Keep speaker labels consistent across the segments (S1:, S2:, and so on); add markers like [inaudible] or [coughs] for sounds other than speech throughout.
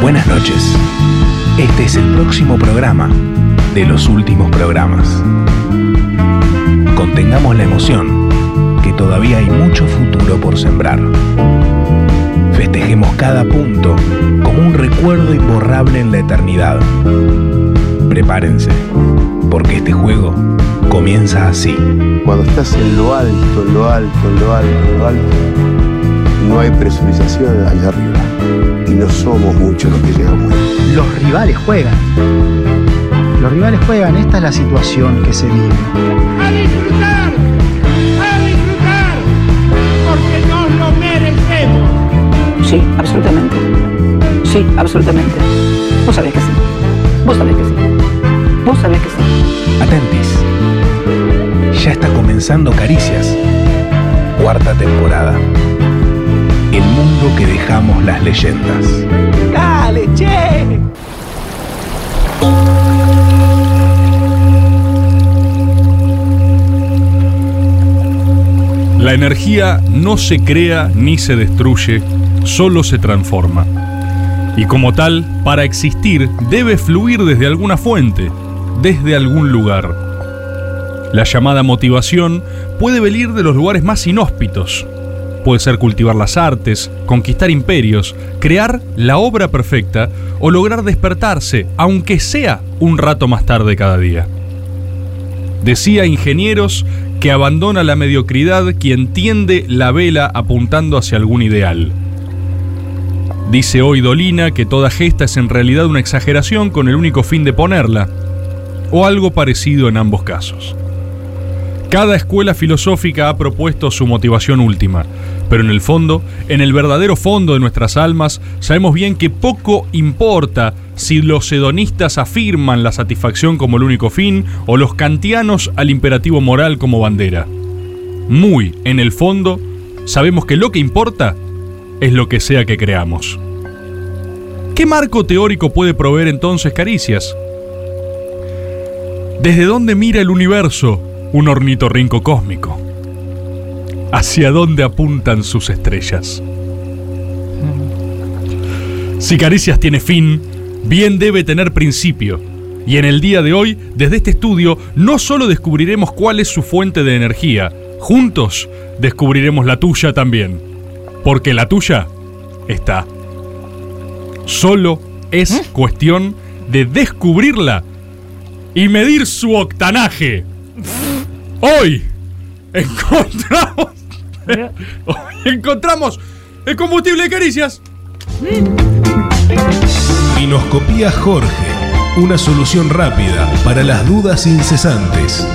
S1: Buenas noches. Este es el próximo programa de los últimos programas. Contengamos la emoción, que todavía hay mucho futuro por sembrar. Festejemos cada punto como un recuerdo imborrable en la eternidad. Prepárense, porque este juego comienza así.
S2: Cuando estás en lo alto, en lo alto, en lo alto, en lo alto, no hay presurización allá arriba. Y no somos muchos los que llegamos. ahí.
S3: los rivales juegan. Los rivales juegan, esta es la situación que se vive.
S4: a disfrutar, a disfrutar, porque nos lo merecemos.
S5: Sí, absolutamente. Sí, absolutamente. Vos sabés que sí. Vos sabés que sí. Vos sabés que sí.
S1: Atentis. Ya está comenzando Caricias, cuarta temporada. El mundo que dejamos las leyendas.
S6: La energía no se crea ni se destruye, solo se transforma. Y como tal, para existir debe fluir desde alguna fuente, desde algún lugar. La llamada motivación puede venir de los lugares más inhóspitos. Puede ser cultivar las artes, conquistar imperios, crear la obra perfecta o lograr despertarse, aunque sea un rato más tarde cada día. Decía ingenieros que abandona la mediocridad quien tiende la vela apuntando hacia algún ideal. Dice hoy Dolina que toda gesta es en realidad una exageración con el único fin de ponerla, o algo parecido en ambos casos. Cada escuela filosófica ha propuesto su motivación última, pero en el fondo, en el verdadero fondo de nuestras almas, sabemos bien que poco importa si los hedonistas afirman la satisfacción como el único fin o los kantianos al imperativo moral como bandera. Muy en el fondo, sabemos que lo que importa es lo que sea que creamos. ¿Qué marco teórico puede proveer entonces Caricias? ¿Desde dónde mira el universo un ornitorrinco cósmico? ¿Hacia dónde apuntan sus estrellas? Si Caricias tiene fin, bien debe tener principio. Y en el día de hoy, desde este estudio, no solo descubriremos cuál es su fuente de energía, juntos descubriremos la tuya también. Porque la tuya está. Solo es cuestión de descubrirla y medir su octanaje. Hoy encontramos. [laughs] Hoy encontramos el combustible de caricias.
S1: Rinoscopía Jorge, una solución rápida para las dudas incesantes.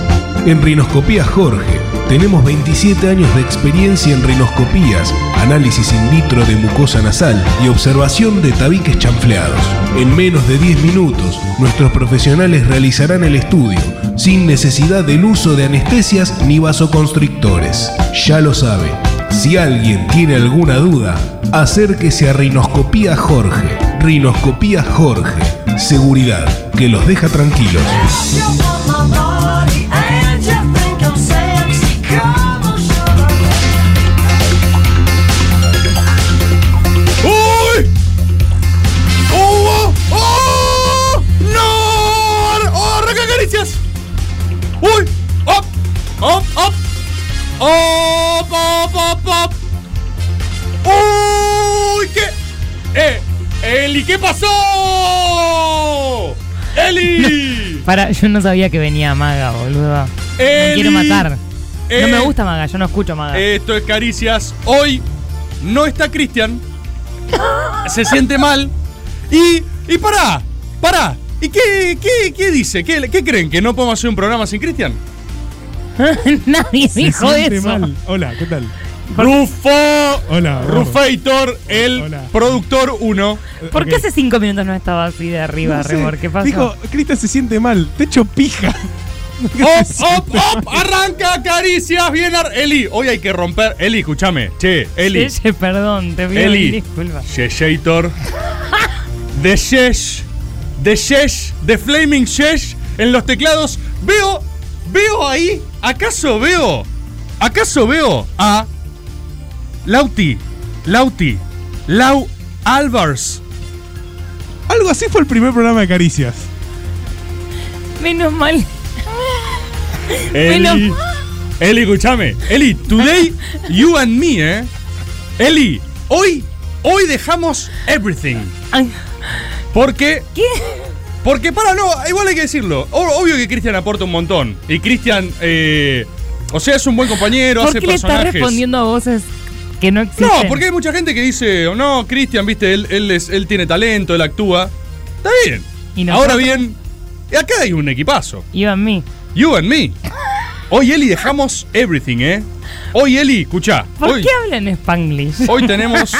S1: En Rinoscopía Jorge tenemos 27 años de experiencia en rinoscopías, análisis in vitro de mucosa nasal y observación de tabiques chanfleados. En menos de 10 minutos, nuestros profesionales realizarán el estudio, sin necesidad del uso de anestesias ni vasoconstrictores. Ya lo sabe, si alguien tiene alguna duda, acérquese a Rinoscopía Jorge. Rinoscopía Jorge. Seguridad que los deja tranquilos.
S6: ¡Uy! ¡Oh! ¡Oh! ¡No! Ar- ¡Oh, arranca caricias! ¡Uy! ¡Op! ¡Op! ¡Op! ¡Op! ¡Op! ¡Op! ¡Op! ¡Uy! ¿Qué? ¡Eh! ¡Eli! ¿Qué pasó? ¡Eli!
S7: Para, yo no sabía que venía Maga, boludo.
S6: ¡Eli!
S7: Me quiero matar.
S6: Eh.
S7: No me gusta Maga, yo no escucho Maga.
S6: Esto es Caricias. Hoy no está Cristian. Se siente mal. Y. Y pará, pará. ¿Y qué, qué, qué dice? ¿Qué, qué creen? ¿Que no podemos hacer un programa sin
S7: [laughs]
S6: Cristian?
S7: Nadie dijo eso.
S8: Hola, ¿qué tal?
S6: Rufo.
S8: Hola,
S6: Rufeitor, el
S8: Hola.
S6: productor 1.
S7: ¿Por qué hace cinco minutos no estaba así de arriba, Rebor? ¿Qué pasó?
S8: Dijo, Cristian se siente mal, te echo
S6: [laughs]
S8: pija.
S6: ¡Op, op, op! ¡Arranca Caricias! Bien, ar- Eli, hoy hay que romper. Eli, escúchame. Che, Eli.
S7: [laughs] Yeye, perdón, te pido mil
S6: Eli,
S7: disculpas.
S6: Sheshator, The Shesh, The Shesh, The Flaming Shesh en los teclados. Veo, veo ahí, ¿acaso veo? ¿Acaso veo a Lauti, Lauti, Lau Alvars,
S1: Algo así fue el primer programa de Caricias.
S7: Menos mal.
S6: Eli, Eli, escúchame. Eli, today you and me, eh. Eli, hoy, hoy dejamos everything.
S7: Ay.
S6: Porque. ¿Qué? Porque, para, no, igual hay que decirlo. O- obvio que Cristian aporta un montón. Y Cristian, eh, o sea, es un buen compañero,
S7: ¿Por
S6: hace
S7: qué le estás
S6: personajes.
S7: respondiendo a voces que no existen?
S6: no, porque hay mucha gente que dice, oh, no, Cristian, viste, él, él, es- él tiene talento, él actúa. Está bien.
S7: ¿Y nosotros?
S6: Ahora bien, acá hay un equipazo.
S7: Iba a mí.
S6: You and me. Hoy Eli dejamos everything, ¿eh? Hoy Eli, escuchá.
S7: ¿Por
S6: hoy,
S7: qué hablan en Spanglish?
S6: hoy tenemos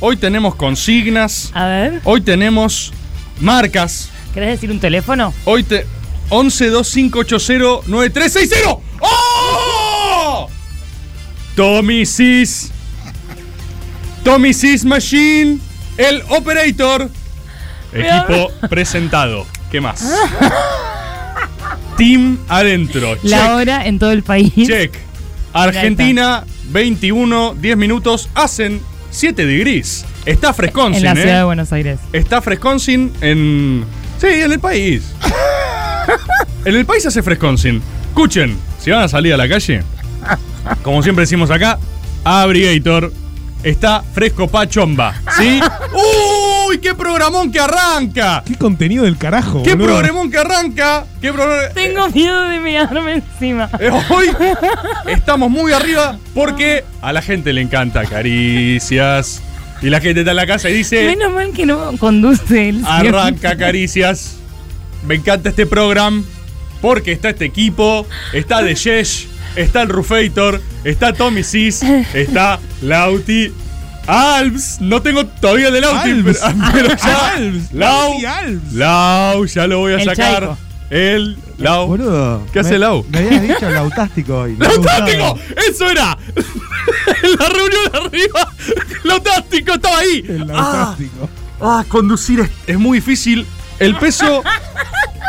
S6: hoy tenemos consignas,
S7: A ver,
S6: hoy tenemos marcas.
S7: ¿querés decir un teléfono?
S6: Hoy te 1125809360. ¡Oh! Tommy Sis. Tommy Sis Machine, el operator. Equipo presentado. ¿Qué más? Team adentro.
S7: La
S6: Check.
S7: hora en todo el país.
S6: Check. Argentina, 21, 10 minutos, hacen 7 de gris. Está frescón,
S7: en la
S6: ¿eh?
S7: ciudad de Buenos Aires.
S6: Está fresconsin en. Sí, en el
S1: [laughs]
S6: país. en el país hace fresconsin. Escuchen, si van a salir a la calle, como siempre decimos acá, Abrigator está fresco pa' chomba. ¿Sí? ¡Uy! ¡Qué programón que arranca!
S1: Qué contenido del carajo.
S6: ¡Qué
S1: boludo.
S6: programón que arranca! ¡Qué programa-
S7: [laughs] Tengo miedo de mirarme encima.
S6: Eh, Hoy estamos muy
S7: [laughs]
S6: arriba porque a la gente le encanta caricias. Y la gente está en la casa y dice.
S7: Menos mal que no conduce él.
S6: Arranca caricias. Me encanta este programa porque está este equipo, está The Yesh, está el Rufator, está Tommy Sis, está Lauti. Alps, no tengo todavía el de Lauti,
S1: Alves. Ah,
S6: pero, pero ya.
S1: Alves.
S6: Lau,
S1: Lauti Alves.
S6: Lau, ya lo voy a
S7: El
S6: sacar.
S7: Chaico.
S6: El Lau.
S9: Boludo.
S6: ¿Qué hace
S9: me-
S6: Lau? [laughs]
S9: Me habías dicho lautástico hoy. me
S6: ¡Lautástico!
S9: gustaba.
S6: ¡Eso era! [laughs] la reunión arriba. ¡Lautástico! Estaba ahí.
S1: El
S6: Ah,
S1: autástico.
S6: Ah, conducir es, es muy difícil. El peso.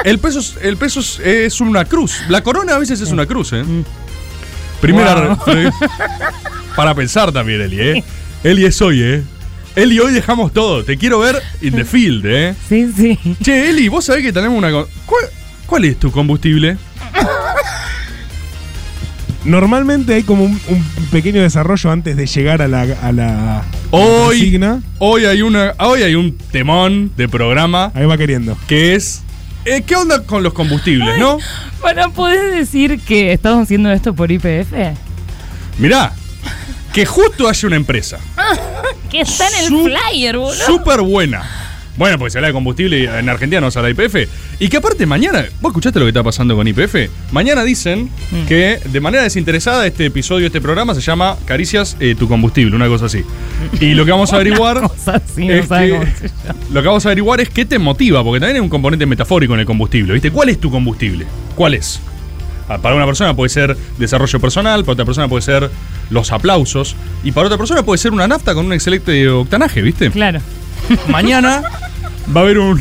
S6: El peso, es- el peso es, es una cruz. La corona a veces es una cruz, ¿eh? Primera. re- Para pensar también, Eli,
S1: [laughs]
S6: ¿eh? Eli es hoy, ¿eh? Eli, hoy dejamos todo. Te quiero ver in the field, ¿eh?
S7: Sí, sí.
S6: Che, Eli, vos sabés que tenemos una. co- ¿Cuál, cuál es tu combustible?
S1: Normalmente hay como un, un pequeño desarrollo antes de llegar a la, a la
S6: Hoy.
S1: consigna.
S6: Hoy hay, una, hoy hay un temón de programa
S1: Ahí va queriendo.
S6: que es. eh, ¿Qué onda con los combustibles, no?
S7: Para poder decir que estamos haciendo esto por IPF.
S6: [laughs] Mirá, que justo haya una empresa
S7: Que está en el
S6: Su-
S7: flyer, boludo.
S6: súper buena. Bueno, porque se habla de combustible y en Argentina no se habla de IPF. Y que aparte mañana, vos escuchaste lo que está pasando con IPF. Mañana dicen que de manera desinteresada este episodio, este programa se llama Caricias eh, tu combustible, una cosa así. Y lo
S10: [laughs]
S6: que vamos a averiguar.
S7: cosa así, no
S6: es
S7: sabe
S6: que-
S7: cómo se
S6: lo que vamos a averiguar es qué te motiva, porque también hay un componente metafórico en el combustible, ¿viste? ¿Cuál es tu combustible? ¿Cuál es? Ah, Para una persona puede ser desarrollo personal, para otra persona puede ser los aplausos, y para otra persona puede ser una nafta con un excelente octanaje, ¿viste?
S7: Claro.
S6: [laughs] Mañana va a haber un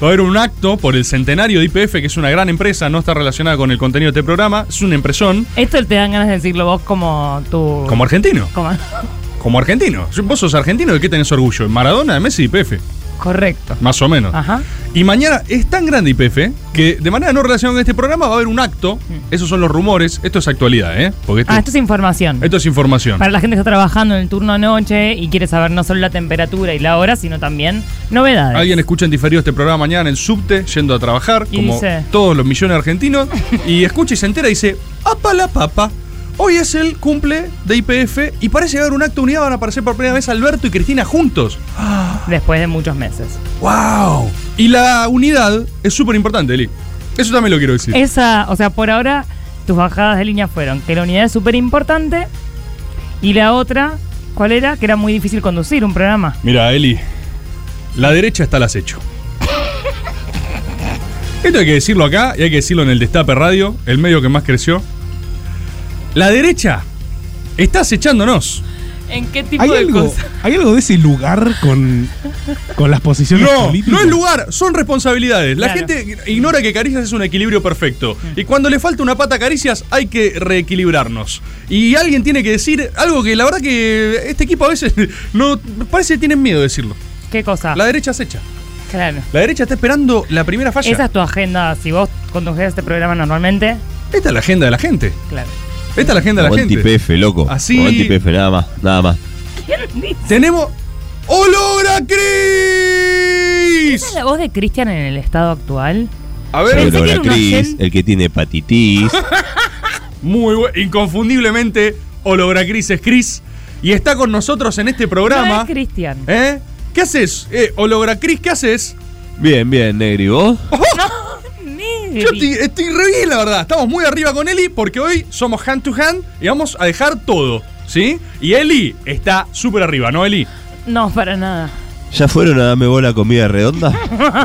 S6: va a haber un acto por el centenario de IPF, que es una gran empresa, no está relacionada con el contenido de este programa, es un empresón
S7: Esto te dan ganas de decirlo vos como tu.
S6: como argentino,
S7: como- [laughs] Ah,
S6: como argentino. Vos sos argentino, ¿de qué tenés orgullo? ¿En Maradona, de Messi y IPF,
S7: Correcto.
S6: más o menos.
S7: Ajá.
S6: Y mañana es tan grande IPF que de manera no relacionada con este programa va a haber un acto, esos son los rumores, esto es actualidad, ¿eh? Porque esto,
S7: Mm. Ah, esto es información.
S6: esto es información.
S7: Para la gente que está trabajando en el turno noche y quiere saber no solo la temperatura y la hora,
S6: [gasps]
S7: sino también novedades.
S6: Alguien escucha en diferido este programa mañana en el subte, yendo a trabajar,
S7: Y
S6: como
S7: dice-
S6: todos los millones de argentinos, y escucha y se entera y dice, ¡apa la papa! Hoy es el cumple de IPF y parece que va a haber un acto de unidad, van a aparecer por primera vez Alberto y Cristina juntos.
S7: Después de muchos meses.
S6: ¡Wow! Y la unidad es súper importante, Eli. Eso también lo quiero decir.
S7: Esa, o sea, por ahora tus bajadas de línea fueron que la unidad es súper importante y la otra, ¿cuál era? Que era muy difícil conducir un programa.
S6: Mira, Eli, la derecha está al acecho. Esto hay que decirlo acá y hay que decirlo en el Destape Radio, el medio que más creció. La derecha está acechándonos.
S7: ¿En qué tipo
S1: ¿Hay algo, ¿Hay algo de ese lugar con, con las posiciones
S6: No,
S1: políticas?
S6: no es lugar, son responsabilidades. La
S7: Claro.
S6: gente ignora que Caricias es un equilibrio perfecto. Y cuando le falta una pata a Caricias, hay que reequilibrarnos. Y alguien tiene que decir algo que la verdad [laughs] que este equipo a veces no parece que tienen miedo de decirlo.
S7: ¿Qué cosa?
S6: La derecha acecha.
S7: Claro.
S6: La derecha está esperando la primera falla.
S7: Esa es tu agenda. Si vos condujeras este programa normalmente,
S6: Esta es la agenda de la gente.
S7: claro.
S6: Esta es la agenda de la gente. Ah,
S11: Anti-PF, loco.
S6: Así-
S11: Anti-PF, nada más, nada más.
S6: Tenemos. ¡Olor a Cris!
S7: ¿Esa es la voz de Cristian en el estado actual?
S6: A
S11: Sí, lo
S6: ver,
S11: logra
S7: que era un
S11: Cris,
S7: oyente.
S11: el que tiene
S6: [laughs]
S11: hepatitis.
S6: muy buen- inconfundiblemente, Olor a Cris es Cris. Y está con nosotros en este
S7: No
S6: programa.
S7: es Cristian.
S6: ¿Eh? ¿Qué haces? Eh, Ologra Cris, ¿qué haces?
S11: bien, bien, Negri, ¿vos?
S7: Negri.
S6: Yo estoy, estoy re bien, la verdad. Estamos muy arriba con Eli porque hoy somos hand to hand y vamos a dejar todo. ¿Sí? Y Eli está súper arriba, ¿no, Eli?
S7: No, para nada.
S11: ¿Ya fueron a darme bola comida redonda?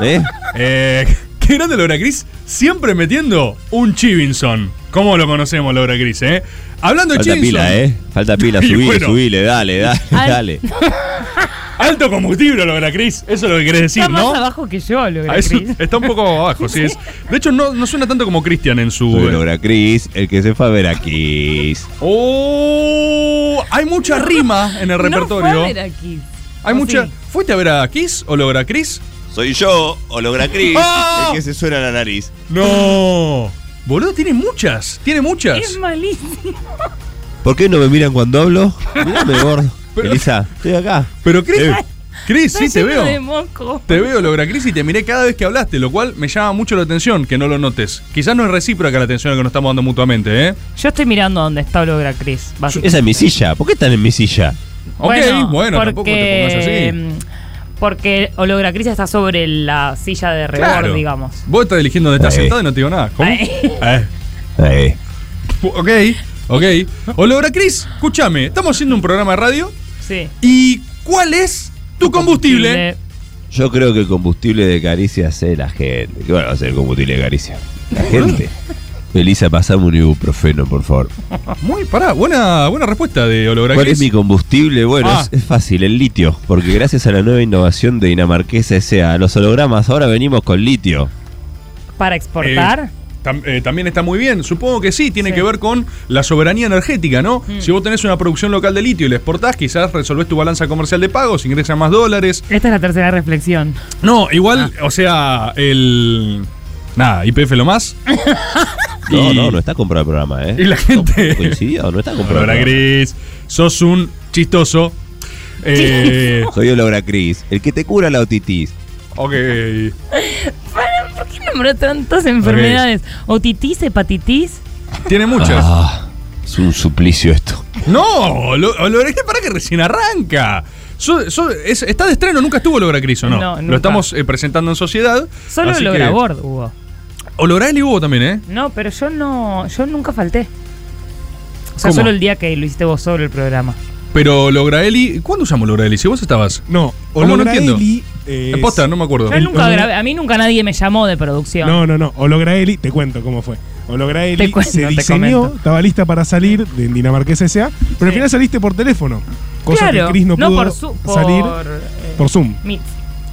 S11: ¿Eh?
S6: Eh, qué grande Laura Cris, siempre metiendo un Chivinson. ¿Cómo lo conocemos, Laura Cris, eh? Hablando de
S11: Falta
S6: Chivinson.
S11: pila, ¿eh? Falta pila,
S6: [laughs] Y
S11: subile,
S6: bueno.
S11: subile, dale, dale,
S7: Al-
S11: [laughs] dale.
S6: Alto combustible, Laura Cris. Eso es lo que querés decir,
S7: Está más
S6: ¿no?
S7: abajo que yo, lo
S6: Ah,
S7: que
S6: eso-
S7: Cris.
S6: está un poco abajo, sí. es- De hecho, no, no suena tanto como Cristian en su.
S11: Sube logra Cris, el que se fue a ver a Cris.
S6: ¡Oh! Hay mucha rima en el repertorio.
S7: [laughs] No fue a ver a Kiss.
S6: Hay
S7: ¿O
S6: mucha.
S7: Ah, sí?
S6: ¿Fuiste a ver a Kiss o logra Cris?
S11: Soy yo, o logra Cris,
S6: ¡Ah!
S11: el que se suena la nariz.
S6: No. Boludo, tiene muchas. Tiene muchas.
S7: Es malísimo.
S11: ¿Por qué no me miran cuando hablo?
S6: [laughs]
S11: Mírame, gordo. Elisa, estoy acá.
S6: Pero Cris.
S11: Eh.
S6: Cris,
S7: Está
S6: sí te
S7: lleno
S6: veo.
S7: de moco.
S6: Te veo, logra Cris, y te miré cada vez que hablaste, lo cual me llama mucho la atención que no lo notes. Quizás no es recíproca la atención que nos estamos dando mutuamente, ¿eh?
S7: [laughs] Yo estoy mirando dónde está Logra Cris. básicamente.
S11: Esa es mi silla. ¿Por qué están en mi silla?
S6: ok, bueno, tampoco te pongas así.
S7: mm, Porque Hologracris está sobre la silla de rebord,
S6: Claro.
S7: digamos.
S6: Vos estás eligiendo dónde estás
S11: Ahí.
S6: sentado y no te digo nada. ¿Cómo?
S7: Ahí.
S6: Eh,
S11: Eh,
S6: ok, ok. O logra Cris, escúchame, estamos haciendo un programa de radio
S7: Sí.
S6: y ¿cuál es tu combustible?
S11: yo creo que el combustible de caricia es la gente. ¿Qué va a ser el combustible de caricia? La gente. Elisa, pasame un ibuprofeno, por favor.
S6: Muy, pará, buena, buena respuesta de Olora
S11: ¿Cuál
S6: Cris.
S11: es mi combustible? Bueno,
S6: Ah.
S11: es, es fácil, el litio. Porque gracias a la nueva innovación de Dinamarquesa S.A., los hologramas ahora venimos con litio.
S7: Para exportar.
S6: Tam- eh, también está muy bien. Supongo que sí, tiene
S7: Sí. Mm.
S6: que ver con la soberanía energética, ¿no? Si vos tenés una producción local de litio y la exportás, quizás resolvés tu balanza comercial de pagos, ingresan más dólares.
S7: Esta es la tercera reflexión. Ah.
S6: No, igual, o sea, el. Nada, IPF lo
S7: [laughs]
S6: más.
S11: No,
S6: Y-
S11: no, no está comprado el programa, ¿eh?
S6: Y la gente.
S11: No, coincidió, no está comprado el
S6: Olora
S11: programa.
S6: Gris, sos un
S11: [laughs]
S6: chistoso. Eh,
S11: Soy Olora Cris, el que te cura la otitis.
S6: ok.
S7: ¿Por qué nombró tantas enfermedades? Otitis, hepatitis.
S6: Tiene muchas.
S11: Ah, es un suplicio esto.
S6: No, Olo- Olora Cris, para que recién arranca. So- so- es- está de estreno, nunca estuvo Olora Cris, ¿o no?
S7: No, nunca.
S6: Lo estamos eh, presentando en sociedad.
S7: Solo
S6: así
S7: Logra
S6: que-
S7: Bord hubo.
S6: Olora Eli hubo también, ¿eh?
S7: No, pero yo no. Yo nunca falté. O sea,
S6: ¿Cómo?
S7: solo el día que lo hiciste vos sobre el programa.
S6: Pero Lograeli, ¿cuándo usamos Lograeli? Si vos estabas.
S9: No, eh,
S6: ¿Cómo no
S9: Olograeli
S6: entiendo?
S9: es-
S6: En posta, no me acuerdo.
S7: Yo nunca
S9: Entonces-
S7: grabé. A mí nunca nadie me llamó de producción.
S9: No, no, no. Olograeli, te cuento cómo fue. Olograeli
S7: Te cuento,
S9: se
S7: te
S9: diseñó,
S7: comento.
S9: estaba lista para salir de Dinamarquesa S.A., pero al
S7: Sí.
S9: final saliste por teléfono. Cosa
S7: claro.
S9: que Cris no, pudo
S7: por su, por,
S9: salir
S7: eh,
S9: por Zoom.
S7: Meet.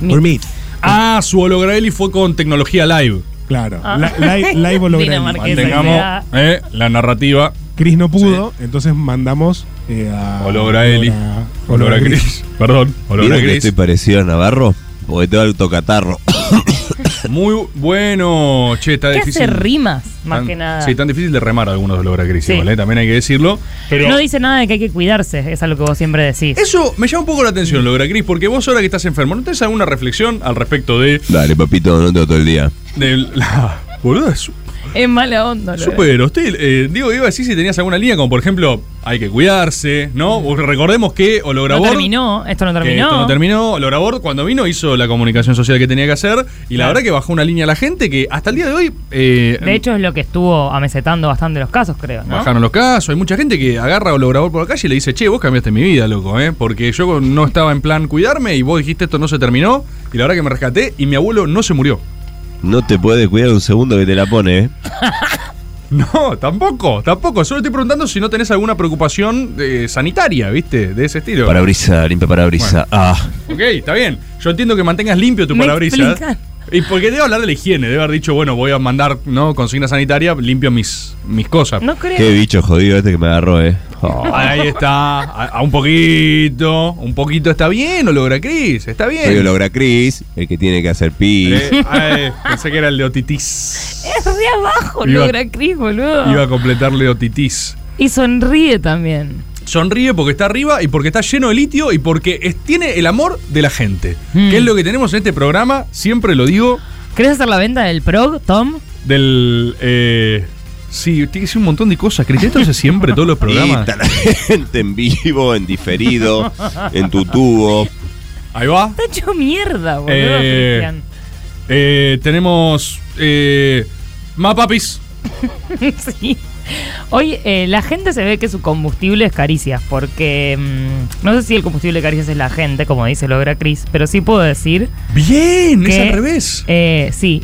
S9: Por Meet.
S6: Ah, su Lograeli fue con tecnología live.
S9: Claro.
S7: Ah.
S9: La- live,
S7: [laughs]
S9: live Olograeli.
S7: Dinamarquesa. Esa idea.
S6: Mantengamos eh, la narrativa.
S9: Cris no pudo, entonces mandamos eh, a.
S6: Olograeli.
S9: a-
S6: Olora Cris. Perdón, Olora
S11: ¿Vieron que
S6: Cris.
S11: estoy parecido a Navarro? Porque tengo alto catarro. [coughs]
S6: Muy bu- bueno, che, está
S7: ¿Qué hace
S6: difícil.
S7: rimas? Más
S6: Tan-
S7: que nada.
S6: Sí, tan difícil de remar algunos de Logra Cris,
S7: Sí.
S6: igual, eh, también hay que decirlo. Pero
S7: No dice nada de que hay que cuidarse, es algo que vos siempre
S6: [laughs]
S7: decís.
S6: eso me llama un poco la atención, Logra Cris, porque vos ahora que estás enfermo, ¿no tenés alguna reflexión al respecto de.
S11: Dale, papito, no tengo todo el día.
S6: de la, boludo, es
S7: Es mala onda. la verdad.
S6: Súper hostil. Eh, digo, iba a decir si tenías alguna línea, como por ejemplo, hay que cuidarse, ¿no? Recordemos que
S7: Mm. No
S6: Holograbor.
S7: terminó, esto no
S6: que
S7: terminó.
S6: esto no terminó. Holograbor, cuando vino, hizo la comunicación social que tenía que hacer. Y la
S7: Claro.
S6: verdad que bajó una línea a la gente que hasta el día de hoy. eh,
S7: De hecho, es lo que estuvo amesetando bastante los casos, creo. ¿no?
S6: Bajaron los casos, hay mucha gente que agarra a Holograbor por la calle y le dice, che, vos cambiaste mi vida, loco, ¿eh? Porque yo no estaba en plan cuidarme y vos dijiste esto no se terminó. Y la verdad que me rescaté y mi abuelo no se murió. [laughs]
S11: No te puedes cuidar un segundo que te la pone, ¿eh?
S6: No, tampoco, tampoco. Solo estoy preguntando si no tenés alguna preocupación eh, sanitaria, ¿viste? De ese estilo.
S11: Parabrisa, limpia parabrisa. Ah,
S6: Ok, está bien. Yo entiendo que mantengas limpio tu
S7: Me
S6: parabrisas.
S7: explican.
S6: Y porque debe hablar de la higiene, debe haber dicho, bueno, voy a mandar, ¿no? Consigna sanitaria, limpio mis, mis cosas. Oh,
S7: No creo.
S11: qué bicho jodido este que me agarró, ¿eh?
S6: Ahí está, a, a un poquito, un poquito está bien, lo logra Cris, está bien.
S11: Lo logra Chris, el que tiene que hacer pis.
S6: Eh, ay, pensé que era el de Otitis.
S7: Es de abajo,
S6: Iba-
S7: logra Cris, boludo.
S6: Iba a completarle Otitis.
S7: Y sonríe también.
S6: Sonríe porque está arriba y porque está lleno de litio y porque es- tiene el amor de la gente.
S7: Hmm.
S6: Que es lo que tenemos en este programa, siempre lo digo,
S7: ¿Querés hacer la venta del
S6: [laughs]
S7: prog, Tom?
S6: del... eh, sí, tiene que ser un montón de cosas. Cris, esto hace siempre todos los
S11: Y
S6: programas.
S11: está la gente en vivo, en diferido, en tu tubo.
S6: Ahí va.
S7: Está hecho mierda, boludo,
S6: Eh, Eh, tenemos... Eh, más papis.
S7: Cristian. [laughs] sí. Hoy eh, la gente se ve que su combustible es caricias, porque mm, no sé si el combustible de caricias es la gente, como dice Logra Cris, pero sí puedo decir.
S6: Bien,
S7: que,
S6: es al revés.
S7: eh, sí,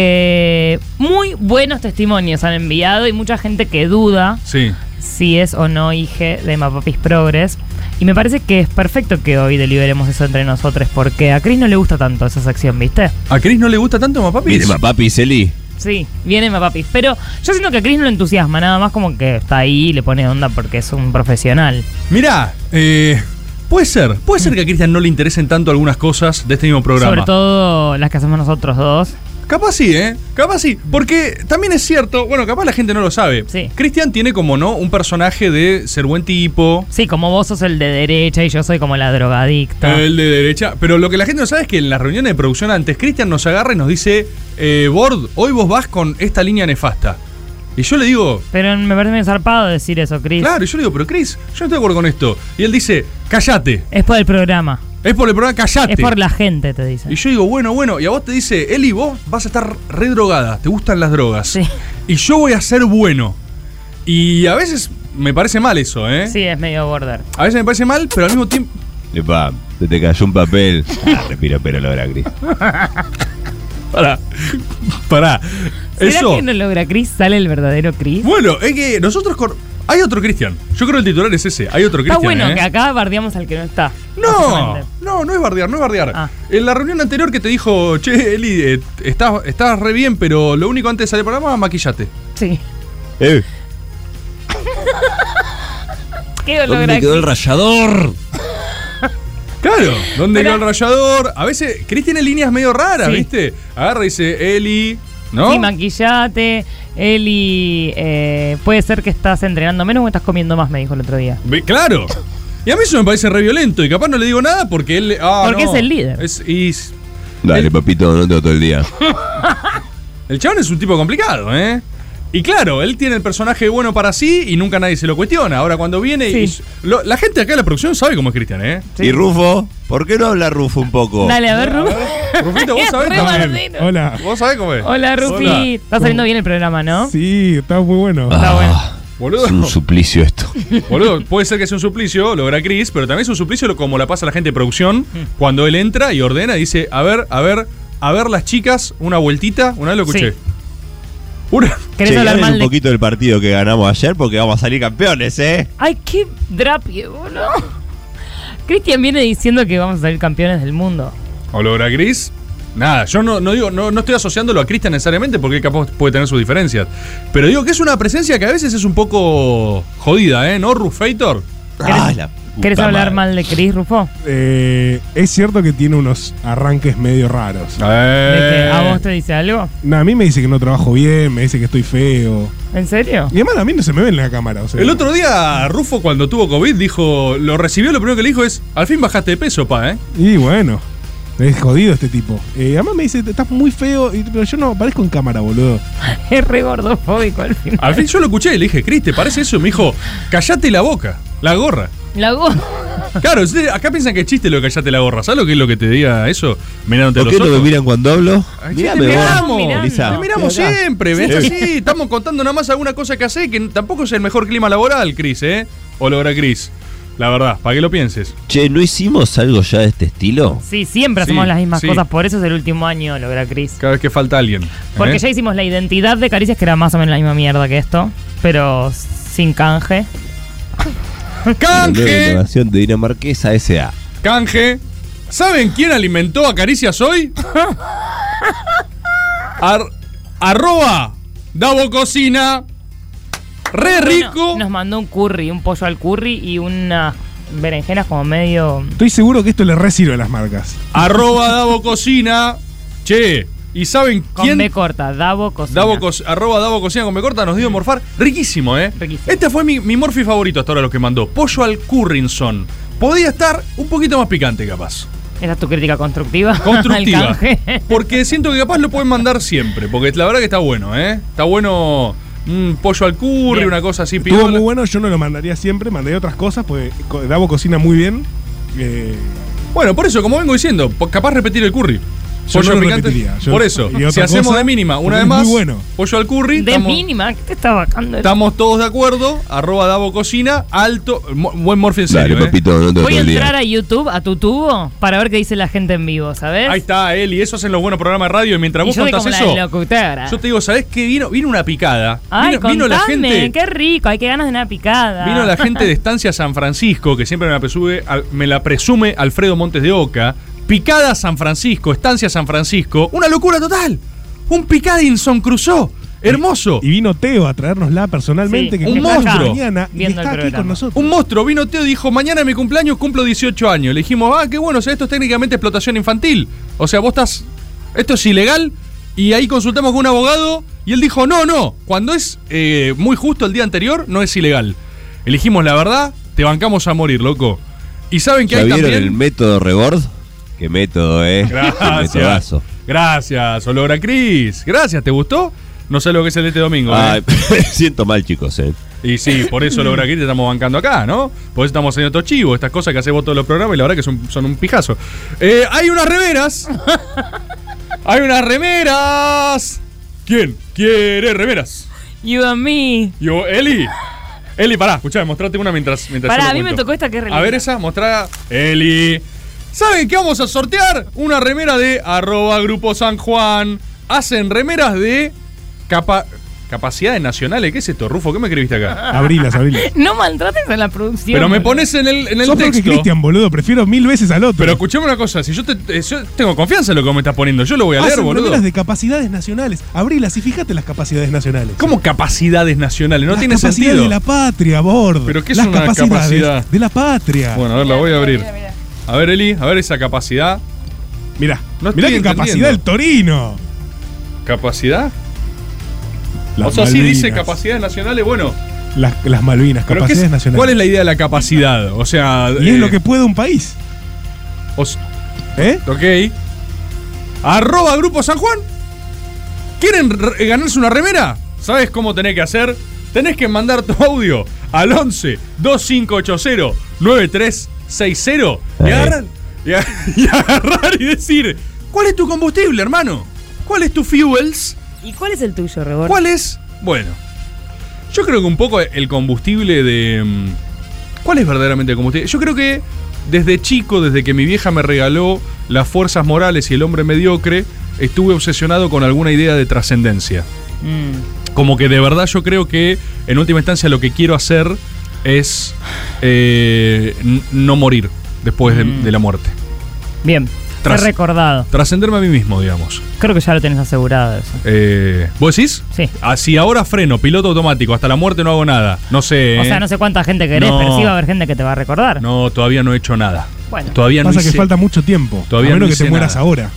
S7: porque muy buenos testimonios han enviado y mucha gente que duda
S6: Sí.
S7: si es o no hija de Mapapis Progress. Y me parece que es perfecto que hoy deliberemos eso entre nosotros, porque a Cris no le gusta tanto esa sección, ¿viste?
S6: ¿A Cris no le gusta tanto más papis?
S11: Mire, papi, Celi.
S7: Sí, viene Mapapis. Pero yo siento que a Cris no lo entusiasma, nada más como que está ahí y le pone onda porque es un profesional.
S6: Mirá, eh, puede ser, puede ser que a Cristian no le interesen tanto algunas cosas de este mismo programa.
S7: Sobre todo las que hacemos nosotros dos.
S6: Capaz sí, ¿eh? Capaz sí. Porque también es cierto, bueno, capaz la gente no lo sabe. Cristian tiene como no un personaje de ser buen tipo,
S7: Sí, como vos sos el de derecha y yo soy como la drogadicta.
S6: el de derecha. Pero lo que la gente no sabe es que en las reuniones de producción antes, Cristian nos agarra y nos dice, eh, Bord, hoy vos vas con esta línea nefasta. Y yo le digo,
S7: Pero me parece muy zarpado decir eso, Cris.
S6: claro, y yo le digo, pero Chris, yo no estoy de acuerdo con esto. Y él dice, cállate.
S7: Es por el programa.
S6: Es por el programa, cállate.
S7: Es por la gente, te dice.
S6: Y yo digo, bueno, bueno, y a vos te dice, Eli, vos vas a estar re drogada, te gustan las drogas. Y yo voy a ser bueno. Y a veces me parece mal eso, ¿eh?
S7: Sí, es medio border.
S6: A veces me parece mal, pero al mismo tiempo.
S11: Epa, se te cayó un papel. Ah, respiro, pero logra Cris.
S6: Pará. Pará.
S7: ¿Será
S6: Eso.
S7: que no logra Cris? ¿Sale el verdadero Cris?
S6: Bueno, es que nosotros. cor- Hay otro Cristian. Yo creo que el titular es ese. Hay otro
S7: Está
S6: Cristian.
S7: bueno
S6: ¿eh?
S7: que acá bardeamos al que no está.
S6: No, no, no es bardear, no es bardear.
S7: Ah.
S6: En la reunión anterior que te dijo, che, Eli, eh, estás, estás re bien, pero lo único antes de salir al programa, maquillate.
S7: Sí.
S11: Eh,
S7: ¿Qué logra Cris?
S11: rayador?
S6: Claro, ¿dónde quedó el rayador? A veces, Cris tiene líneas medio raras, ¿viste? Agarra y dice, Eli, ¿no?
S7: Sí, maquillate. Eli, eh, puede ser que estás entrenando menos o estás comiendo más, me dijo el otro día.
S6: Ve- Claro. Y a mí eso me parece re violento y capaz no le digo nada porque él... ah,
S7: Porque
S6: no.
S7: es el líder.
S6: Es- y s-
S11: Dale, papito, no tengo todo el día.
S6: el chabón es un tipo complicado, ¿eh? Y claro, él tiene el personaje bueno para sí y nunca nadie se lo cuestiona. Ahora cuando viene y... lo- la gente acá de la producción sabe cómo es Cristian, ¿eh?
S11: ¿Y Rufo? ¿Por qué no habla Rufo un poco?
S7: Dale, a ver, Rufi.
S6: Rufito,
S7: [laughs]
S6: vos sabés
S7: Re
S6: cómo es.
S7: bardero.
S9: Hola.
S6: Vos sabés cómo es.
S7: Hola, Rufi.
S6: Hola.
S7: Está saliendo bien el programa, ¿no?
S9: Sí, está muy bueno.
S7: Está bueno.
S6: Boludo.
S11: Ah, Es un suplicio esto.
S6: Boludo, puede ser que sea un suplicio, logra Chris, pero también es un suplicio lo- como la pasa la gente de producción cuando él entra y ordena y dice, a ver, a ver, a ver las chicas, una vueltita, una vez lo escuché.
S7: Sí.
S6: Una-
S7: ¿Querés
S11: Che,
S7: hablar
S11: hablen
S7: mal
S11: un
S7: de.?
S11: poquito del partido que ganamos ayer porque vamos a salir campeones, ¿eh?
S7: Ay, qué drapie, boludo. Cristian viene diciendo que vamos a salir campeones del mundo.
S6: O logra Chris. Nada, yo no, no digo, no, no estoy asociándolo a Cristian necesariamente porque él capaz puede tener sus diferencias. Pero digo que es una presencia que a veces es un poco jodida, ¿eh? ¿No, Rufator?
S7: ¿Querés hablar mal de Cris, Rufo?
S9: Eh, es cierto que tiene unos arranques medio raros.
S7: ¿De que
S6: Eh.
S7: ¿A vos te dice algo?
S9: No, a mí me dice que no trabajo bien, me dice que estoy feo.
S7: ¿En serio?
S9: Y además a mí no se me ve en la cámara. O sea,
S6: El otro día, Rufo, cuando tuvo COVID, dijo, lo recibió, lo primero que le dijo es, al fin bajaste de peso, pa, ¿eh?
S9: Y bueno, es jodido este tipo. Eh, además me dice, estás muy feo, y- pero yo no aparezco en cámara,
S7: [laughs]
S9: boludo.
S7: Es re gordofóbico al final.
S6: Al fin yo lo escuché y le dije, Cris, ¿te parece eso? Y me dijo, callate la boca, la gorra.
S7: La go-
S6: Claro, ustedes acá piensan que es chiste lo de callate la gorra. ¿Sabes lo que es lo que te diga eso? Mirándote a
S11: ¿Por
S6: los
S11: qué no me
S6: ojos.
S11: miran cuando hablo?
S6: Ay, sí,
S11: Mírame
S6: te
S11: vos,
S6: miramos,
S11: Elisa.
S6: te miramos
S11: Mirá.
S6: siempre, ¿ves?
S11: Sí.
S6: Así, estamos contando nada más alguna cosa que hace que tampoco es el mejor clima laboral, Cris, ¿eh? O logra Cris. La verdad, para que lo pienses.
S11: Che, ¿no hicimos algo ya de este estilo?
S7: Sí, siempre hacemos
S6: Sí,
S7: las mismas
S6: sí.
S7: cosas, por eso es el último año, logra Cris.
S6: Cada vez que falta alguien. ¿eh?
S7: Porque ya hicimos la identidad de Caricias, que era más o menos la misma mierda que esto, pero sin canje.
S11: La
S6: ¡Canje!
S11: Donación de Dinamarquesa S.A.
S6: Canje. ¿Saben quién alimentó a Caricias hoy? [laughs] Ar- arroba Davo Cocina. Re
S7: rico. Nos mandó un curry, un pollo al curry y unas berenjenas como medio.
S9: Estoy seguro que esto le re sirve a las marcas.
S6: Arroba Davo Cocina. Che, ¿y saben
S7: Con
S6: quién?
S7: B corta, Davo Cocina.
S6: Davo Cos- arroba Davo Cocina con B corta nos dio morfar. Riquísimo, ¿eh? Este fue mi, mi morfi favorito hasta ahora, los que mandó. Pollo al Currinson. Podía estar un poquito más picante, capaz.
S7: Esa es tu crítica constructiva. [laughs] Al
S6: Constructiva.
S7: canje.
S6: Porque siento que capaz lo pueden mandar siempre. Porque la verdad que está bueno, ¿eh? Está bueno un pollo al curry, una cosa así.
S9: Estuvo
S6: piola.
S9: muy bueno, yo no lo mandaría siempre, mandaría otras cosas, pues Davo cocina muy bien. Eh,
S6: Bueno, por eso, como vengo diciendo, po- capaz repetir el curry.
S9: Yo
S6: Pollo
S9: no lo
S6: picante.
S9: repetiría, yo-
S6: por eso,
S9: y otra
S6: si hacemos
S9: cosa,
S6: de mínima, una
S9: porque
S6: vez
S9: es muy
S6: más,
S9: bueno.
S6: pollo al curry.
S7: De
S6: estamos-
S7: mínima, ¿qué te está bajando?
S6: Estamos todos de acuerdo. Arroba Davo Cocina, alto. mo- buen morfi en
S11: Dale,
S6: serio. ¿eh?
S11: papito, no te
S7: Voy a
S11: todo el
S7: entrar
S11: día.
S7: a YouTube, a tu tubo, para ver qué dice la gente en vivo, ¿sabes?
S6: Ahí está, él, y eso hacen los buenos programas de radio. Y mientras
S7: ¿Eh? Y
S6: vos
S7: yo soy
S6: contás
S7: como la
S6: eso,
S7: locutora.
S6: yo te digo, ¿sabés qué? Vino, vino una picada.
S7: Ay,
S6: vino, vino la
S7: contame,
S6: gente.
S7: qué rico, hay que ganas de una picada.
S6: Vino la gente
S7: [laughs]
S6: de Estancia San Francisco, que siempre me la, presume, al- me la presume Alfredo Montes de Oca. Picada San Francisco, Estancia San Francisco. Una locura total. Un picadinson cruzó. Hermoso.
S9: Y vino Teo a traérnosla personalmente,
S6: Sí,
S9: que
S6: un
S9: está acá
S6: monstruo.
S9: mañana y está aquí con nosotros.
S6: Un monstruo vino Teo y dijo, mañana es mi cumpleaños, cumplo 18 años. Le dijimos, ah, qué bueno, o sea, esto es técnicamente explotación infantil. O sea, vos estás, esto es ilegal. Y ahí consultamos con un abogado y él dijo, no, no, cuando es eh, muy justo el día anterior, no es ilegal. Elegimos la verdad, te bancamos a morir, loco. Y saben que
S11: ¿Ya
S6: hay
S11: vieron
S6: también...
S11: el método Rebord? Qué método, eh.
S6: [laughs]
S11: [laughs]
S6: Gracias.
S11: Qué metodazo.
S6: Gracias, Olora Cris. Gracias, ¿te gustó? No sé lo que es el de este domingo.
S11: [laughs]
S6: ¿eh?
S11: Ay, siento mal, chicos, eh.
S6: Y sí, por
S7: [clears throat]
S6: eso Olora Cris te estamos bancando acá, ¿no? Por eso estamos haciendo estos chivos, estas cosas que hacemos todos los programas y la verdad que son, son un pijazo. Eh, hay unas
S7: [laughs]
S6: remeras. hay unas remeras. ¿Quién quiere remeras?
S7: You and me.
S6: Yo, Eli. Eli, pará, escuchá, mostrate una mientras. mientras yo
S7: Pará,
S6: lo
S7: a mí me
S6: cuento.
S7: tocó esta que es re
S6: A ver
S7: linda.
S6: esa, mostrá. Eli. ¿Saben qué vamos a sortear? Una remera de arroba Grupo San Juan. Hacen remeras de capa- capacidades nacionales. ¿Qué es esto, Rufo? ¿Qué me escribiste acá?
S9: [laughs] Abrilas, abrilas.
S7: [laughs] No maltrates a la producción.
S6: Pero me
S7: boludo.
S6: pones en el, en el
S9: Sos peor que
S6: texto.
S9: Cristian, boludo, prefiero mil veces al otro.
S6: Pero escuchame una cosa, si yo, te, eh, yo tengo confianza en lo que me estás poniendo, yo lo voy a leer,
S9: Hacen
S6: boludo.
S9: Ah, remeras de capacidades nacionales. Abrilas y fíjate las capacidades nacionales.
S6: ¿Cómo capacidades nacionales? No
S9: las
S6: tiene
S9: capacidades
S6: sentido.
S9: de la patria, Bord.
S6: ¿Pero qué es
S9: las
S6: una
S9: capacidades
S6: capacidad?
S9: de la patria.
S6: Bueno, a ver, la voy a abrir. A ver, Eli, a ver esa capacidad.
S9: Mira,
S6: no
S9: Mirá
S6: estoy
S9: qué capacidad del
S6: entendiendo.
S9: Torino.
S6: ¿Capacidad?
S9: Las
S6: o sea, sí
S9: Malvinas.
S6: dice capacidades nacionales, bueno.
S9: Las, las Malvinas,
S6: Pero
S9: capacidades
S6: ¿qué es-
S9: nacionales.
S6: ¿Cuál es la idea de la capacidad? O sea.
S9: Y es
S6: eh,
S9: lo que puede un país.
S6: os-
S9: ¿Eh?
S6: Ok. Arroba Grupo San Juan. ¿Quieren re- ganarse una remera? ¿Sabes cómo tenés que hacer? Tenés que mandar tu audio al 11 2580 9360 y
S9: Eh.
S11: Ahí.
S6: agarrar, y, a- [laughs] y agarrar y decir: ¿Cuál es tu combustible, hermano? ¿Cuál es tu fuels?
S7: ¿Y cuál es el tuyo, Rebor?
S6: ¿Cuál es? Bueno, yo creo que un poco el combustible de. mm, ¿Cuál es verdaderamente el combustible? Yo creo que desde chico, desde que mi vieja me regaló las fuerzas morales y el hombre mediocre, estuve obsesionado con alguna idea de trascendencia.
S7: Mm.
S6: Como que de verdad yo creo que en última instancia lo que quiero hacer es eh, n- no morir después de,
S7: Mm.
S6: de la muerte.
S7: Bien,
S6: Tras-
S7: te he recordado.
S6: Trascenderme a mí mismo, digamos.
S7: Creo que ya lo tenés asegurado eso.
S6: Eh, ¿Vos decís?
S7: Sí.
S6: Así ahora freno, piloto automático, hasta la muerte no hago nada. No sé. ¿eh?
S7: O sea, no sé cuánta gente querés,
S6: No.
S7: pero sí va a haber gente que te va a recordar.
S6: No, todavía no he hecho nada.
S7: Bueno.
S6: Todavía no
S9: Pasa
S6: hice-
S9: que falta mucho tiempo.
S6: Todavía
S9: a menos
S6: no
S9: que
S6: hice
S9: te mueras
S6: nada.
S9: ahora.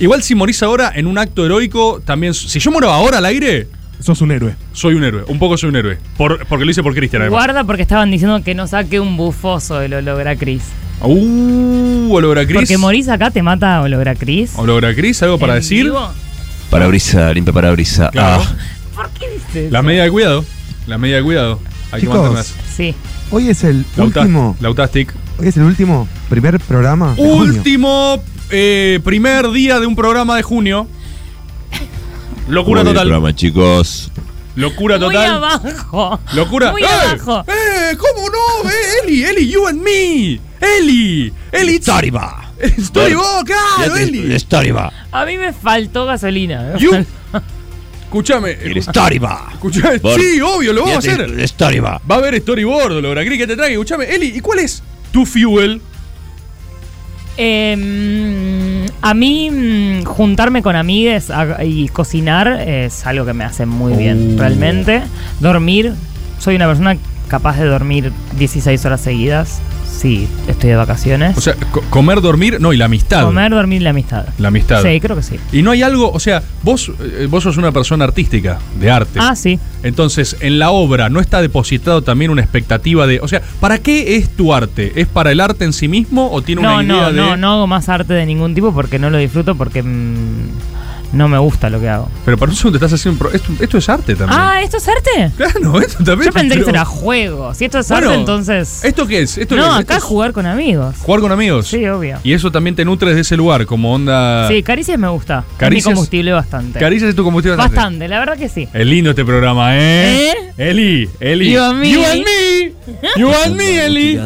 S6: Igual si morís ahora en un acto heroico, también. Si yo muero ahora al aire,
S9: Sos un héroe.
S6: soy un héroe. Un poco soy un héroe. Por- porque lo hice por Cristian, además.
S7: Guarda porque estaban diciendo que no saque un bufoso del hologra Cris.
S6: Uh, Olora Cris.
S7: Porque morís acá te mata hologra Cris.
S6: Olora Cris, algo para decir.
S11: Parabrisa, limpia parabrisa.
S6: Claro.
S11: Ah,
S6: La medida de cuidado. La medida de cuidado. Hay
S10: Chicos,
S6: que mantenerlas.
S7: Sí. [laughs]
S10: Hoy es el
S6: Lauta-
S10: último.
S6: Lautastic.
S10: Hoy es el último primer programa. de junio.
S6: Último eh, primer día de un programa de junio. Locura
S11: muy bien el
S6: total.
S11: programa, chicos.
S6: Locura
S7: Muy
S6: total.
S7: abajo.
S6: Locura.
S7: Muy
S6: ¡Eh!
S7: abajo.
S6: ¡Eh! ¿Cómo no? ¡Eh, Eli! ¡Eli, you and me! ¡Eli! ¡Eli!
S11: Storyba.
S6: ¡Storyba! ¡Claro, Eli!
S11: Storyba.
S7: A mí me faltó gasolina.
S6: You-
S7: [laughs]
S6: Escuchame.
S11: El Storyba.
S6: Escuchame.
S11: Bor-
S6: Sí, obvio, lo vamos a
S11: Fíjate,
S6: hacer.
S11: el Storyba.
S6: Va a haber storyboard, lo que te trae. Escuchame, Eli, ¿y cuál es tu fuel?
S7: Eh, mm, a mí mm, juntarme con
S6: Uh.
S7: amigues a- y cocinar es algo que me hace muy bien, realmente. Dormir soy una persona capaz de dormir 16 horas seguidas. Sí, estoy de vacaciones.
S6: O sea, co- comer, dormir, no, y la amistad.
S7: Comer, dormir y la amistad.
S6: La amistad.
S7: Sí, creo que sí.
S6: Y no hay algo, o sea, vos, eh, vos sos una persona artística, de arte.
S7: Ah, sí.
S6: Entonces, en la obra no está depositado también una expectativa de. O sea, ¿para qué es tu arte? ¿Es para el arte en sí mismo o tiene
S7: No,
S6: una idea
S7: no,
S6: de.?
S7: no, no hago más arte de ningún tipo porque no lo disfruto porque mm, no me gusta lo que hago.
S6: Pero para un segundo te estás haciendo. pro- Esto, esto es arte también. [laughs]
S7: Ah, ¿esto es arte?
S6: Claro, esto también.
S7: Yo pensé
S6: pero-
S7: que eso era juego. Si esto es
S6: Bueno,
S7: arte, entonces.
S6: ¿Esto qué es? ¿Esto qué
S7: no,
S6: es?
S7: acá
S6: Esto es
S7: jugar con amigos.
S6: Jugar con amigos.
S7: Sí, obvio.
S6: Y eso también te nutres de ese lugar, como onda.
S7: Sí, caricias me gusta.
S6: Ah. Caricias-
S7: es mi combustible bastante.
S6: Caricias es tu combustible bastante.
S7: Bastante, la verdad que sí.
S6: Es lindo este programa, ¿eh? Eli, Eli.
S7: You and me.
S6: You and
S7: [laughs]
S6: me. You and me, Eli.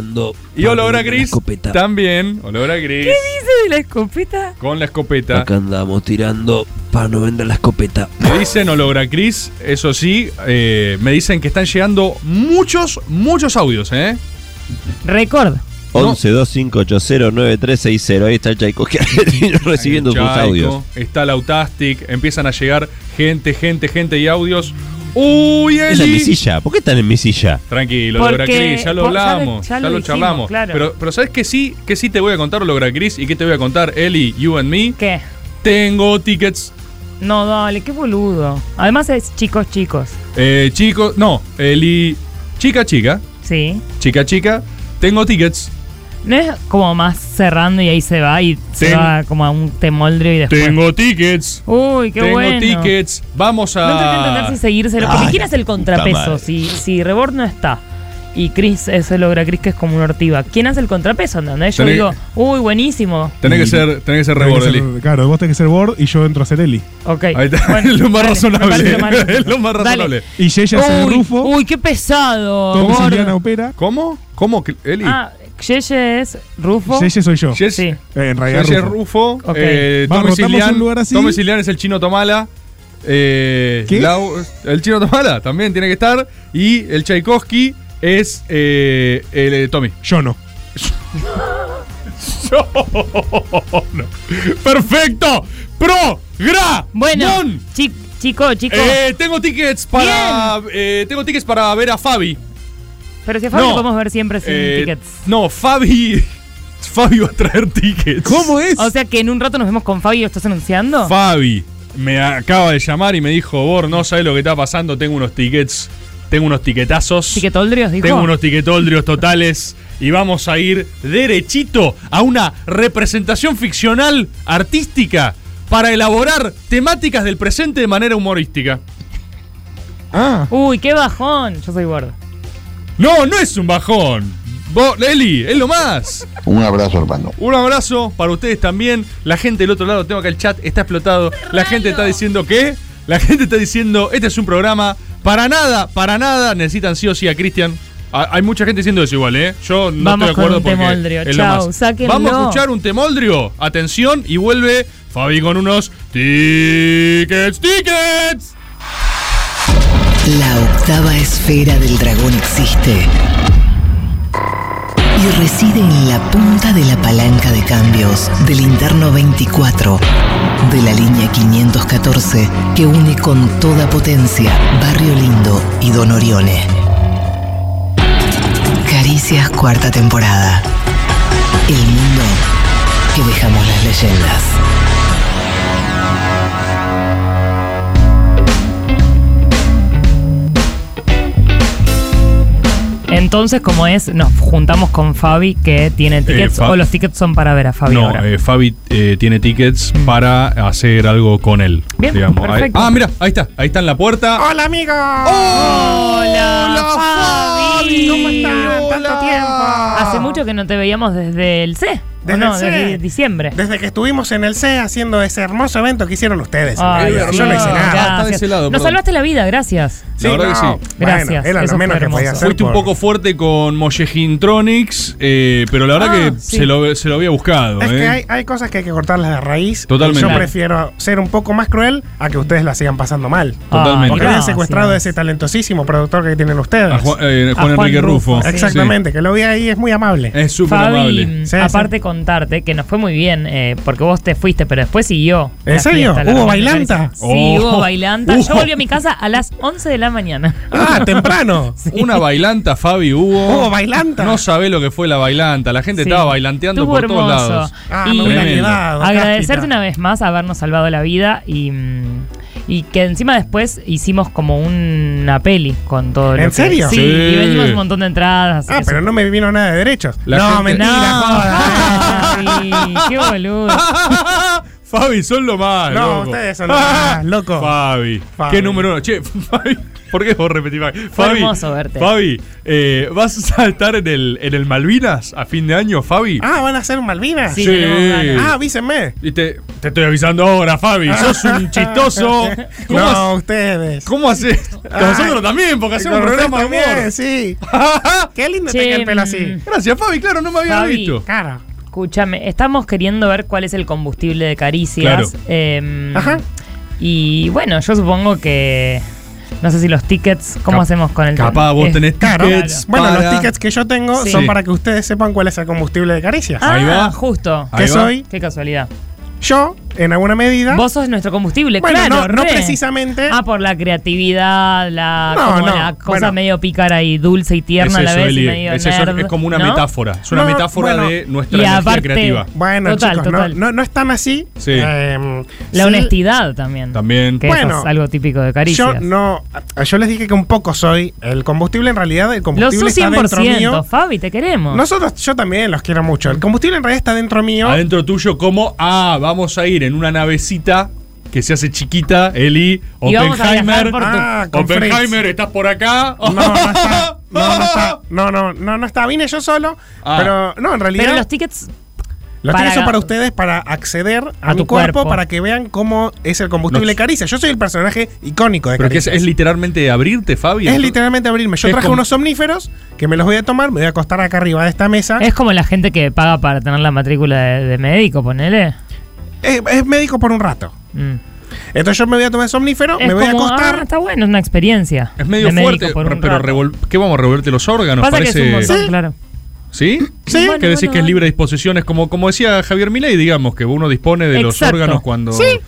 S6: Y Olora Gris.
S11: escopeta.
S6: También. Olora Gris.
S7: ¿Qué dice de la [laughs] escopeta?
S6: Con la escopeta.
S11: Acá andamos tirando para no vender la escopeta.
S6: Me dicen Olora Cris, eso sí, eh, me dicen que están llegando muchos, muchos audios, ¿eh?
S7: Record.
S11: 11 2580 9360. Ahí está el Chaico [laughs] que recibiendo sus
S6: Chaico,
S11: audios.
S6: Está Lautastic, empiezan a llegar gente, gente, gente y audios. ¡Uy,
S11: Esa es mi
S6: Eli!
S11: silla. ¿Por qué están en mi silla?
S6: Tranquilo,
S7: Porque-
S6: Logracris, ya lo
S7: por- ya lo-
S6: hablamos, ya
S7: ya
S6: lo,
S7: lo dijimos,
S6: charlamos.
S7: claro.
S6: Pero, pero ¿sabes qué sí? ¿Qué sí te voy a contar, Logracris? ¿Y qué te voy a contar, Eli, you and me?
S7: ¿Qué?
S6: Tengo tickets.
S7: No, dale, qué boludo. Además es chicos, chicos.
S6: Eh, chicos, no, Eli, chica, chica,
S7: Sí.
S6: chica, chica, tengo tickets.
S7: No es como más cerrando y ahí se va y se
S6: Ten-
S7: va como a un temoldrio y después.
S6: Tengo tickets.
S7: Uy, qué
S6: tengo
S7: bueno.
S6: tickets. ah. Vamos a.
S7: No tengo que entender si seguírselo. Lo que
S6: Ay,
S7: me quiera es el contrapeso.
S6: madre.
S7: Si, si Rebord no está y Chris se logra Chris que es como una ortiva, ¿quién hace el contrapeso? ¿Entendés? Yo
S6: Tenés-
S7: digo, uy, buenísimo.
S6: Tenés que ser, tenés que ser
S9: Tenés que
S6: reborde,
S9: ser-
S6: Eli.
S9: Claro, vos tenés que ser Bord y yo entro a ser Eli.
S7: Ok.
S6: Ahí está,
S7: Bueno,
S6: es [laughs] lo más
S7: dale, me
S6: razonable. [laughs]
S7: parece lo más razonable.
S6: es lo más
S7: Dale.
S6: razonable.
S9: Y Yeya es el
S7: uy,
S9: Rufo.
S7: uy, qué pesado.
S9: Tommy
S7: gordo.
S9: Siliana opera.
S6: ¿Cómo? ¿Cómo, que- Eli?
S7: Ah, Yeye es Rufo.
S9: Yeye soy yo.
S6: Yes-
S7: Sí.
S9: Eh, en realidad
S6: Yeye
S9: Rufo.
S6: Rufo.
S7: Ok.
S6: eh,
S9: Va,
S6: Tommy
S9: rotamos
S6: Silian.
S9: un lugar así.
S6: Tommy Silian es el chino Tomala. eh,
S9: ¿Qué?
S6: Lau- el chino Tomala también tiene que estar. Y el Tchaikovsky es eh, el, eh, Tommy. [laughs]
S9: Yo no.
S6: Oh, ¡Perfecto! ¡Pro!
S7: Bueno, chi- chico, chico.
S6: Eh, tengo tickets para. eh, tengo tickets para ver a Fabi.
S7: Pero si a Fabi
S6: no.
S7: lo podemos ver siempre sin
S6: Eh,
S7: tickets.
S6: No, Fabi. [laughs] Fabi va a traer tickets.
S9: ¿Cómo es?
S7: O sea que en un rato nos vemos con Fabi y lo estás [laughs] anunciando.
S6: Fabi me acaba de llamar y me dijo, Bor, no sabes lo que está pasando, tengo unos tickets, tengo unos tiquetazos.
S7: Tiquetoldrios, dijo.
S6: Tengo unos tiquetoldrios totales y vamos a ir derechito a una representación ficcional artística para elaborar temáticas del presente de manera humorística.
S9: Ah,
S7: Uy, qué bajón. Yo soy gordo.
S6: No, no es un bajón. Vos, Eli, es lo más.
S12: Un abrazo, hermano.
S6: Un abrazo para ustedes también. La gente del otro lado, tengo acá el chat, está explotado. La gente está diciendo que. La gente está diciendo, este es un programa. Para nada, para nada necesitan sí o sí a Cristian. A- Hay mucha gente diciendo eso igual, ¿eh? Yo no
S7: Vamos
S6: estoy de acuerdo
S7: con un
S6: porque
S7: temoldrio.
S6: es lo
S7: Chau,
S6: más.
S7: sáquenlo.
S6: Vamos a escuchar un temoldrio. Atención y vuelve Fabi con unos tickets, tickets.
S5: La octava esfera del dragón existe y reside en la punta de la palanca de cambios del interno 24 de la línea 514 que une con toda potencia Barrio Lindo y Don Orione. Caricias cuarta temporada. El mundo que dejamos las leyendas.
S7: Entonces, como es, nos juntamos con Fabi que tiene tickets.
S6: Fa-
S7: o los tickets son para ver a Fabi
S6: Eh, No,
S7: ahora.
S6: eh, Fabi eh, tiene tickets para hacer algo con él.
S7: Bien,
S6: digamos. Ahí-
S7: perfecto.
S6: Ah, mira, ahí está, ahí está en la puerta.
S9: ¡Hola, amigos!
S7: Hola, Fabi.
S9: ¿Cómo están? ¡Tanto tiempo!
S7: Hace mucho que no te veíamos desde el C. ¿o
S13: Desde
S7: no,
S13: el C.
S7: desde diciembre.
S13: Desde que estuvimos en el C haciendo ese hermoso evento que hicieron ustedes.
S7: Ay,
S13: Yo
S7: Dios,
S13: no hice
S6: Ah,
S13: nada.
S7: gracias. Nos salvaste la vida, gracias.
S6: La verdad que sí.
S7: Gracias,
S13: Bueno, era
S7: eso
S13: lo
S7: fue
S13: menos que podía
S7: hermoso.
S13: hacer.
S6: Fuiste un
S13: por-
S6: poco fuerte con Mollegintronics, eh, pero la verdad
S7: Ah,
S6: que
S7: sí.
S6: se, lo, se lo había buscado.
S13: Es
S6: eh.
S13: que hay, hay cosas que hay que cortarlas de raíz.
S6: Totalmente.
S13: Yo
S6: Claro.
S13: prefiero ser un poco más cruel a que ustedes la sigan pasando mal.
S7: Ah,
S6: Totalmente.
S13: Porque habían
S6: Gracias.
S13: secuestrado a ese talentosísimo productor que tienen ustedes.
S6: A Juan, eh, Juan
S7: A Juan
S6: Enrique Rufo.
S7: Rufo, sí.
S13: Exactamente, que lo vi ahí, es muy amable.
S6: Es súper
S7: Fabi, mm,
S6: amable.
S7: aparte con contarte que nos fue muy bien, eh, porque vos te fuiste, pero después siguió.
S13: ¿En
S7: la
S13: serio?
S7: fiesta, la
S13: ¿Hubo
S7: reunión
S13: bailanta?
S7: de Caricia. Sí,
S13: Oh.
S6: [laughs]
S7: hubo bailanta.
S13: [laughs]
S7: Yo
S13: Hubo.
S7: volví a mi casa a las 11 de la
S13: [laughs]
S7: mañana.
S13: Ah,
S6: [laughs]
S13: temprano.
S6: Una bailanta, Fabi, hubo.
S13: Hubo Oh, bailanta.
S6: No sabés lo que fue la bailanta. La gente
S7: Sí.
S6: estaba bailanteando
S7: Estuvo
S6: por todos
S7: hermoso.
S6: lados.
S13: Ah,
S7: y
S6: Tremendo.
S7: agradecerte una vez más habernos salvado la vida y, mm, y que encima después hicimos como una peli con todo lo
S13: ¿En
S7: que-
S13: serio?
S7: Sí,
S13: Sí.
S7: y vendimos un montón de entradas.
S13: Ah, pero no me vino nada de derechos.
S6: La
S13: no,
S6: gente-
S13: mentira,
S6: No.
S13: joda.
S6: [laughs]
S7: qué boludo.
S6: Fabi, son lo más.
S13: No,
S6: loco. Ah,
S13: ustedes son lo más, loco.
S6: Fabi.
S13: Fabi.
S6: Qué número uno. Che, [laughs] Fabi. ¿Por qué vos repetís Fabi?
S7: Fue
S6: Fabi,
S7: hermoso verte.
S6: Fabi, eh, ¿vas a estar en el, en el Malvinas a fin de año, Fabi?
S13: Ah, ¿van a ser Malvinas?
S6: Sí, Sí. tenemos ganas.
S13: Ah, avísenme.
S6: Y te, te estoy avisando ahora, Fabi. Sos
S7: [laughs]
S6: un
S13: [laughs]
S6: chistoso. ¿Cómo
S13: no,
S6: has-
S13: ustedes.
S6: ¿Cómo haces? Con nosotros también, porque hacemos un
S13: con ustedes
S6: programa de amor.
S13: también, sí.
S6: [laughs]
S13: Qué lindo
S7: Che, mm.
S13: te queda el pelo así.
S6: Gracias, Fabi. Claro, no me
S7: había Fabi. visto.
S13: Cara.
S7: Escúchame, estamos queriendo ver cuál es el combustible de Caricias.
S13: Claro.
S7: em, Y bueno, yo supongo que. No sé si los tickets, ¿cómo
S6: Cap-
S7: hacemos con el Eh,
S6: capaz vos tenés
S13: Claro.
S6: tickets
S13: Bueno,
S6: para-
S13: los tickets que yo tengo
S6: Sí.
S13: son para que ustedes sepan cuál es el combustible de caricias.
S7: Ah, justo.
S13: ¿Qué soy?
S7: Qué casualidad.
S13: Yo, en alguna medida.
S7: Vos sos nuestro combustible,
S13: Bueno,
S7: claro.
S13: no- no
S7: re.
S13: precisamente.
S7: Ah, por la creatividad, la,
S13: No,
S7: como
S13: no,
S7: la cosa
S13: bueno.
S7: medio pícara y dulce y tierna
S6: Es
S7: a
S6: eso,
S7: la vez. y
S6: Eli,
S7: medio
S6: es eso,
S7: nerd,
S6: es como una
S7: ¿no?
S6: metáfora, es una metáfora de nuestra
S7: y
S6: energía
S7: aparte-
S6: creativa.
S13: Bueno,
S7: Total,
S13: chicos, no-
S7: total.
S13: No, no es tan así.
S6: Sí.
S13: Eh,
S7: La
S13: sí,
S7: honestidad también.
S6: También.
S7: Que
S13: Bueno,
S7: eso es algo típico de Caricias.
S13: Yo no. Yo les dije que un poco soy el combustible. En realidad, el
S7: Lo
S13: combustible
S7: sos
S13: está dentro
S7: 100%,
S13: mío.
S7: Fabi, te
S6: Ah.
S7: queremos.
S13: Nosotros, yo también los quiero mucho. El combustible en realidad está dentro mío.
S6: Adentro tuyo, como, ah, vamos a ir en una navecita que se hace chiquita, Eli,
S13: Y vamos a
S6: Oppenheimer.
S13: viajar por tu- Ah, con
S6: Oppenheimer,
S13: Fritz.
S6: estás por acá.
S13: No, no está. No, no está. No, no, no, no está. Vine yo solo.
S6: Ah.
S13: Pero no, en realidad.
S7: Pero los tickets.
S13: Los
S7: para-
S13: tickets son para ustedes para acceder a,
S7: A
S13: mi
S7: tu
S13: cuerpo,
S7: cuerpo.
S13: para que vean cómo es el combustible
S6: Los-
S13: Caricia. Yo soy el personaje icónico de
S6: Pero que es,
S13: Caricia.
S6: es literalmente abrirte, Fabi.
S13: Es literalmente abrirme. Yo
S6: Es
S13: traje
S6: como-
S13: unos somníferos que me los voy a tomar, me voy a acostar acá arriba de esta mesa.
S7: Es como la gente que paga para tener la matrícula de, de médico, ponele.
S13: Es, es médico por un rato.
S7: Mm.
S13: Entonces yo me voy a tomar somnífero,
S7: Es
S13: me voy a
S7: como,
S13: acostar.
S7: ah, está bueno, es una experiencia.
S6: Es medio
S7: de médico
S6: fuerte,
S7: por un
S6: pero
S7: rato.
S6: revol- ¿qué vamos a revolverte los órganos?
S7: Pasa
S6: parece.
S7: que es un montón, claro.
S6: ¿Sí? ¿Qué
S13: Sí. Bueno,
S6: decís
S13: bueno,
S6: que es
S13: bueno.
S6: libre disposición? Es como, como decía Javier Milei, digamos, que uno dispone de los
S7: Exacto.
S6: órganos cuando.
S7: Sí.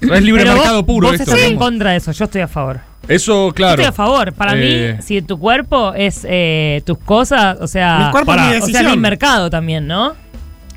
S6: Es libre
S7: Pero
S6: mercado
S7: vos-
S6: puro
S7: vos
S6: esto.
S7: estás en
S6: digamos.
S7: contra de eso, yo estoy a favor.
S6: Eso, claro.
S7: Yo estoy a favor. Para
S6: Eh,
S7: mí, si tu cuerpo es eh, tus cosas, o sea,
S6: Mi cuerpo es mi
S7: Pará. o sea,
S6: decisión.
S7: mi mercado también, ¿no?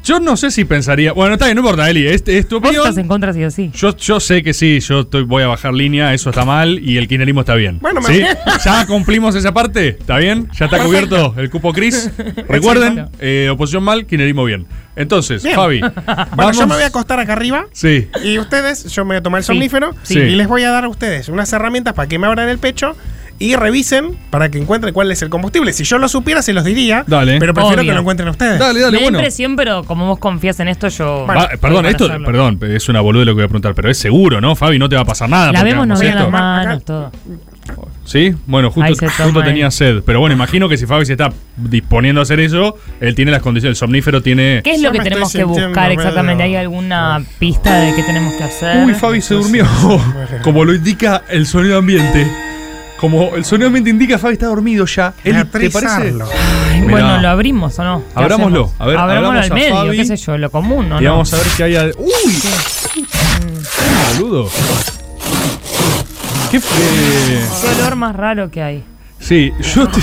S6: Yo no sé si pensaría. Bueno, está bien, no importa, Eli. Este es tu
S7: Vos
S6: opinión.
S7: estás en contra sí o sí.
S6: Yo, yo sé que sí, yo estoy, voy a bajar línea, eso está mal y el kirchnerismo está bien.
S7: Bueno, me-
S6: ¿Sí? [laughs] ¿Ya cumplimos esa parte? ¿Está bien? ¿Ya está cubierto el cupo
S7: [laughs]
S6: Cris? Recuerden, eh, oposición mal, kirchnerismo bien. Entonces, [laughs]
S13: Bien.
S7: [laughs]
S6: Fabi,
S13: Bueno, yo
S6: vamos-
S13: me voy a acostar acá arriba.
S6: Sí.
S13: Y ustedes, yo me voy a tomar el
S6: Sí,
S13: somnífero
S6: sí.
S13: y les voy a dar a ustedes unas herramientas para que me abran el pecho y revisen para que encuentren cuál es el combustible. Si yo lo supiera, se los diría.
S6: Dale.
S13: Pero prefiero
S6: Obvio.
S13: que lo encuentren
S6: [laughs]
S13: ustedes.
S7: Me da impresión, pero como vos confías en esto, yo.
S6: Va- eh, perdón,
S7: para
S6: esto,
S7: hacerlo.
S6: perdón, es una boluda lo que voy a preguntar, pero es seguro, ¿no, Fabi? No te va a pasar nada.
S7: La
S6: porque
S7: vemos, nos
S6: hagamos
S7: ven las
S6: esto.
S7: manos, todo.
S6: Sí, bueno,
S7: Ahí
S6: justo,
S7: se
S6: justo
S7: toma
S6: tenía sed. Pero bueno, imagino que si Fabi se está disponiendo a hacer eso, él tiene las condiciones. El somnífero tiene.
S7: ¿Qué es lo que tenemos que buscar exactamente? ¿Hay alguna pista de qué tenemos que hacer?
S6: Uy, Fabi se durmió.
S7: [laughs]
S6: Como lo indica el sonido ambiente. Como el sonido ambiente indica, Fabi está dormido ya. Eli, ¿Te parece?
S13: Atrizarlo.
S7: Ay,
S6: Mirá.
S7: bueno, ¿lo abrimos o no? ¿Qué
S6: Abrámoslo,
S7: hacemos?
S6: a ver,
S7: Abrámoslo
S6: abramos
S7: al
S6: a
S7: medio,
S6: Fabi.
S7: qué sé yo, lo común, ¿no?
S6: y
S7: no?
S6: vamos a ver qué hay. ad- ¡Uy! ¡Qué boludo! ¿Qué fe-
S7: Qué olor más raro que hay.
S6: Sí, yo te,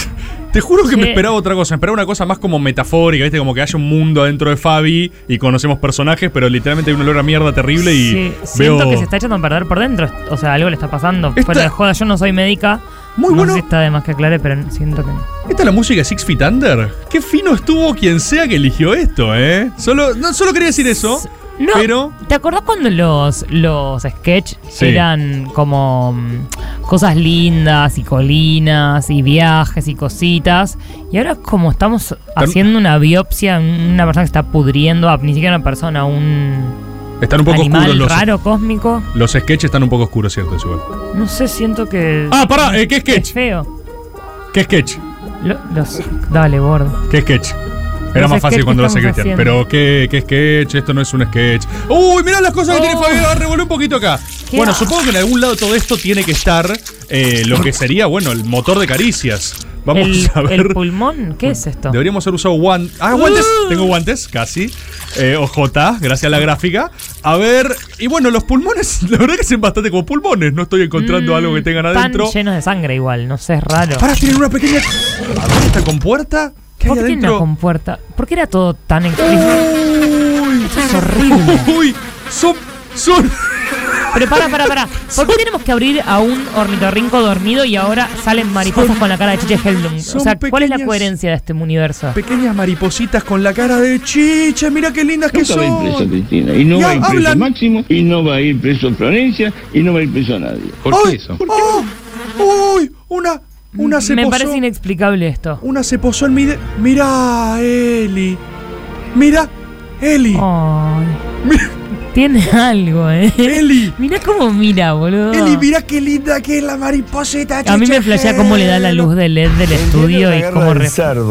S6: te juro que me
S7: Sí.
S6: esperaba otra cosa. Me esperaba una cosa más como metafórica, ¿viste? Como que haya un mundo adentro de Fabi y conocemos personajes, pero literalmente hay un olor a mierda terrible y
S7: Sí,
S6: veo.
S7: siento que se está echando a perder por dentro. O sea, algo le está pasando. Fuera de joda, yo no soy médica. Muy no bueno. Sé si está de más que aclare, pero siento que no.
S6: ¿Esta es la música de Six Feet Under? Qué fino estuvo quien sea que eligió esto, ¿eh? Solo, no, solo quería decir eso.
S7: No,
S6: Pero.
S7: ¿Te acordás cuando los, los sketch
S6: Sí.
S7: eran como mm, cosas lindas y colinas y viajes y cositas? Y ahora es como estamos haciendo una biopsia en una persona que está pudriendo, a- ni siquiera una persona, un
S6: Están un poco oscuros
S7: animal
S6: los.
S7: raro, cósmico.
S6: Los sketches están un poco oscuros, ¿cierto? Es igual.
S7: No sé, siento que...
S6: Ah, pará, eh, ¿qué sketch?
S7: Es feo.
S6: ¿Qué sketch?
S7: Lo- los, dale, gordo.
S6: ¿Qué sketch? Era
S7: Los
S6: más
S7: sketch
S6: fácil
S7: que
S6: cuando lo hace
S7: estamos
S6: Cristian.
S7: haciendo.
S6: Pero ¿qué, qué sketch, esto no es un sketch. Uy, mirá las cosas que tiene
S7: Oh.
S6: Fabi. Ah, Revolvé un poquito acá.
S7: ¿Qué
S6: bueno,
S7: ha-
S6: supongo que en algún lado todo esto tiene que estar eh, lo que sería, bueno, el motor de caricias. Vamos
S7: el,
S6: a ver.
S7: el pulmón, ¿qué es esto?
S6: Deberíamos haber usado guantes. Ah, guantes.
S7: Uh.
S6: Tengo guantes, casi. Eh, OJ, gracias a la gráfica. A ver. Y bueno, los pulmones, [laughs] la verdad que son bastante como pulmones. No estoy encontrando
S7: Mm,
S6: algo que tengan
S7: Están
S6: adentro.
S7: llenos de sangre igual, no sé, es raro.
S6: Pará, tienen una pequeña. A ver, ¿esta compuerta? ¿Qué
S7: ¿Por
S6: hay
S7: qué tiene
S6: adentro?
S7: una compuerta? ¿Por qué era todo tan explícito? Esto es horrible.
S6: Uy, son. son.
S7: Pero para, para, para. ¿Por qué tenemos que abrir a un ornitorrinco dormido y ahora salen mariposas con la cara de Chiche Heldum? O
S6: son
S7: sea, ¿cuál es la
S6: pequeñas-
S7: coherencia de este universo?
S6: Pequeñas maripositas con la cara de chicha. Mira qué lindas que
S14: Nunca va a ir preso
S6: son.
S14: Cristina. Y no
S6: Ya
S14: va a ir preso
S6: hablan.
S14: Máximo, y no va a ir preso Florencia, y no va a ir preso nadie.
S6: ¡Ay! ¡Oh! ¡Uy! Una. Una se
S7: Me
S6: posó-
S7: parece inexplicable esto.
S6: Una se posó en mi. de- Mirá, Eli. Mira, Eli.
S7: Tiene algo, eh.
S6: Eli.
S7: Mirá cómo mira, boludo.
S6: Eli, mira qué linda que es la mariposita.
S7: A mí
S6: chicha.
S7: me flashea cómo le da la luz de LED del estudio y cómo re-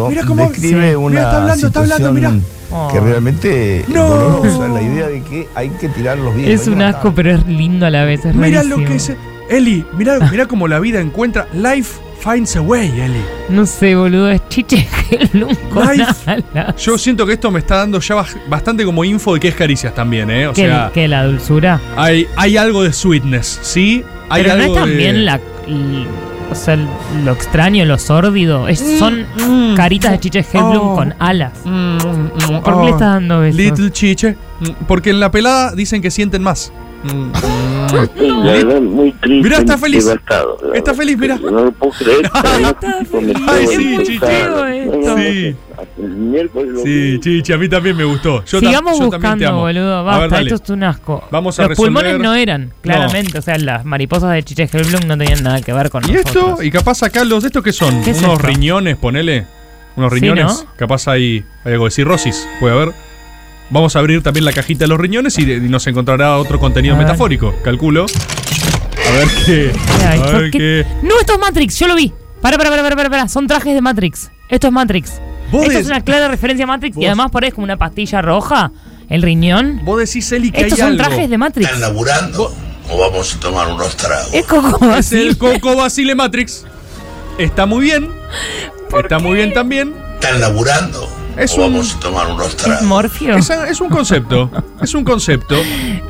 S6: Mira cómo-
S15: describe
S6: sí.
S15: una
S6: Mira, está hablando, está hablando,
S15: situación
S7: mira.
S15: que realmente
S7: Mm. Ah. No.
S15: dolorosa, la idea de que hay que tirar los bienes.
S7: Es un asco, pero es lindo a la vez. Es
S6: Mira
S7: rarísimo.
S6: lo que es. Eli, mira,
S7: [laughs]
S6: mira cómo la vida encuentra. Life finds a way, Eli.
S7: No sé, boludo, es chiche Heldum con
S6: Life.
S7: alas.
S6: Yo siento que esto me está dando ya baj- bastante como info de qué es caricias también, ¿eh? [laughs] O
S7: ¿Qué-
S6: sea,
S7: qué, la dulzura?
S6: hay, hay algo de sweetness, ¿sí? Hay
S7: Pero no es
S6: algo de-
S7: también la, l- o sea, lo extraño, lo sórdido. Es- son caritas de Chiche Headblum
S6: Mm, Oh.
S7: con alas. ¿Por qué
S6: Oh,
S7: le estás dando besos?
S6: Little chiche. Mm, Porque en la pelada dicen que sienten más.
S14: La verdad, muy triste.
S6: Mirá, está feliz.
S14: devastado, la
S6: Está
S14: verdad.
S6: feliz, mira.
S14: No lo puedo
S6: [laughs]
S14: creer.
S6: Ay, sí, chiche. Sí. Sí, chiche, a mí también me gustó. Yo ta-
S7: Sigamos
S6: yo también te
S7: buscando,
S6: amo.
S7: boludo.
S6: A
S7: Basta,
S6: ver, dale.
S7: esto es un asco.
S6: Vamos a
S7: Los pulmones
S6: resolver-
S7: no eran, claramente. O sea, las mariposas de Chiche Headblum no tenían nada que ver con
S6: ¿Y
S7: nosotros.
S6: esto? ¿Y capaz acá los de estos qué son?
S7: ¿Qué es
S6: ¿Unos
S7: esto?
S6: riñones, ponele? ¿Unos
S7: Sí,
S6: riñones?
S7: ¿no?
S6: Capaz hay, hay algo de cirrosis, puede haber. Vamos a abrir también la cajita de los riñones y, de- y nos encontrará otro contenido
S7: A ver.
S6: metafórico, calculo. A ver qué.
S7: Ay,
S6: A
S7: ¿por
S6: ver
S7: qué?
S6: qué.
S7: No, esto es Matrix, yo lo vi. Para, para, para, para, para, Son trajes de Matrix. Esto es Matrix.
S6: Vos
S7: Esto
S6: des-
S7: es una clara referencia a Matrix y
S6: Vos-
S7: además por ahí es como una pastilla roja. El riñón.
S6: Vos decís, Eli,
S7: que Estos hay son algo. trajes de Matrix.
S2: ¿Están laburando? ¿O vamos a tomar unos tragos?
S7: Es Coco
S6: Es el Coco Basile Matrix. Está muy bien. Está muy bien también.
S2: ¿Están laburando?
S6: Es
S2: ¿O
S6: un-
S2: vamos a tomar unos
S7: ¿Es
S2: tragos?
S7: Morfio?
S6: Es, es un concepto. Es un concepto.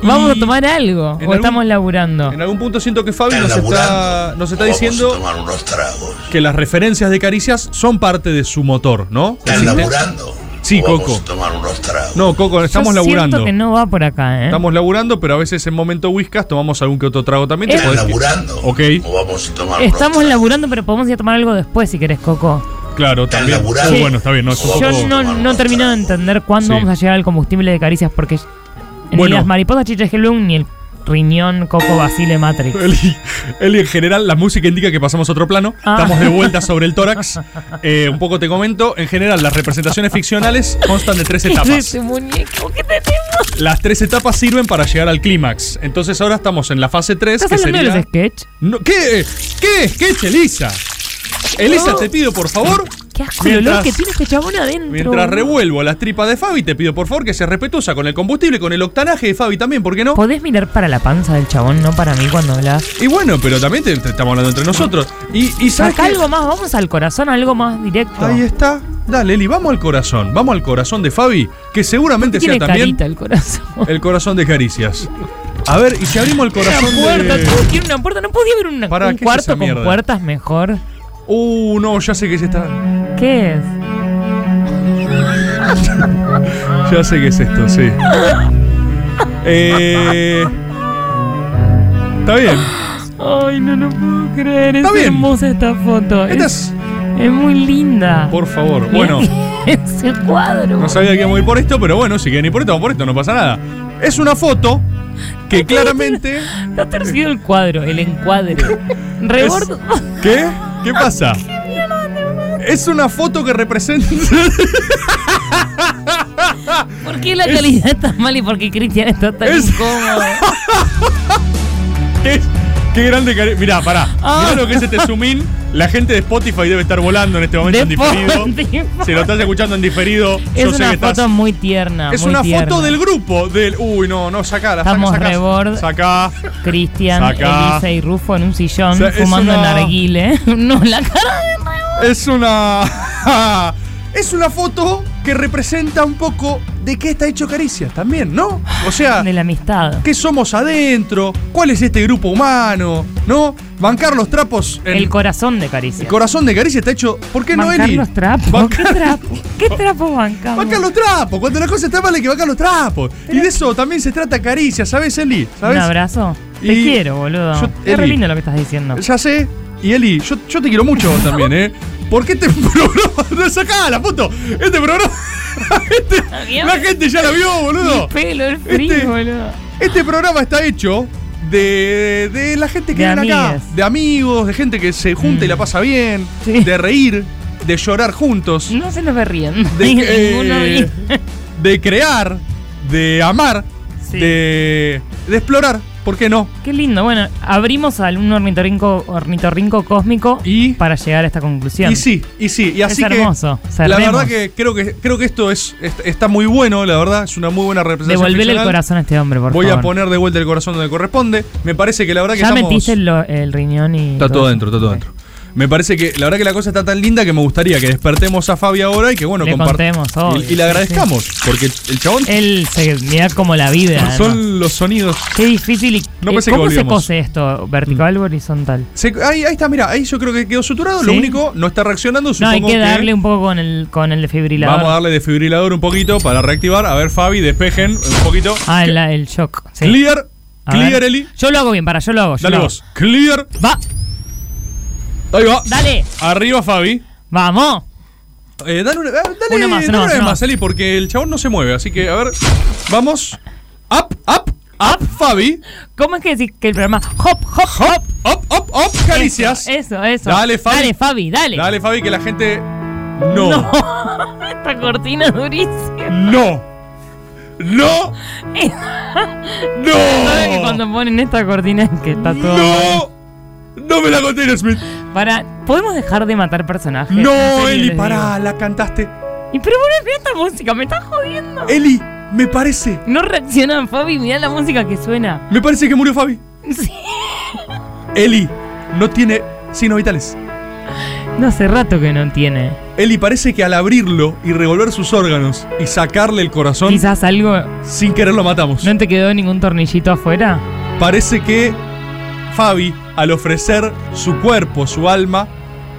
S7: Vamos a tomar algo. O
S6: en algún-
S7: estamos laburando.
S6: En algún punto siento que Fabi
S2: ¿Están
S6: nos está,
S2: laburando?
S6: nos está
S2: ¿O vamos a
S6: diciendo
S2: tomar unos tragos?
S6: que las referencias de caricias son parte de su motor, ¿no?
S2: ¿Están
S6: ¿Existe?
S2: laburando?
S6: Sí,
S2: ¿O
S6: Coco.
S2: Vamos a tomar unos tragos.
S6: No, Coco, estamos
S7: Yo
S6: laburando.
S7: Siento que no va por acá, ¿eh?
S6: Estamos laburando, pero a veces en momento whiskas tomamos algún que otro trago también. te
S7: ¿Están
S6: podés-
S2: laburando?
S6: Ok.
S2: ¿O vamos a tomar unos
S7: Estamos laburando, pero podemos ir a tomar algo después si querés, Coco.
S6: Claro, también.
S2: laburando?
S6: Oh, bueno, está bien. No, es un
S7: Yo
S6: poco-
S7: no, no termino de entender cuándo
S6: Sí.
S7: vamos a llegar al combustible de caricias porque ni
S6: Bueno.
S7: las mariposas Chiche Headblum ni el riñón Coco Basile Matrix.
S6: [laughs] Eli, Eli, en general, la música indica que pasamos a otro plano.
S7: Ah.
S6: Estamos de
S7: [laughs]
S6: vuelta sobre el tórax. Eh, un poco te comento. En general, las representaciones ficcionales constan de
S7: [laughs]
S6: tres
S7: ¿Qué es
S6: etapas.
S7: ese Este muñeco? ¿Qué tenemos?
S6: Las tres etapas sirven para llegar al clímax. Entonces ahora estamos en la fase 3,
S7: ¿Estás
S6: que
S7: hablando de
S6: sería...
S7: los sketch?
S6: No, ¿Qué? ¿Qué sketch, Elisa? Elisa,
S7: No.
S6: te pido, por favor...
S7: Qué asco el olor
S6: Mientras-
S7: que tiene este chabón adentro.
S6: Mientras revuelvo las tripas de Fabi, te pido por favor que seas respetuosa con el combustible, con el octanaje de Fabi también, ¿por qué no?
S7: ¿Podés mirar para la panza del chabón, no para mí cuando hablas?
S6: Y bueno, pero también te, te estamos hablando entre nosotros. Y, y ¿sabes
S7: Saca
S6: qué?
S7: algo más, vamos al corazón, algo más directo.
S6: Ahí está. Dale, Eli, vamos al corazón. Vamos al corazón de Fabi, que seguramente sea
S7: Tiene
S6: también
S7: carita el corazón.
S6: el corazón de Caricias. A ver, y si abrimos el corazón
S7: una puerta,
S6: de...
S7: todo tiene una puerta. No podía haber una-
S6: Pará,
S7: un
S6: ¿qué es
S7: cuarto
S6: esa
S7: con
S6: mierda?
S7: puertas mejor.
S6: Uh, no, ya sé que se está...
S7: ¿Qué es?
S6: Ya sé que es esto, sí. Eh... Está bien.
S7: Ay, no lo puedo creer.
S6: Está
S7: es
S6: bien.
S7: hermosa esta foto.
S6: Esta
S7: es, es muy linda.
S6: Por favor.
S7: Mirá
S6: Bueno,
S7: que [laughs] Ese cuadro.
S6: no sabía que íbamos a ir por esto, pero bueno, si quieren ir por esto, vamos por esto, no pasa nada. Es una foto que claramente...
S7: Está torcido el cuadro, el encuadre. Rebordo.
S6: ¿Qué? ¿Qué pasa? Es una foto que representa...
S7: [laughs] ¿Por qué la calidad está mal y por qué Cristian está tan incómodo?
S6: Es- Qué grande cari- Mirá, pará. Mirá lo que es este zoom in. La gente de Spotify debe estar volando en este momento
S7: [laughs]
S6: en diferido. Si lo estás escuchando en diferido,
S7: Es
S6: yo sé
S7: una
S6: que
S7: foto
S6: estás.
S7: muy tierna.
S6: Es
S7: muy
S6: una
S7: tierna.
S6: foto del grupo del. Uy, no, no, sacá, la saca,
S7: Estamos
S6: saca,
S7: rebord.
S6: Sacá.
S7: Cristian,
S6: Saca.
S7: Elisa y Rufo [laughs] en un sillón
S6: O sea, es
S7: fumando
S6: una-
S7: narguile. no, la cara.
S6: Es una. [laughs] es una foto que representa un poco de qué está hecho Caricias también, ¿no? O sea. De
S7: la amistad.
S6: ¿Qué somos adentro? ¿Cuál es este grupo humano? ¿No? Bancar los trapos. en-
S7: El corazón de Caricia.
S6: El corazón de Caricia está hecho. ¿Por qué no
S7: Bancar los trapos. ¿Qué trapo? ¿Qué trapo bancamos?
S6: Bancar los trapos. Cuando la cosa está mal hay que bancar los trapos. Y de eso también se trata Caricia, ¿sabes, Eli? ¿Sabes?
S7: Un abrazo. Te
S6: Y-
S7: quiero, boludo.
S6: Yo-
S7: es re
S6: Eli.
S7: lindo lo que estás diciendo.
S6: Ya sé. Y Eli, yo, yo te quiero mucho a vos también, ¿eh? ¿Por qué te [laughs] programa? No sacá la foto. Este programa. [laughs] este- la gente ya la vio, boludo.
S7: Mi pelo, el frío,
S6: Este-
S7: boludo.
S6: Este programa está hecho de, de la gente que
S7: De
S6: viene acá.
S7: amigues. Mm.
S6: De amigos, de gente que se junta y la pasa bien. De reír, de llorar juntos.
S7: No se nos ve riendo.
S6: De,
S7: [laughs] Ninguno
S6: eh, de crear, de eh, amar, de, de explorar. ¿Por qué no?
S7: Qué lindo. Bueno, abrimos a un ornitorrinco, ornitorrinco cósmico para llegar a esta conclusión.
S6: Y sí, y sí. Y
S7: Es
S6: así
S7: hermoso.
S6: que.
S7: Cerremos.
S6: La verdad que creo que creo que esto es est- está muy bueno, la verdad, es una muy buena representación.
S7: Devolvele el
S6: ficcional.
S7: corazón a este hombre, por
S6: Voy
S7: favor.
S6: a poner de vuelta el corazón donde corresponde. Me parece que la verdad que
S7: ya
S6: estamos-
S7: metiste el, lo- el riñón y.
S6: Está todo
S7: eso.
S6: dentro, está todo dentro. Me parece que la verdad que la cosa está tan linda que me gustaría que despertemos a Fabi ahora y que bueno,
S7: Le
S6: compart-
S7: contemos, obvio,
S6: y, y le
S7: sí,
S6: agradezcamos, porque el chabón
S7: Él se mira como la vida. además.
S6: son los sonidos.
S7: Qué difícil y
S6: No
S7: eh,
S6: pensé que Mm.
S7: ¿Cómo se
S6: volvíamos.
S7: cose esto? ¿Vertical o horizontal?
S6: Se- ahí, ahí está, mira, ahí yo creo que quedó suturado, lo
S7: Sí.
S6: único no está reaccionando,
S7: No,
S6: supongo
S7: hay que darle
S6: que
S7: un poco con el, con el defibrilador.
S6: Vamos a darle desfibrilador un poquito para reactivar. A ver, Fabi, despejen un poquito.
S7: Ah, la- el shock. sí.
S6: Clear,
S7: A
S6: clear,
S7: ver.
S6: Eli.
S7: Yo lo hago bien, para, yo lo hago. yo
S6: Dale
S7: lo hago.
S6: vos. Clear.
S7: Va.
S6: Ahí va.
S7: Dale.
S6: Arriba, Fabi.
S7: Vamos.
S6: Eh, dale una, eh, dale
S7: Uno más,
S6: dale
S7: uno más,
S6: una vez
S7: uno
S6: más, Eli, porque el chabón no se mueve. Así que, a ver, vamos. Up, up, up, Fabi.
S7: ¿Cómo es que decís que el programa hop, hop, hop,
S6: hop, hop, hop, caricias?
S7: Eso, eso. eso.
S6: Dale, Fabi.
S7: Dale, Fabi, dale.
S6: Dale, Fabi, que la gente. No. No.
S7: [laughs] Esta cortina es durísima.
S6: No.
S7: [laughs]
S6: No.
S7: ¿Sabes que cuando ponen esta cortina es que está todo.
S6: No. No me la conté, Smith.
S7: Para, ¿podemos dejar de matar personajes?
S6: No,
S7: En serio,
S6: Eli,
S7: les
S6: pará,
S7: digo.
S6: la cantaste.
S7: Y pero bueno, mira esta música, me estás jodiendo.
S6: Eli, me parece.
S7: No reaccionan, Fabi, mirá la música que suena.
S6: Me parece que murió Fabi.
S7: Sí.
S6: Eli no tiene signos vitales.
S7: No hace rato que no tiene.
S6: Eli parece que al abrirlo y revolver sus órganos y sacarle el corazón,
S7: Quizás algo.
S6: sin querer lo matamos.
S7: ¿No te quedó ningún tornillito afuera?
S6: Parece que Fabi, al ofrecer su cuerpo, su alma,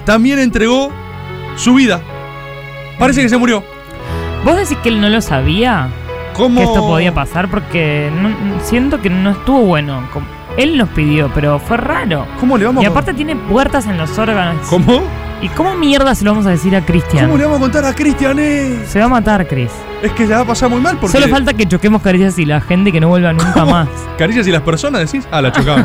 S6: también entregó su vida. Parece que se murió.
S7: ¿Vos decís que él no lo sabía?
S6: ¿Cómo?
S7: Que esto podía pasar porque no- siento que no estuvo bueno. Como- Él nos pidió, pero fue raro.
S6: ¿Cómo le vamos
S7: Y
S6: a-
S7: aparte tiene puertas en los órganos.
S6: ¿Cómo?
S7: ¿Y cómo mierda se lo vamos a decir a Cristian?
S6: ¿Cómo le vamos a contar a Cristian? eh?
S7: Se va a matar, Chris.
S6: Es que la va a pasar muy mal porque.
S7: Solo falta que choquemos caricias y la gente que no vuelva nunca más.
S6: Caricias y las personas decís. Ah, la chocamos.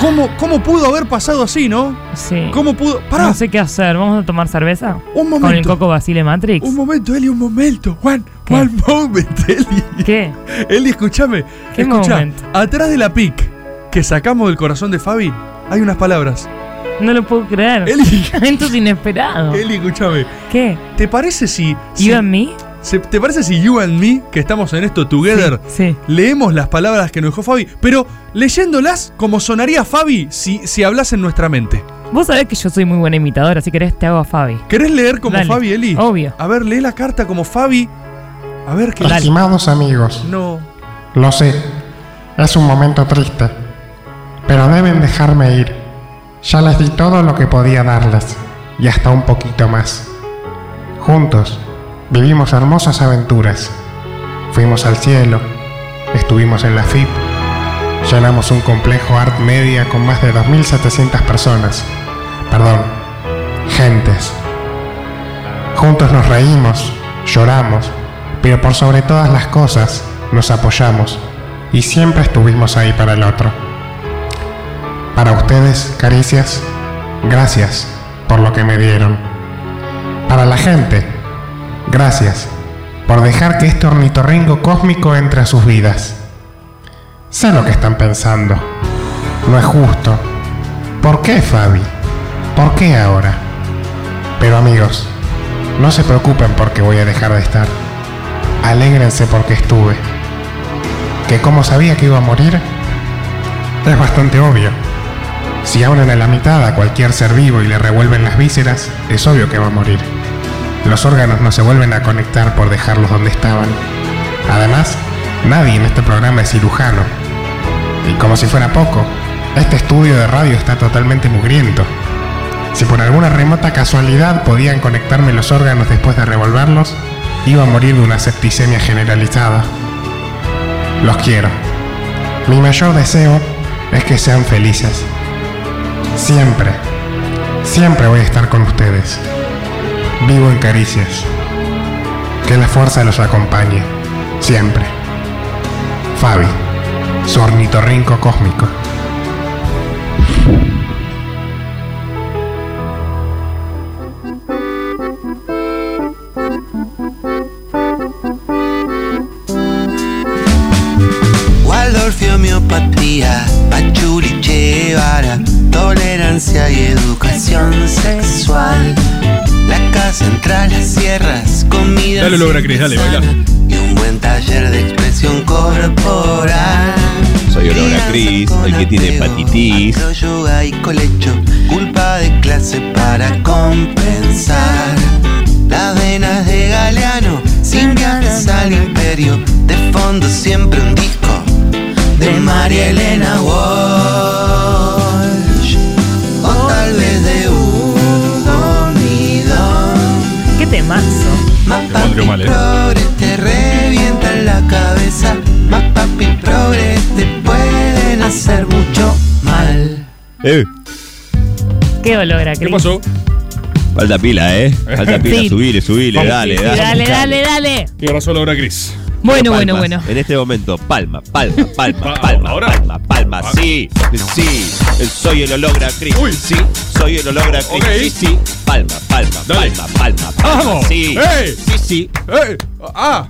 S6: ¿Cómo, ¿Cómo pudo haber pasado así, no?
S7: Sí.
S6: ¿Cómo pudo? ¡Pará!
S7: No sé qué hacer. ¿Vamos a tomar cerveza?
S6: [laughs] Un
S7: ¿Con el
S6: momento.
S7: Coco Basile Matrix?
S6: Un momento, Eli, un momento. Juan, one moment, [laughs] Eli.
S7: ¿Qué?
S6: Eli, escúchame.
S7: ¿Qué
S6: escuchá,
S7: momento?
S6: Atrás de la pic que sacamos del corazón de Fabi, hay unas palabras.
S7: No lo puedo creer. [laughs]
S6: Eli.
S7: Esto es inesperado.
S6: Eli, escúchame.
S7: ¿Qué?
S6: ¿Te parece si.
S7: ¿You and me?
S6: ¿Te parece si you and me, que estamos en esto together, leemos las palabras que nos dejó Fabi, pero leyéndolas como sonaría Fabi si, si hablas en nuestra mente?
S7: Vos sabés que yo soy muy buena imitadora, si querés te este hago a Fabi.
S6: ¿Querés leer como
S7: Dale,
S6: Fabi, Eli?
S7: Obvio.
S6: A ver, lee la carta como Fabi. A ver qué.
S16: Estimados amigos,
S6: No.
S16: lo sé, es un momento triste, pero deben dejarme ir. Ya les di todo lo que podía darles, y hasta un poquito más. Juntos, vivimos hermosas aventuras. Fuimos al cielo, estuvimos en la FIP, llenamos un complejo Art Media con más de 2.700 personas. Perdón, gentes. Juntos nos reímos, lloramos, pero por sobre todas las cosas nos apoyamos y siempre estuvimos ahí para el otro. Para ustedes, caricias, gracias por lo que me dieron. Para la gente, gracias por dejar que este ornitorrinco cósmico entre a sus vidas. Sé lo que están pensando. No es justo. ¿Por qué, Fabi? ¿Por qué ahora? Pero amigos, no se preocupen porque voy a dejar de estar. Alégrense porque estuve. Que como sabía que iba a morir, es bastante obvio. Si abren a la mitad a cualquier ser vivo y le revuelven las vísceras, es obvio que va a morir. Los órganos no se vuelven a conectar por dejarlos donde estaban. Además, nadie en este programa es cirujano. Y como si fuera poco, este estudio de radio está totalmente mugriento. Si por alguna remota casualidad podían conectarme los órganos después de revolverlos, iba a morir de una septicemia generalizada. Los quiero. Mi mayor deseo es que sean felices. Siempre, siempre voy a estar con ustedes. Vivo en caricias. Que la fuerza los acompañe. Siempre. Fabi, su ornitorrinco cósmico.
S3: Waldorf, homeopatía, Pachuli, Che Guevara, tolerancia y educación sexual. La casa central, las sierras, comida.
S6: Dale, logra, Cris, dale, baila.
S3: Y un buen taller de expresión corporal.
S11: Soy olor a Cris, el que tiene hepatitis.
S3: Pro yoga y colecho, culpa de clase para compensar. Las venas de Galeano, sin viajes al imperio. De fondo siempre un disco de María Elena Walsh. O tal vez de Hugo Midón.
S7: Qué temazo.
S3: Más papi
S6: eh.
S3: progre te revienta en la cabeza. Más papi progre te pueden hacer mucho mal.
S11: Eh,
S7: Qué olor a Cris. ¿Qué pasó?
S11: falta pila, eh. Falta pila,
S7: Sí.
S11: subile, subile,
S7: Vamos,
S11: dale,
S7: sí,
S11: dale.
S7: Dale, dale, dale.
S6: Y arrasó la hora gris.
S7: Bueno,
S11: Palmas.
S7: bueno, bueno.
S11: En este momento, palma,
S6: [laughs]
S11: palma, palma, palma, palma, palma, sí, sí, soy el hologra Chris, sí, soy el hologra Chris, sí, sí, palma, palma, palma, palma, palma,
S6: ¡Vamos!
S11: sí,
S6: ¡Eh!
S11: sí, sí.
S6: ¡Eh! ¡Ah!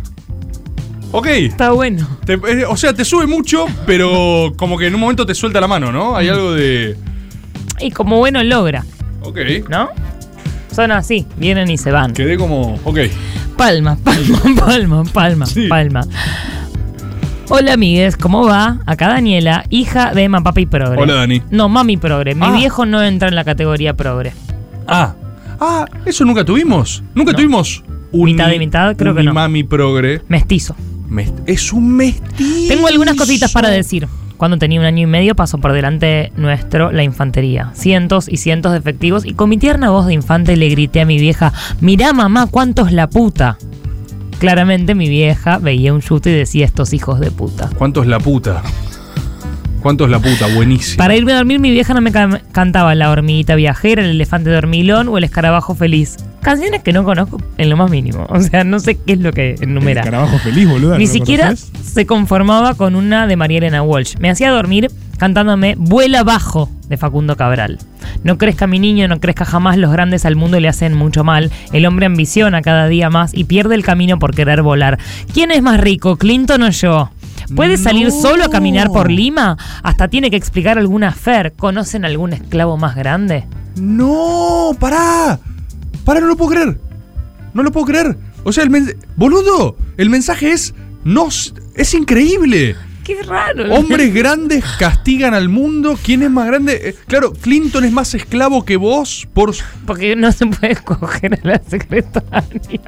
S6: Ok.
S7: Está bueno.
S6: o sea, te sube mucho, pero como que en un momento te suelta la mano, ¿no? Hay algo de.
S7: Y como bueno logra.
S6: Ok.
S7: ¿No? Son así, vienen y se van.
S6: Quedé como. Ok.
S7: Palma, palma, palma, palma, palma. Hola amigues, ¿cómo va? Acá Daniela, hija de Emma Papi Progre.
S6: Hola, Dani.
S7: No, Mami Progre. Mi
S6: Ah.
S7: viejo no entra en la categoría Progre.
S6: Ah. Ah, eso nunca tuvimos. Nunca tuvimos. Un mitad de mitad, creo que no. Mami progre.
S7: Mestizo.
S6: es un mestizo.
S7: Tengo algunas cositas para decir. Cuando tenía un año y medio pasó por delante nuestro la infantería. Cientos y cientos de efectivos y con mi tierna voz de infante le grité a mi vieja, mirá mamá, ¿cuántos la puta? Claramente mi vieja veía un yute y decía estos hijos de puta.
S6: ¿Cuánto es la puta? ¿Cuánto es la puta? Buenísimo.
S7: Para irme a dormir, mi vieja no me cam- cantaba la hormiguita viajera, el elefante dormilón o el escarabajo feliz. Canciones que no conozco en lo más mínimo. O sea, no sé qué es lo que enumera.
S4: El escarabajo feliz, boluda,
S7: Ni
S4: ¿no lo
S7: siquiera
S4: conocés?
S7: se conformaba con una de María Elena Walsh. Me hacía dormir cantándome Vuela bajo de Facundo Cabral. No crezca mi niño, no crezca jamás, los grandes al mundo le hacen mucho mal. El hombre ambiciona cada día más y pierde el camino por querer volar. ¿Quién es más rico, Clinton o yo? ¿Puede salir solo a caminar por Lima? Hasta tiene que explicar alguna fer. ¿Conocen algún esclavo más grande?
S6: ¡No! ¡Pará! ¡Pará, no lo puedo creer! No lo puedo creer. O sea, el men- ¡Boludo! El mensaje es. No, s- es increíble.
S7: Qué raro. [laughs]
S6: Hombres grandes castigan al mundo. ¿Quién es más grande? Eh, claro, Clinton es más esclavo que vos por.
S7: Porque no se puede coger a la secretaria.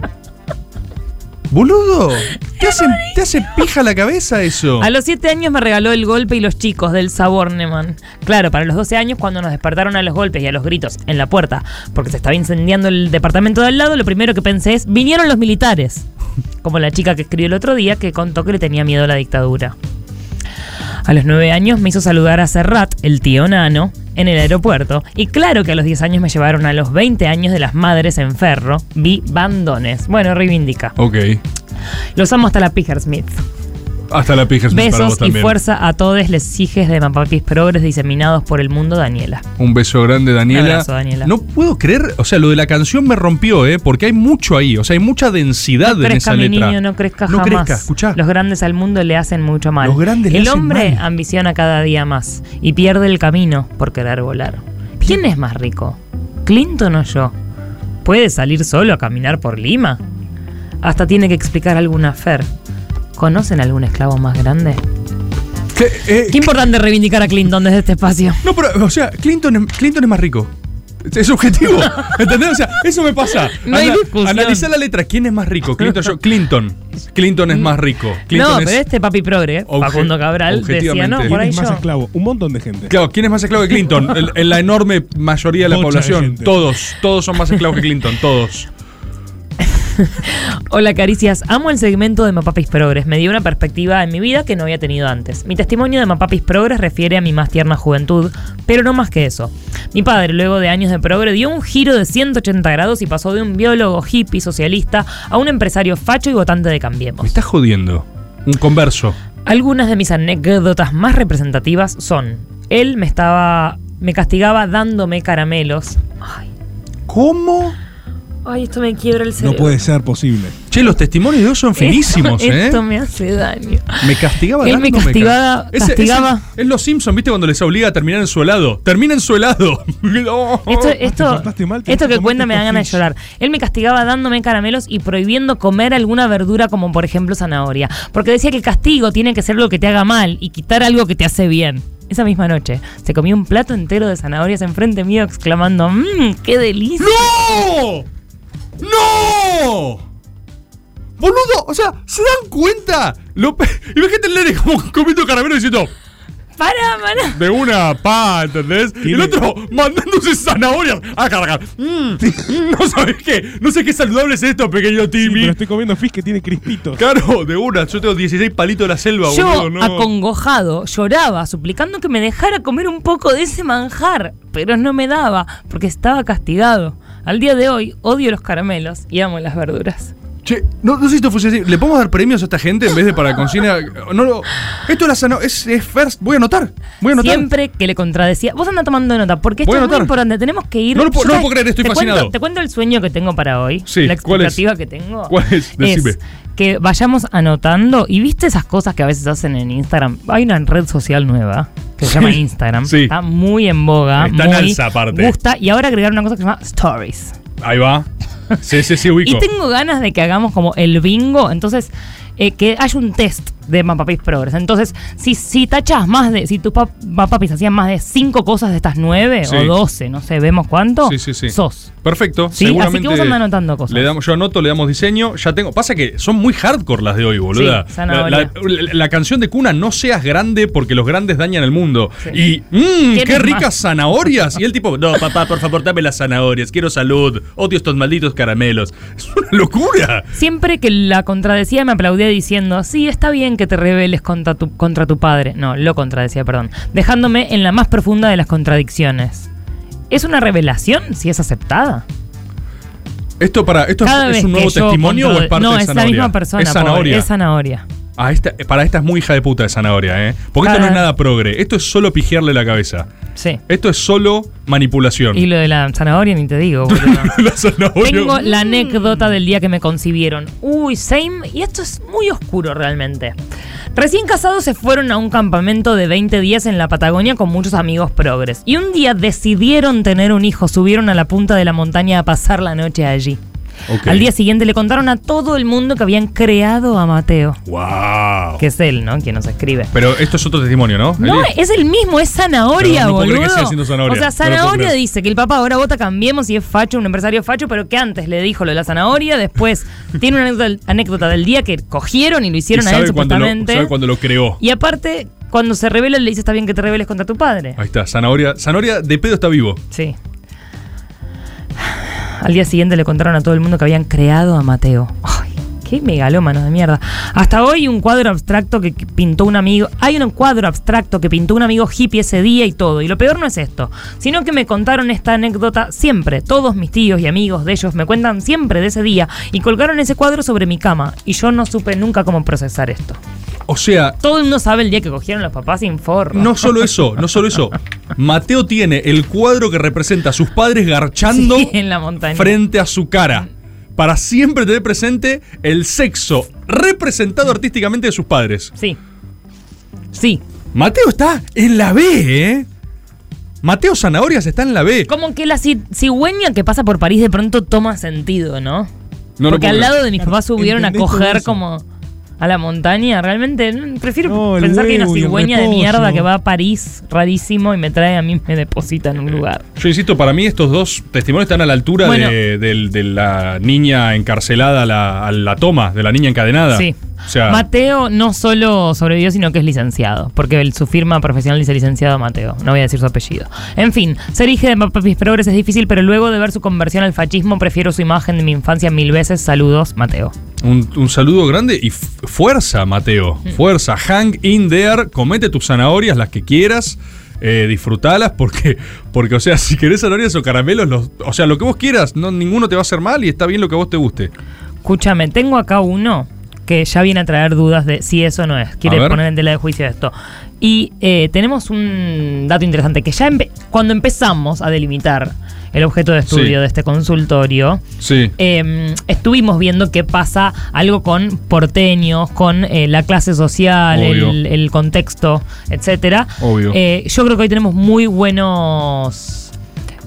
S6: ¡Boludo! Te hace, te hace pija la cabeza eso.
S7: A los 7 años me regaló el golpe y los chicos del Saborneman. Claro, para los 12 años, cuando nos despertaron a los golpes y a los gritos en la puerta, porque se estaba incendiando el departamento de al lado, lo primero que pensé es: vinieron los militares. Como la chica que escribió el otro día que contó que le tenía miedo a la dictadura. A los 9 años me hizo saludar a Serrat, el tío Nano, en el aeropuerto. Y claro que a los 10 años me llevaron a los 20 años de las madres en ferro. Vi bandones. Bueno, reivindica.
S6: Ok.
S7: Los amo hasta la Pijersmith.
S6: Hasta la pija es un para vos
S7: Besos y
S6: también.
S7: fuerza a todos les exiges de Mapapis Progres diseminados por el mundo, Daniela.
S6: Un beso grande, Daniela.
S7: Un abrazo, Daniela.
S6: No puedo creer, o sea, lo de la canción me rompió, ¿eh? Porque hay mucho ahí, o sea, hay mucha densidad en esa
S7: crezca mi
S6: letra.
S7: niño, no crezca
S6: No
S7: jamás.
S6: crezca,
S7: Los grandes al mundo le hacen mucho mal.
S6: Los grandes le
S7: el
S6: hacen
S7: hombre
S6: mal.
S7: ambiciona cada día más y pierde el camino por querer volar. ¿Quién es más rico? ¿Clinton o yo? ¿Puede salir solo a caminar por Lima? Hasta tiene que explicar alguna fer. ¿Conocen algún esclavo más grande?
S6: Qué,
S7: importante reivindicar a Clinton desde este espacio.
S6: No, pero, o sea, Clinton, es- Clinton es más rico. Es objetivo.
S7: [laughs]
S6: ¿Entendés? O sea, eso me pasa.
S7: No hay discusión.
S6: analiza la letra. ¿Quién es más rico? Clinton, yo. Clinton. Clinton es más rico. Clinton
S7: no,
S6: es.
S7: pero este papi progre,
S6: obje-
S7: Facundo Cabral, decía, no,
S6: objetivamente.
S7: por
S6: ¿Quién
S7: ahí
S6: es
S7: yo.
S6: más
S9: esclavo? Un montón de gente.
S6: Claro, ¿quién es más esclavo que Clinton? En, en la enorme mayoría de la
S9: Bocha de
S6: población.
S9: gente.
S6: todos, todos son más esclavos que Clinton, todos.
S7: Hola caricias, amo el segmento de Mapapis Progres. Me dio una perspectiva en mi vida que no había tenido antes. Mi testimonio de Mapapis Progres refiere a mi más tierna juventud, pero no más que eso. Mi padre, luego de años de progre, dio un giro de 180 grados y pasó de un biólogo hippie socialista a un empresario facho y votante de Cambiemos.
S6: Me estás jodiendo. Un converso.
S7: Algunas de mis anécdotas más representativas son: él me estaba me castigaba dándome caramelos.
S6: ¿Cómo?
S7: Ay, esto me quiebra el
S9: No
S7: cerebro.
S9: puede ser posible.
S6: Che, los testimonios de dos
S7: [laughs]
S6: son finísimos,
S7: esto,
S6: ¿eh?
S7: Esto me hace daño.
S6: Me castigaba
S7: Él me
S6: dándome
S7: castigaba-
S6: ca- Ese- ese-
S7: castigaba.
S6: Es, los Simpsons, ¿viste? Cuando les obliga a terminar en su helado. Termina en su helado. No.
S7: Esto, esto, esto que cuenta me da ganas de llorar. Él me castigaba dándome caramelos y prohibiendo comer alguna verdura como por ejemplo zanahoria. Porque decía que el castigo tiene que ser lo que te haga mal y quitar algo que te hace bien. Esa misma noche se comió un plato entero de zanahorias enfrente mío exclamando, mmm, qué delicia.
S6: ¡No! ¡No! ¡Boludo! O sea, ¿se dan cuenta? Lo pe- Imagínate el nene como comiendo caramelo diciendo
S7: Para, para.
S6: de una pa, ¿entendés? Y el otro mandándose zanahorias. Ah, carga. mm, no sabes qué. No sé qué saludable es esto, pequeño Timmy. pero
S9: estoy comiendo fish que tiene crispitos.
S6: Claro, de una. Yo tengo 16 palitos de la selva,
S7: [laughs] Yo,
S6: boludo. No.
S7: acongojado, lloraba, suplicando que me dejara comer un poco de ese manjar, pero no me daba, porque estaba castigado. Al día de hoy, odio los caramelos y amo las verduras.
S6: [laughs] Che, no, no sé si esto fuese así. ¿Le podemos dar premios a esta gente en vez de para consigna? No, lo- esto era sano. Es, es first. Voy a anotar. Voy a anotar.
S7: Siempre que le contradecía. Vos andás tomando nota, porque esto
S6: Voy a
S7: es muy
S6: anotar.
S7: importante. Tenemos que ir.
S6: No lo puedo-
S7: Yo
S6: no lo
S7: te-
S6: puedo creer, estoy
S7: te
S6: fascinado.
S7: Cuento, te cuento el sueño que tengo para hoy.
S6: Sí,
S7: la
S6: ¿cuál es?
S7: expectativa que tengo.
S6: ¿Cuál es? Decime.
S7: que vayamos anotando. Y viste esas cosas que a veces hacen en Instagram. Hay una red social nueva que se
S6: Sí.
S7: llama Instagram.
S6: Sí.
S7: Está muy en boga.
S6: Está en
S7: muy
S6: alza, aparte.
S7: Gusta. Y ahora agregar una cosa que se llama Stories.
S6: Ahí va. Sí, sí, sí, ubico.
S7: Y tengo ganas de que hagamos como el bingo. Entonces, eh, que haya un test de Mapapis Progress. Entonces, si, si tachas más de. Si tus pap- Mapapis hacían más de cinco cosas de estas nueve
S6: Sí.
S7: eh, o doce, no sé, vemos cuánto.
S6: Sí, sí, sí.
S7: Sos.
S6: Perfecto.
S7: Sí,
S6: Seguramente
S7: así que vos andá anotando cosas.
S6: Le damos, yo anoto, le damos diseño. Ya tengo. Pasa que son muy hardcore las de hoy, boluda.
S7: Sí,
S6: la,
S7: zanahoria.
S6: la- la- la canción de cuna no seas grande porque los grandes dañan el mundo. Y mmm,
S7: ¿Quién
S6: qué
S7: es
S6: ricas
S7: más?
S6: zanahorias. Y el tipo, no, papá, por favor, dame las zanahorias. Quiero salud. Odio estos malditos caramelos. Es una locura.
S7: Siempre que la contradecía me aplaudía diciendo, sí, está bien que te rebeles contra tu, contra tu padre. No, lo contradecía, perdón. Dejándome en la más profunda de las contradicciones. ¿Es una revelación si es aceptada?
S6: Esto para esto es-
S7: Cada
S6: es,
S7: vez
S6: un nuevo
S7: que yo
S6: testimonio o
S7: control-
S6: es parte
S7: No,
S6: de
S7: es la
S6: zanahoria.
S7: misma persona.
S6: Es
S7: pobre,
S6: zanahoria.
S7: Es zanahoria.
S6: Ah, esta- para esta es muy hija de puta de zanahoria, ¿eh? Porque esto
S7: Para-
S6: no es nada progre. Esto es solo pijearle la cabeza.
S7: Sí.
S6: Esto es solo manipulación.
S7: Y lo de la zanahoria ni te digo. boludo.
S6: [laughs] La zanahoria. Mm.
S7: Tengo la anécdota del día que me concibieron. Uy, same. Y esto es muy oscuro realmente. Recién casados se fueron a un campamento de 20 días en la Patagonia con muchos amigos progres. Y un día decidieron tener un hijo. Subieron a la punta de la montaña a pasar la noche allí.
S6: Ok.
S7: Al día siguiente le contaron a todo el mundo que habían creado a Mateo.
S6: Wow.
S7: Que es él, ¿no? Quien nos escribe.
S6: Pero esto es otro testimonio, ¿no?
S7: No,
S6: Elías?
S7: es el mismo, es
S6: Perdón,
S7: zanahoria,
S6: no puedo
S7: boludo.
S6: creer que siga siendo zanahoria. No
S7: O sea,
S6: lo puedo
S7: zanahoria
S6: creer.
S7: dice que el papá ahora vota cambiemos y es facho, un empresario facho, pero que antes le dijo lo de la
S6: [laughs]
S7: zanahoria, después tiene una anécdota, anécdota del día que cogieron y lo hicieron
S6: Y
S7: a él
S6: sabe cuando lo,
S7: supuestamente.
S6: sabe cuando lo creó.
S7: Y aparte, cuando se revela, le dice está bien que te rebeles contra tu padre.
S6: Ahí está, zanahoria. Zanahoria de pedo está vivo.
S7: Sí. Al día siguiente le contaron a todo el mundo que habían creado a Mateo. Ay, qué Qué megalómanos de mierda. Hasta hoy un cuadro abstracto que que pintó un amigo. Hay un cuadro abstracto que pintó un amigo hippie ese día y todo. Y lo peor no es esto, sino que me contaron esta anécdota siempre. Todos mis tíos y amigos de ellos me cuentan siempre de ese día y colgaron ese cuadro sobre mi cama. Y yo no supe nunca cómo procesar esto.
S6: O sea,
S7: Todo el mundo sabe el día que cogieron los papás sin forro.
S6: no solo eso, no solo eso. Mateo tiene el cuadro que representa a sus padres garchando
S7: [laughs] Sí, en la montaña.
S6: frente a su cara. Para siempre tener presente el sexo representado artísticamente de sus padres.
S7: Sí. Sí.
S6: Mateo está en la B, ¿eh? Mateo Zanahorias está en la B.
S7: Como que la ci- cigüeña que pasa por París de pronto toma sentido, ¿no?
S6: No lo
S7: Porque
S6: puedo
S7: al
S6: creer.
S7: lado de mis papás subieron a
S6: ¿Entendés todo
S7: coger
S6: eso?
S7: como a la montaña. Realmente mm, prefiero
S9: el
S7: pensar que hay una
S9: huevo y el
S7: cigüeña de
S9: repollo.
S7: mierda que va a París rarísimo y me trae a mí, me deposita en un
S6: Eh,
S7: lugar.
S6: Yo insisto, para mí estos dos testimonios están a la altura
S7: Bueno.
S6: de, del- de la niña encarcelada, a la, a la toma, de la niña encadenada.
S7: Sí.
S6: O sea,
S7: Mateo no solo sobrevivió, sino que es licenciado. Porque el- su firma profesional dice licenciado Mateo. No voy a decir su apellido. En fin, ser hija de Papá Mis Progres es difícil, pero luego de ver su conversión al fascismo, prefiero su imagen de mi infancia mil veces. Saludos, Mateo.
S6: un, un saludo grande y f- fuerza, Mateo.
S7: Mm.
S6: Fuerza. Hang in there, comete tus zanahorias, las que quieras. eh, disfrutalas porque, porque, o sea, si querés zanahorias o caramelos, los- o sea, lo que vos quieras, no, ninguno te va a hacer mal y está bien lo que a vos te guste.
S7: Escúchame, tengo acá uno que ya viene a traer dudas de si eso no es.
S6: A
S7: Quiere
S6: ver.
S7: poner en tela de juicio esto. Y eh, tenemos un dato interesante que ya empe- cuando empezamos a delimitar el objeto de estudio
S6: Sí.
S7: de este consultorio,
S6: Sí.
S7: eh, estuvimos viendo qué pasa algo con porteños, con eh, la clase social,
S6: Obvio.
S7: el, el contexto, etcétera.
S6: Obvio.
S7: Eh, yo creo que hoy tenemos muy buenos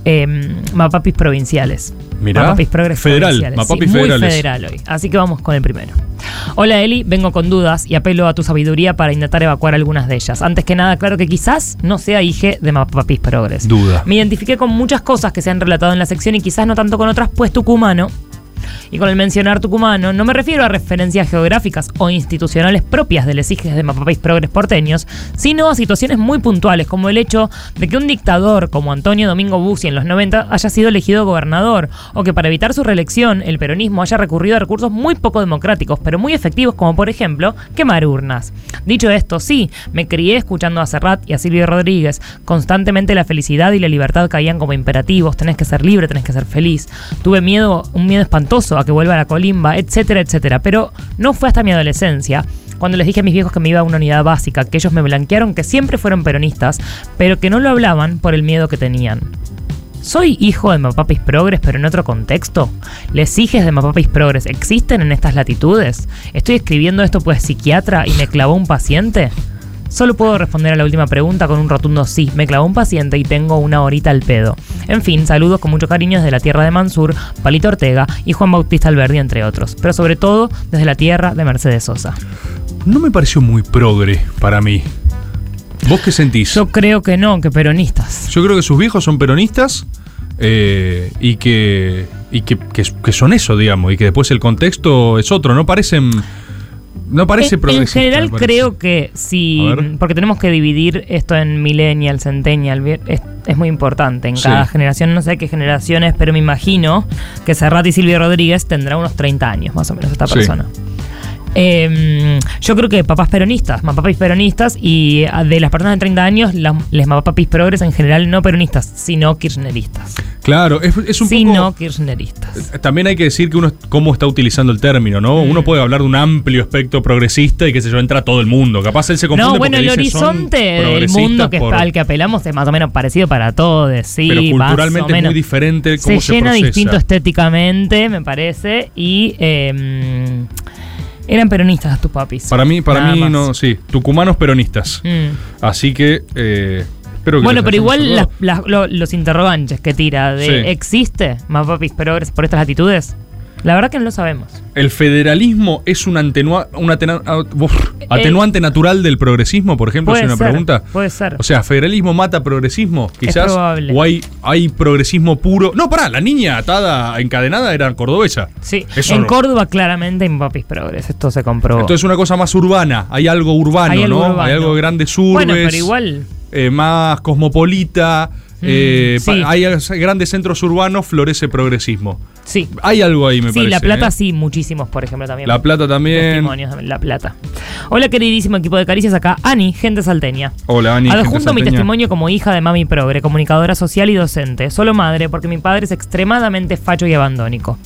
S7: eh, mapapis provinciales.
S6: Mirá.
S7: Mapapis progres
S6: Federal,
S7: provinciales,
S6: mapapis
S7: muy
S6: federales.
S7: federal hoy. Así que vamos con el primero. Hola Eli, vengo con dudas y apelo a tu sabiduría para intentar evacuar algunas de ellas. Antes que nada, claro que quizás no sea hija de mapapis progres.
S6: Duda.
S7: Me identifiqué con muchas cosas que se han relatado en la sección y quizás no tanto con otras, pues tucumano. Y con el mencionar tucumano, no me refiero a referencias geográficas o institucionales propias de los ejes de mapapais progres porteños, sino a situaciones muy puntuales, como el hecho de que un dictador como Antonio Domingo Bussi en los 90 haya sido elegido gobernador, o que para evitar su reelección el peronismo haya recurrido a recursos muy poco democráticos, pero muy efectivos, como por ejemplo quemar urnas. Dicho esto, sí, me crié escuchando a Serrat y a Silvio Rodríguez. Constantemente la felicidad y la libertad caían como imperativos. Tenés que ser libre, tenés que ser feliz. Tuve miedo, un miedo espantoso a que vuelva la colimba, etcétera, etcétera. Pero no fue hasta mi adolescencia. Cuando les dije a mis viejos que me iba a una unidad básica, que ellos me blanquearon que siempre fueron peronistas, pero que no lo hablaban por el miedo que tenían. ¿Soy hijo de Mapapis Progres pero en otro contexto? ¿Les hijes de Mapapis Progres existen en estas latitudes? ¿Estoy escribiendo esto pues psiquiatra y me clavó un paciente? Solo puedo responder a la última pregunta con un rotundo sí. Me clavó un paciente y tengo una horita al pedo. En fin, saludos con mucho cariño desde la tierra de Mansur, Palito Ortega y Juan Bautista Alberdi, entre otros. Pero sobre todo desde la tierra de Mercedes Sosa.
S6: No me pareció muy progre para mí. ¿Vos qué sentís?
S7: Yo creo que no, que peronistas.
S6: Yo creo que sus viejos son peronistas eh, y, que, y que, que- que son eso, digamos, y que después el contexto es otro. No parecen. No parece
S7: En- En
S6: progresista,
S7: general
S6: me parece.
S7: creo que si...
S6: A ver.
S7: Porque tenemos que dividir esto en millennial, centennial. bien, Es, es muy importante en
S6: Sí.
S7: cada generación. No sé qué generaciones, pero me imagino que Serrat y Silvio Rodríguez tendrá unos 30 años más o menos esta
S17: Sí.
S7: persona. Eh, yo creo que papás peronistas, mapapis peronistas y ah, de las personas de 30 años, las, les mapapis progres en general no peronistas, sino kirchneristas.
S6: Claro, es, es un
S7: sino
S6: poco.
S7: kirchneristas.
S6: También hay que decir que uno cómo está utilizando el término, ¿no?
S7: Mm.
S6: Uno puede hablar de un amplio espectro progresista y que se yo entra todo el mundo. Capaz él se confunde
S7: No, bueno,
S6: porque
S7: el
S6: dice, "Son
S7: horizonte del
S6: progresistas
S7: mundo que,
S6: por-
S7: al que apelamos es más o menos parecido para todos, sí,
S6: pero
S7: más
S6: culturalmente
S7: o
S6: es
S7: menos.
S6: muy diferente cómo se,
S7: se llena
S6: procesa.
S7: distinto estéticamente, me parece, y eh, eran peronistas tus papis.
S6: Para mí, para
S7: Nada
S6: mí
S7: más.
S6: no, sí, tucumanos peronistas.
S7: Mm.
S6: Así que eh, espero que
S7: Bueno,
S6: les hayamos
S7: pero igual
S6: saludado.
S7: las- las- lo- los interrogantes que tira de
S6: Sí.
S7: ¿existe más papis progres por estas latitudes? La verdad que no lo sabemos.
S6: ¿El federalismo es un, antenua- un atena- ah, uf, atenuante natural del progresismo, por ejemplo? Es
S7: Puede
S6: una
S7: ser,
S6: pregunta.
S7: Puede ser.
S6: O sea, ¿federalismo mata progresismo? Quizás.
S7: probable.
S6: ¿O hay, hay progresismo puro? No, pará, la niña atada, encadenada, era cordobesa.
S7: sí,
S6: eso
S7: en
S6: no.
S7: Córdoba claramente hay mapapis progres, esto se comprobó.
S6: Esto es una cosa más urbana. Hay algo urbano,
S7: Hay algo
S6: ¿no?
S7: urbano.
S6: Hay algo de grandes urbes.
S7: bueno, pero igual
S6: eh, más cosmopolita. Eh,
S7: Mm, sí.
S6: pa- Hay grandes centros urbanos, florece progresismo.
S7: Sí.
S6: Hay algo ahí, me
S7: sí,
S6: parece.
S7: La Plata
S6: ¿eh?
S7: sí, muchísimos, por ejemplo, también.
S6: La Plata también.
S7: Testimonios de La Plata. Hola, queridísimo equipo de caricias, acá Ani, gente salteña.
S6: Hola, Oh, Ani. gente
S7: Adjunto mi
S6: salteña.
S7: testimonio como hija de mami progre, comunicadora social y docente. Solo madre, porque mi padre es extremadamente facho y abandónico.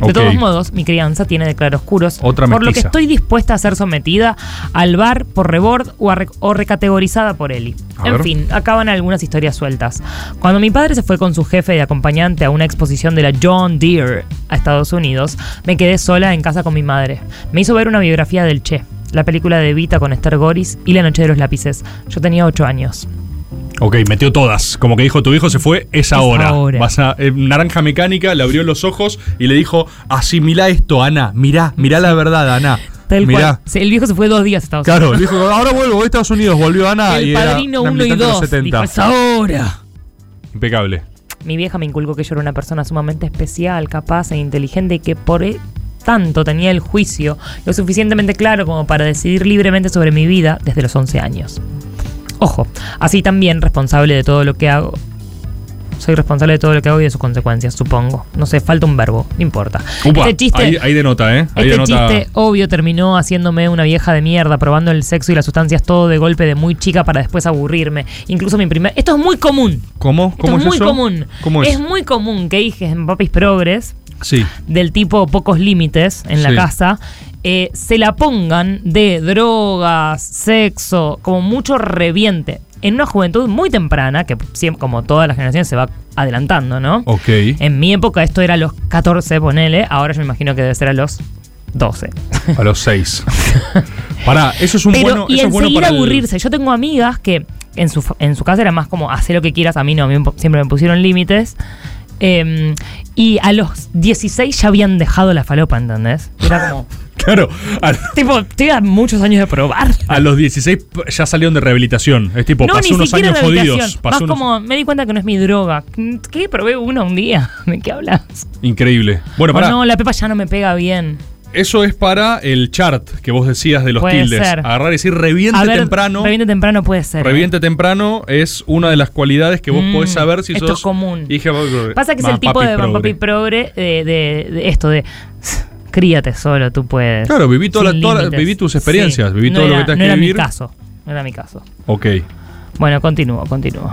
S7: De
S6: Ok.
S7: todos modos, mi crianza tiene de claroscuros,
S6: Otra
S7: por lo que
S6: mestiza.
S7: estoy dispuesta a ser sometida al bar por rebord o, a re- o recategorizada por Eli.
S6: A
S7: en
S6: ver.
S7: fin, acaban algunas historias sueltas. Cuando mi padre se fue con su jefe de acompañante a una exposición de la John Deere a Estados Unidos, me quedé sola en casa con mi madre. Me hizo ver una biografía del Che, la película de Vita con Esther Goris y La Noche de los Lápices. Yo tenía 8 años.
S6: Ok, metió todas. Como que dijo, tu hijo se fue, es ahora. Vas a- eh, naranja mecánica le abrió los ojos y le dijo, asimila esto, Ana. Mirá, mirá la verdad, Ana.
S7: Tal
S6: mirá.
S7: cual. Se- El viejo se fue dos días a Estados
S6: Claro,
S7: Unidos.
S6: le dijo, ahora vuelvo a Estados Unidos, volvió Ana
S7: El
S6: y era
S7: Padrino
S6: una
S7: uno y
S6: militante de los
S7: dos.
S6: 70.
S7: Dijo, "Es ahora".
S6: Impecable.
S7: Mi vieja me inculcó que yo era una persona sumamente especial, capaz e inteligente y que por e- tanto tenía el juicio lo suficientemente claro como para decidir libremente sobre mi vida desde los 11 años. Ojo, así también responsable de todo lo que hago. Soy responsable de todo lo que hago y de sus consecuencias, supongo. No sé, falta un verbo, no importa.
S6: Upa,
S7: Este chiste-
S6: ahí, ahí denota, ¿eh? Ahí
S7: Este
S6: denota.
S7: chiste obvio terminó haciéndome una vieja de mierda, probando el sexo y las sustancias todo de golpe de muy chica para después aburrirme. Incluso mi primer... Esto es muy común.
S6: ¿Cómo?
S7: Esto
S6: ¿Cómo
S7: es,
S6: es,
S7: muy
S6: eso?
S7: común.
S6: ¿Cómo es?
S7: muy común que hijes en Papis Progres,
S6: Sí.
S7: del tipo pocos límites en la
S6: Sí.
S7: casa, eh, se la pongan de drogas, sexo, como mucho reviente. En una juventud muy temprana, que siempre, como todas las generaciones se va adelantando, ¿no?
S6: Ok.
S7: En mi época esto era a los 14, ponele. Ahora yo me imagino que debe ser a los 12.
S6: A los seis. Pará, eso es un
S7: Pero,
S6: bueno.
S7: y
S6: eso es bueno
S7: enseguida
S6: para el-
S7: aburrirse. Yo tengo amigas que en su, fa- en su casa era más como hacer lo que quieras. A mí no, a mí me pu- siempre me pusieron límites. Em, y a los 16 ya habían dejado la falopa, ¿entendés? Era como,
S6: [laughs] Claro, a,
S7: tipo, estoy a muchos años de probar.
S6: a los 16 p- ya salieron de rehabilitación. Es tipo, pasé unos años
S7: rehabilitación.
S6: jodidos.
S7: Más
S6: pasé unos-
S7: como, me di cuenta que no es mi droga. ¿Qué? Probé una un día. [laughs] ¿De qué hablas?
S6: [laughs] Increíble. Bueno,
S7: O
S6: pará.
S7: no, la pepa ya no me pega bien.
S6: Eso es para el chart que vos decías de los
S7: Puede
S6: tildes.
S7: ser.
S6: Agarrar y decir reviente
S7: A ver,
S6: temprano.
S7: Reviente temprano puede ser. ¿eh?
S6: Reviente temprano es una de las cualidades que vos
S7: Mm,
S6: podés saber si
S7: esto
S6: sos.
S7: es común.
S6: hija de-
S7: Pasa que es
S6: ma-
S7: el tipo
S6: papi
S7: de
S6: progre.
S7: papi progre de, de- de esto de críate solo, tú puedes.
S6: Claro, viví toda la-
S7: Sin
S6: toda la-
S7: límites.
S6: viví tus experiencias, viví todo lo
S7: era-
S6: que tenés
S7: no
S6: que
S7: era
S6: vivir.
S7: Mi caso, no era mi caso.
S6: Ok.
S7: Bueno, continúo, continúo.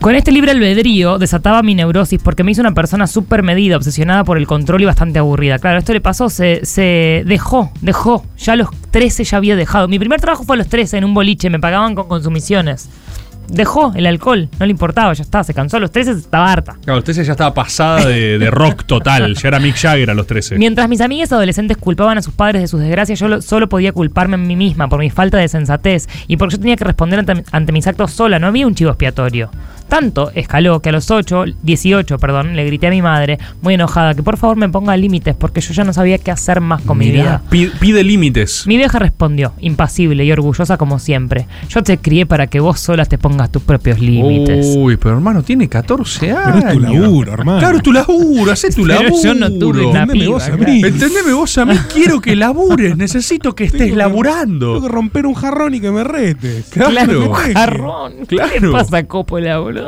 S7: Con este libre albedrío desataba mi neurosis porque me hizo una persona súper medida, obsesionada por el control y bastante aburrida. Claro, esto le pasó, se, se dejó, dejó. Ya a los 13 ya había dejado. Mi primer trabajo fue a los 13 en un boliche, me pagaban con consumiciones. Dejó el alcohol, no le importaba, ya está, se cansó a los 13, estaba harta.
S6: Claro, usted ya estaba pasada de, de rock total. Ya era Mick Jagger a los
S7: [laughs]
S6: 13.
S7: Mientras mis amigas adolescentes culpaban a sus padres de sus desgracias, yo lo- solo podía culparme a mí misma por mi falta de sensatez y porque yo tenía que responder ante, ante mis actos sola, no había un chivo expiatorio. Tanto escaló que a los 8, 18, perdón, le grité a mi madre, muy enojada, que por favor me ponga límites porque yo ya no sabía qué hacer más con mi
S6: Mirá,
S7: vida.
S6: pi- Pide, límites.
S7: Mi vieja respondió, impasible y orgullosa como siempre. Yo te crié para que vos sola te pongas tus propios límites.
S6: Uy, pero hermano, tiene 14 años.
S7: Pero es tu laburo,
S6: hermano. Claro, tu laburo, hacé tu
S7: Pero
S6: laburo.
S7: yo no tuve una Entendeme piba, vos a mí. claro.
S6: Entendeme vos a
S9: [laughs]
S6: mí, quiero que labures, necesito que estés laburando.
S9: Tengo que romper un jarrón y que me retes.
S7: Claro.
S9: ¿Qué?
S7: Jarrón. ¿Qué le
S9: Claro.
S7: pasa a Coppola, boludo?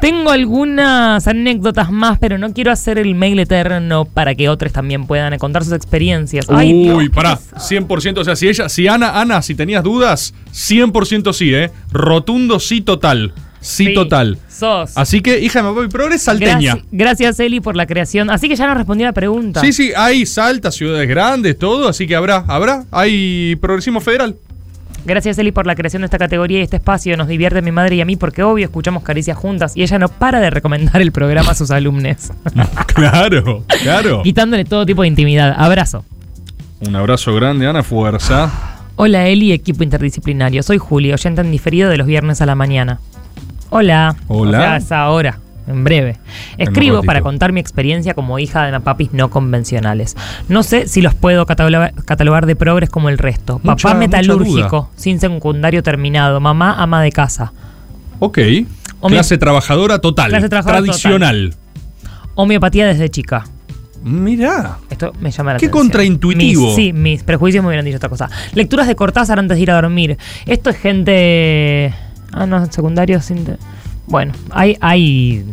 S7: Tengo algunas anécdotas más, pero no quiero hacer el mail eterno para que otros también puedan contar sus experiencias. [laughs] Ay, Dios.
S6: Uy, pará, 100%, o sea, si ella, si Ana, Ana, si tenías dudas, 100% sí, eh. Rotundo sí total. Sí,
S7: Sí,
S6: total.
S7: sos.
S6: Así que, hija de mi progres, salteña.
S7: Graci- Gracias, Eli, por la creación. Así que ya no respondí a la pregunta.
S6: Sí, sí, hay Salta, ciudades grandes, todo, así que habrá, habrá, hay progresismo
S7: [laughs]
S6: federal.
S7: Gracias, Eli, por la creación de esta categoría y este espacio. Nos divierte a mi madre y a mí porque, obvio, escuchamos caricias juntas y ella no para de recomendar el programa a sus alumnos.
S6: Claro, claro.
S7: [laughs] Quitándole todo tipo de intimidad. Abrazo.
S6: Un abrazo grande, Ana, fuerza.
S7: Hola Eli, equipo interdisciplinario. Soy Julio, oyente en diferido de los viernes a la mañana. Hola.
S6: Hola.
S7: O sea, es ahora, en breve.
S6: En un
S7: Escribo
S6: ratito.
S7: para contar mi experiencia como hija de papis no convencionales. No sé si los puedo cataloga- catalogar de progres como el resto.
S6: Mucha-
S7: Papá
S6: mucha
S7: metalúrgico,
S6: duda.
S7: sin secundario terminado. Mamá ama de casa.
S6: Ok.
S7: O
S6: clase
S7: mi-
S6: trabajadora total.
S7: Clase trabajadora
S6: tradicional.
S7: Homeopatía desde chica.
S6: Mirá.
S7: Esto me llama la
S6: Qué
S7: atención.
S6: contraintuitivo.
S7: Mis- sí, mis prejuicios me hubieran dicho otra cosa. Lecturas de Cortázar antes de ir a dormir. Esto es gente. Ah, no, secundario. sin- Bueno, hay, hay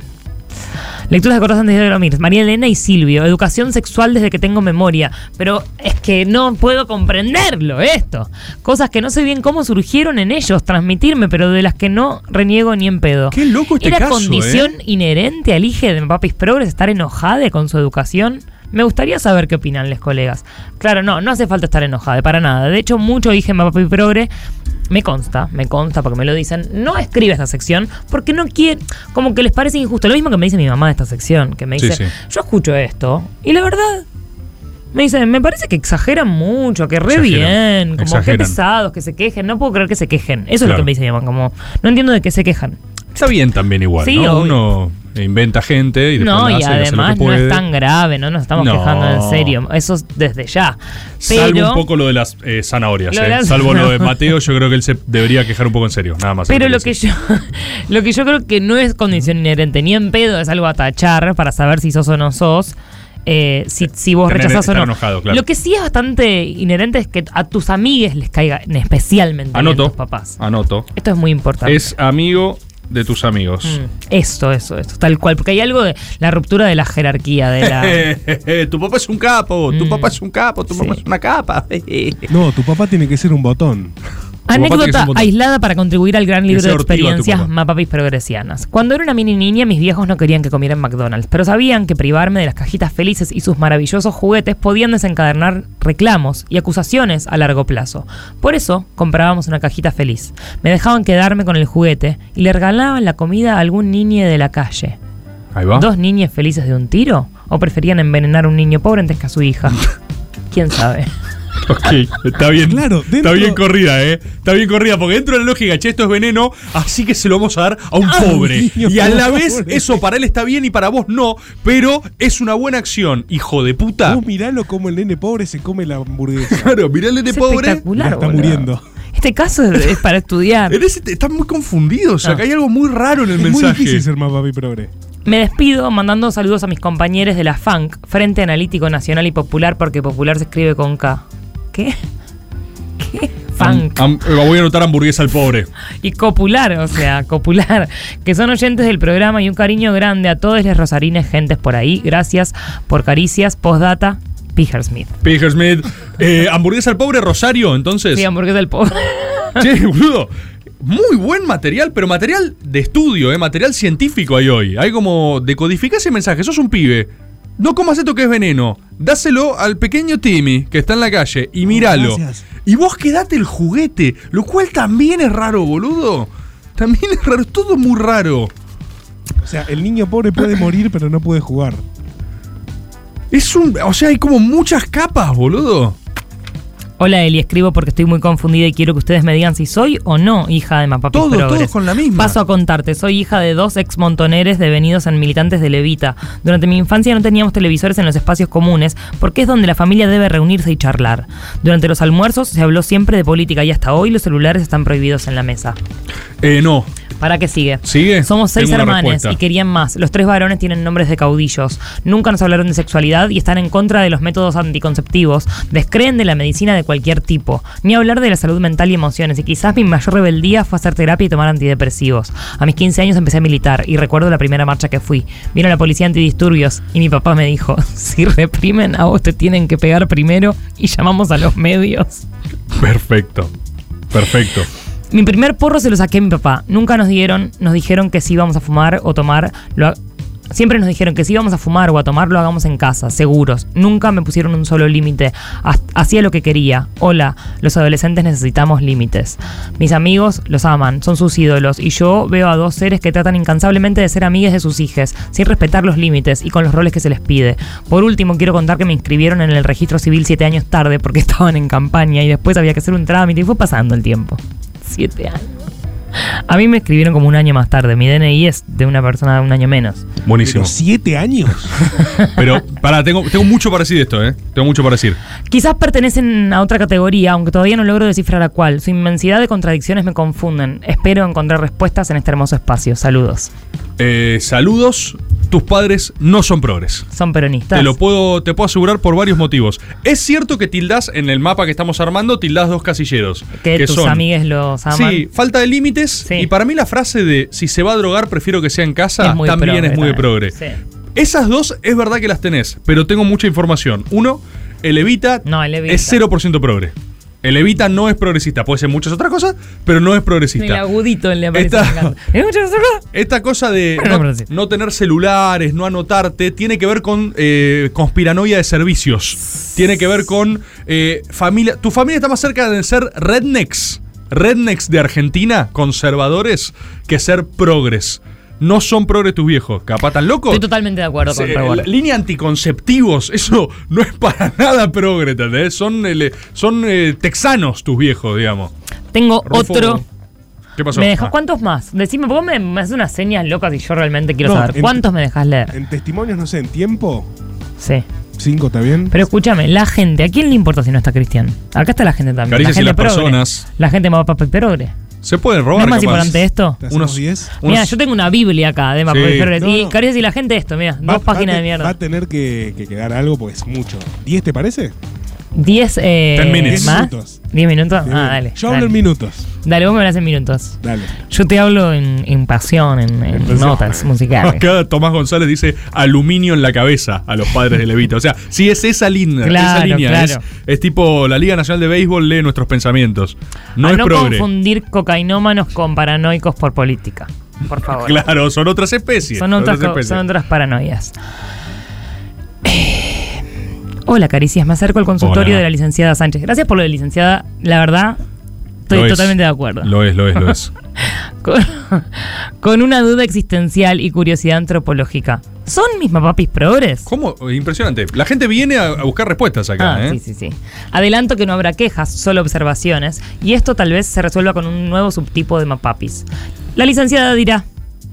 S7: lecturas de corazón desde dormir. María Elena y Silvio, educación sexual desde que tengo memoria. Pero es que no puedo comprenderlo esto. Cosas que no sé bien cómo surgieron en ellos transmitirme, pero de las que no reniego ni en pedo. Qué
S6: loco este
S7: ¿Era
S6: caso,
S7: condición
S6: eh?
S7: inherente al IGE de Papis Progres estar enojada con su educación? Me gustaría saber qué opinan les colegas. Claro, no, no hace falta estar enojada, para nada. De hecho, mucho IGE Papi Progre me consta, me consta porque me lo dicen, no escribe esta sección porque no quiere, como que les parece injusto. Lo mismo que me dice mi mamá de esta sección, que me
S17: Sí,
S7: dice,
S17: sí.
S7: yo escucho esto y la verdad, me dice, me parece que exageran mucho, que re
S17: Exageran,
S7: bien, como
S17: exageran.
S7: que pesados, que se quejen, no puedo creer que se quejen. Eso es lo
S6: Claro.
S7: que me dice mi mamá, como, no entiendo de qué se quejan.
S6: Está bien también igual,
S7: Sí,
S6: ¿no?
S7: obvio.
S6: Uno inventa gente y después
S7: No,
S6: la
S7: y
S6: hace hace lo que
S7: además no
S6: puede.
S7: es tan grave, no nos estamos
S6: No.
S7: quejando en serio, eso es desde ya.
S6: Salvo
S7: Pero-
S6: un poco lo de las eh, zanahorias,
S7: Lo
S6: eh.
S7: de las-
S6: salvo lo
S7: [laughs]
S6: de Mateo, yo creo que él se debería quejar un poco en serio, nada más.
S7: Pero lo que yo [laughs] lo que yo creo que no es condición inherente ni en pedo, es algo a tachar para saber si sos o no sos. eh, si, si vos
S6: Tener-
S7: rechazás o
S6: estar
S7: no.
S6: enojado, claro.
S7: Lo que sí es bastante inherente es que a tus amigues les caiga especialmente bien
S6: Anoto.
S7: tus papás.
S6: Anoto.
S7: Esto es muy importante. Mm.
S6: Es amigo de tus amigos.
S7: Esto, eso, esto, tal cual. Porque hay algo de la ruptura de la jerarquía,
S6: [laughs]
S7: de la. Mm.
S6: tu papá es un capo, tu papá es un capo, tu papá es una
S7: [laughs]
S6: capa.
S9: No, tu papá tiene que ser un botón.
S7: Anécdota aislada para contribuir al gran libro
S9: sea
S7: de
S9: ortiva tu
S7: experiencias
S9: papá.
S7: Mapapis Progresianas. Cuando era una mini niña, mis viejos no querían que comiera en McDonald's, pero sabían que privarme de las cajitas felices y sus maravillosos juguetes podían desencadenar reclamos y acusaciones a largo plazo. Por eso comprábamos una cajita feliz. Me dejaban quedarme con el juguete y le regalaban la comida a algún niñe de la calle.
S6: Ahí va.
S7: ¿Dos niñas felices de un tiro? ¿O preferían envenenar a un niño pobre antes que a su hija? ¿Quién sabe?
S6: Ok, está bien.
S9: Claro,
S6: Está bien corrida, ¿eh? Está bien corrida, porque dentro de la lógica, che, esto es veneno, así que se lo vamos a dar a un
S9: Ah,
S6: pobre.
S9: niño,
S6: y a la
S9: pobre.
S6: vez, eso para él está bien y para vos no, pero es una buena acción, hijo de puta.
S9: Vos Uh, miralo como el nene pobre se come la hamburguesa.
S6: [laughs] Claro, mirá el nene
S7: Es
S6: pobre.
S7: espectacular,
S6: Ya
S7: Está boludo. muriendo. Este caso es es
S6: [laughs]
S7: para estudiar.
S6: Están muy confundidos, o sea,
S7: Ah.
S6: que hay algo muy raro en el
S9: Es muy
S6: mensaje.
S9: difícil ser más papi progre.
S7: Me despido mandando saludos a mis compañeros de la FANC, Frente Analítico Nacional y Popular, porque Popular se escribe con K. ¿Qué? ¿Qué? FANC.
S6: Am- am- voy a anotar hamburguesa al pobre.
S7: Y Copular, o sea, Copular, que son oyentes del programa y un cariño grande a todos los rosarines, gentes por ahí. Gracias por caricias. Postdata, Pijer Smith.
S6: Peter Smith. Eh, hamburguesa al pobre Rosario, entonces.
S7: Sí, hamburguesa del pobre.
S6: Che, boludo. Muy buen material, pero material de estudio, ¿eh? material científico hay hoy. Hay como decodificar ese mensaje, sos un pibe. No comas esto que es veneno. Dáselo al pequeño Timmy que está en la calle y míralo.
S9: Oh, gracias.
S6: y vos quedate el juguete, lo cual también es raro, boludo. También es raro, es todo muy raro.
S9: O sea, el niño pobre puede morir, pero no puede jugar.
S6: Es un. O sea, hay como muchas capas, boludo.
S7: Hola Eli, escribo porque estoy muy confundida y quiero que ustedes me digan si soy o no hija de Mapapis
S6: Todos,
S7: Progres.
S6: todos con la misma.
S7: Paso a contarte, soy hija de dos ex montoneres devenidos en militantes de Levita. Durante mi infancia no teníamos televisores en los espacios comunes porque es donde la familia debe reunirse y charlar. Durante los almuerzos se habló siempre de política y hasta hoy los celulares están prohibidos en la mesa.
S6: Eh, no.
S7: ¿Para qué sigue?
S6: [laughs] ¿Sigue?
S7: Somos seis
S6: Tengo una
S7: hermanes
S6: respuesta.
S7: y querían más. Los tres varones tienen nombres de caudillos. Nunca nos hablaron de sexualidad y están en contra de los métodos anticonceptivos. Descreen de la medicina de cualquier tipo. Ni hablar de la salud mental y emociones. Y quizás mi mayor rebeldía fue hacer terapia y tomar antidepresivos. A mis 15 años empecé a militar y recuerdo la primera marcha que fui. Vino la policía antidisturbios y mi papá me dijo, [laughs] si reprimen a vos te tienen que pegar primero y llamamos a los medios.
S6: Perfecto. Perfecto.
S7: Mi primer porro se lo saqué a mi papá. Nunca nos dieron, nos dijeron que si íbamos a fumar o tomar, lo ha- siempre nos dijeron que si íbamos a fumar o a tomar lo hagamos en casa, seguros. Nunca me pusieron un solo límite. Has- Hacía lo que quería. Hola, los adolescentes necesitamos límites. Mis amigos los aman, son sus ídolos y yo veo a dos seres que tratan incansablemente de ser amigues de sus hijas, sin respetar los límites y con los roles que se les pide. Por último, quiero contar que me inscribieron en el registro civil siete años tarde porque [laughs] estaban en campaña y después había que hacer un trámite y fue pasando el tiempo. Siete años. A mí me escribieron como un año más tarde. Mi DNI es de una persona de un año menos.
S6: Buenísimo.
S9: ¿Siete años?
S6: Pero, pará, tengo, tengo mucho para decir esto, ¿eh? Tengo mucho para decir.
S7: Quizás pertenecen a otra categoría, aunque todavía no logro descifrar a cuál. Su inmensidad de contradicciones me confunden. Espero encontrar respuestas en este hermoso espacio. Saludos.
S6: Eh, saludos tus padres no son progres.
S7: Son peronistas.
S6: Te lo puedo, te puedo asegurar por varios motivos. Es cierto que tildás en el mapa que estamos armando, tildás dos casilleros.
S7: que, tus
S6: son-
S7: amigues los aman.
S6: Sí, falta de límites. Y para mí la frase de si se va a drogar, prefiero que sea en casa,
S7: Es muy
S6: también
S7: progre,
S6: es muy de
S7: también.
S6: progre.
S7: Sí.
S6: Esas dos es verdad que las tenés, pero tengo mucha información. Uno, el Evita,
S7: el Evita.
S6: es 0% progre. El Evita no es progresista, puede ser muchas otras cosas, pero no es
S7: El
S6: progresista.
S7: agudito le aparece.
S6: Esta-
S7: me encanta. ¿Eh, muchachos, acá?
S6: Esta cosa
S7: [laughs]
S6: de no, no tener celulares, no anotarte, tiene que ver con eh, conspiranoia de servicios. Tiene que ver con eh, familia. Tu familia está más cerca de ser rednecks, rednecks de Argentina, conservadores, que ser progres. No son progres tus viejos. Capaz tan locos.
S7: Estoy totalmente de acuerdo con
S6: Sí,
S7: Rebord.
S6: la línea anticonceptivos, eso no es para nada progre, ¿entendés? Son, eh, le- son eh, texanos tus viejos, digamos.
S7: Tengo
S6: Rufo,
S7: otro.
S6: ¿Qué pasó?
S7: ¿Me dejas
S6: Ah.
S7: cuántos más? Decime, vos me, me haces unas señas locas y yo realmente quiero
S9: No,
S7: saber.
S9: en-
S7: ¿Cuántos me dejas leer?
S9: En testimonios, no sé, en tiempo.
S7: Sí.
S9: Cinco está bien.
S7: Pero escúchame, la gente, ¿a quién le importa si no está Cristian? Acá está la gente también.
S6: Caricias
S7: la
S6: y
S7: gente
S6: las personas.
S7: La gente mapa progre.
S6: Se pueden
S7: ¿No
S6: robar.
S7: es más
S6: capaz.
S7: importante esto?
S6: Unos
S9: 10.
S7: Mira, yo tengo una Biblia acá de mapa
S6: Sí.
S7: progre.
S9: No,
S7: y
S9: no.
S7: Caricias y la gente esto, mira,
S9: Va-
S7: dos páginas
S9: va
S7: de
S9: te- Va
S7: mierda.
S9: a tener que, que quedar algo porque es mucho. ¿10 te parece?
S7: Diez, eh,
S9: Ten minutes.
S7: más.
S9: Diez minutos.
S7: ¿Diez minutos?
S9: Diez
S7: Ah,
S9: minutos.
S7: dale.
S9: Yo hablo
S7: dale.
S9: en minutos.
S7: Dale, vos me hablas en minutos.
S9: Dale.
S7: Yo te hablo en, en pasión, en, en
S6: pasión.
S7: notas musicales.
S6: Acá Tomás González dice aluminio en la cabeza a los padres de Levita. O sea, sí es esa línea.
S7: Claro,
S6: esa línea.
S7: claro.
S6: Es, es tipo la Liga Nacional de Béisbol lee nuestros pensamientos. [laughs] No
S7: a
S6: es
S7: Ah, no
S6: progre.
S7: confundir cocainómanos con paranoicos por política.
S6: [laughs]
S7: Por favor.
S6: Claro, son otras especies.
S7: Son otras, co-
S6: especies.
S7: son otras paranoias. Eh, Hola, Caricias. Me acerco al consultorio
S6: Hola.
S7: de la licenciada Sánchez. Gracias por lo de licenciada. La verdad, estoy
S6: Lo es.
S7: totalmente de acuerdo.
S6: Lo es, lo es, lo es.
S7: [laughs] Con, con una duda existencial y curiosidad antropológica. ¿Son mis mapapis progres?
S6: ¿Cómo? Oh, Impresionante. La gente viene a, a buscar respuestas acá.
S7: Ah,
S6: ¿eh?
S7: sí, sí, sí. Adelanto que no habrá quejas, solo observaciones, y esto tal vez se resuelva con un nuevo subtipo de mapapis. La licenciada dirá.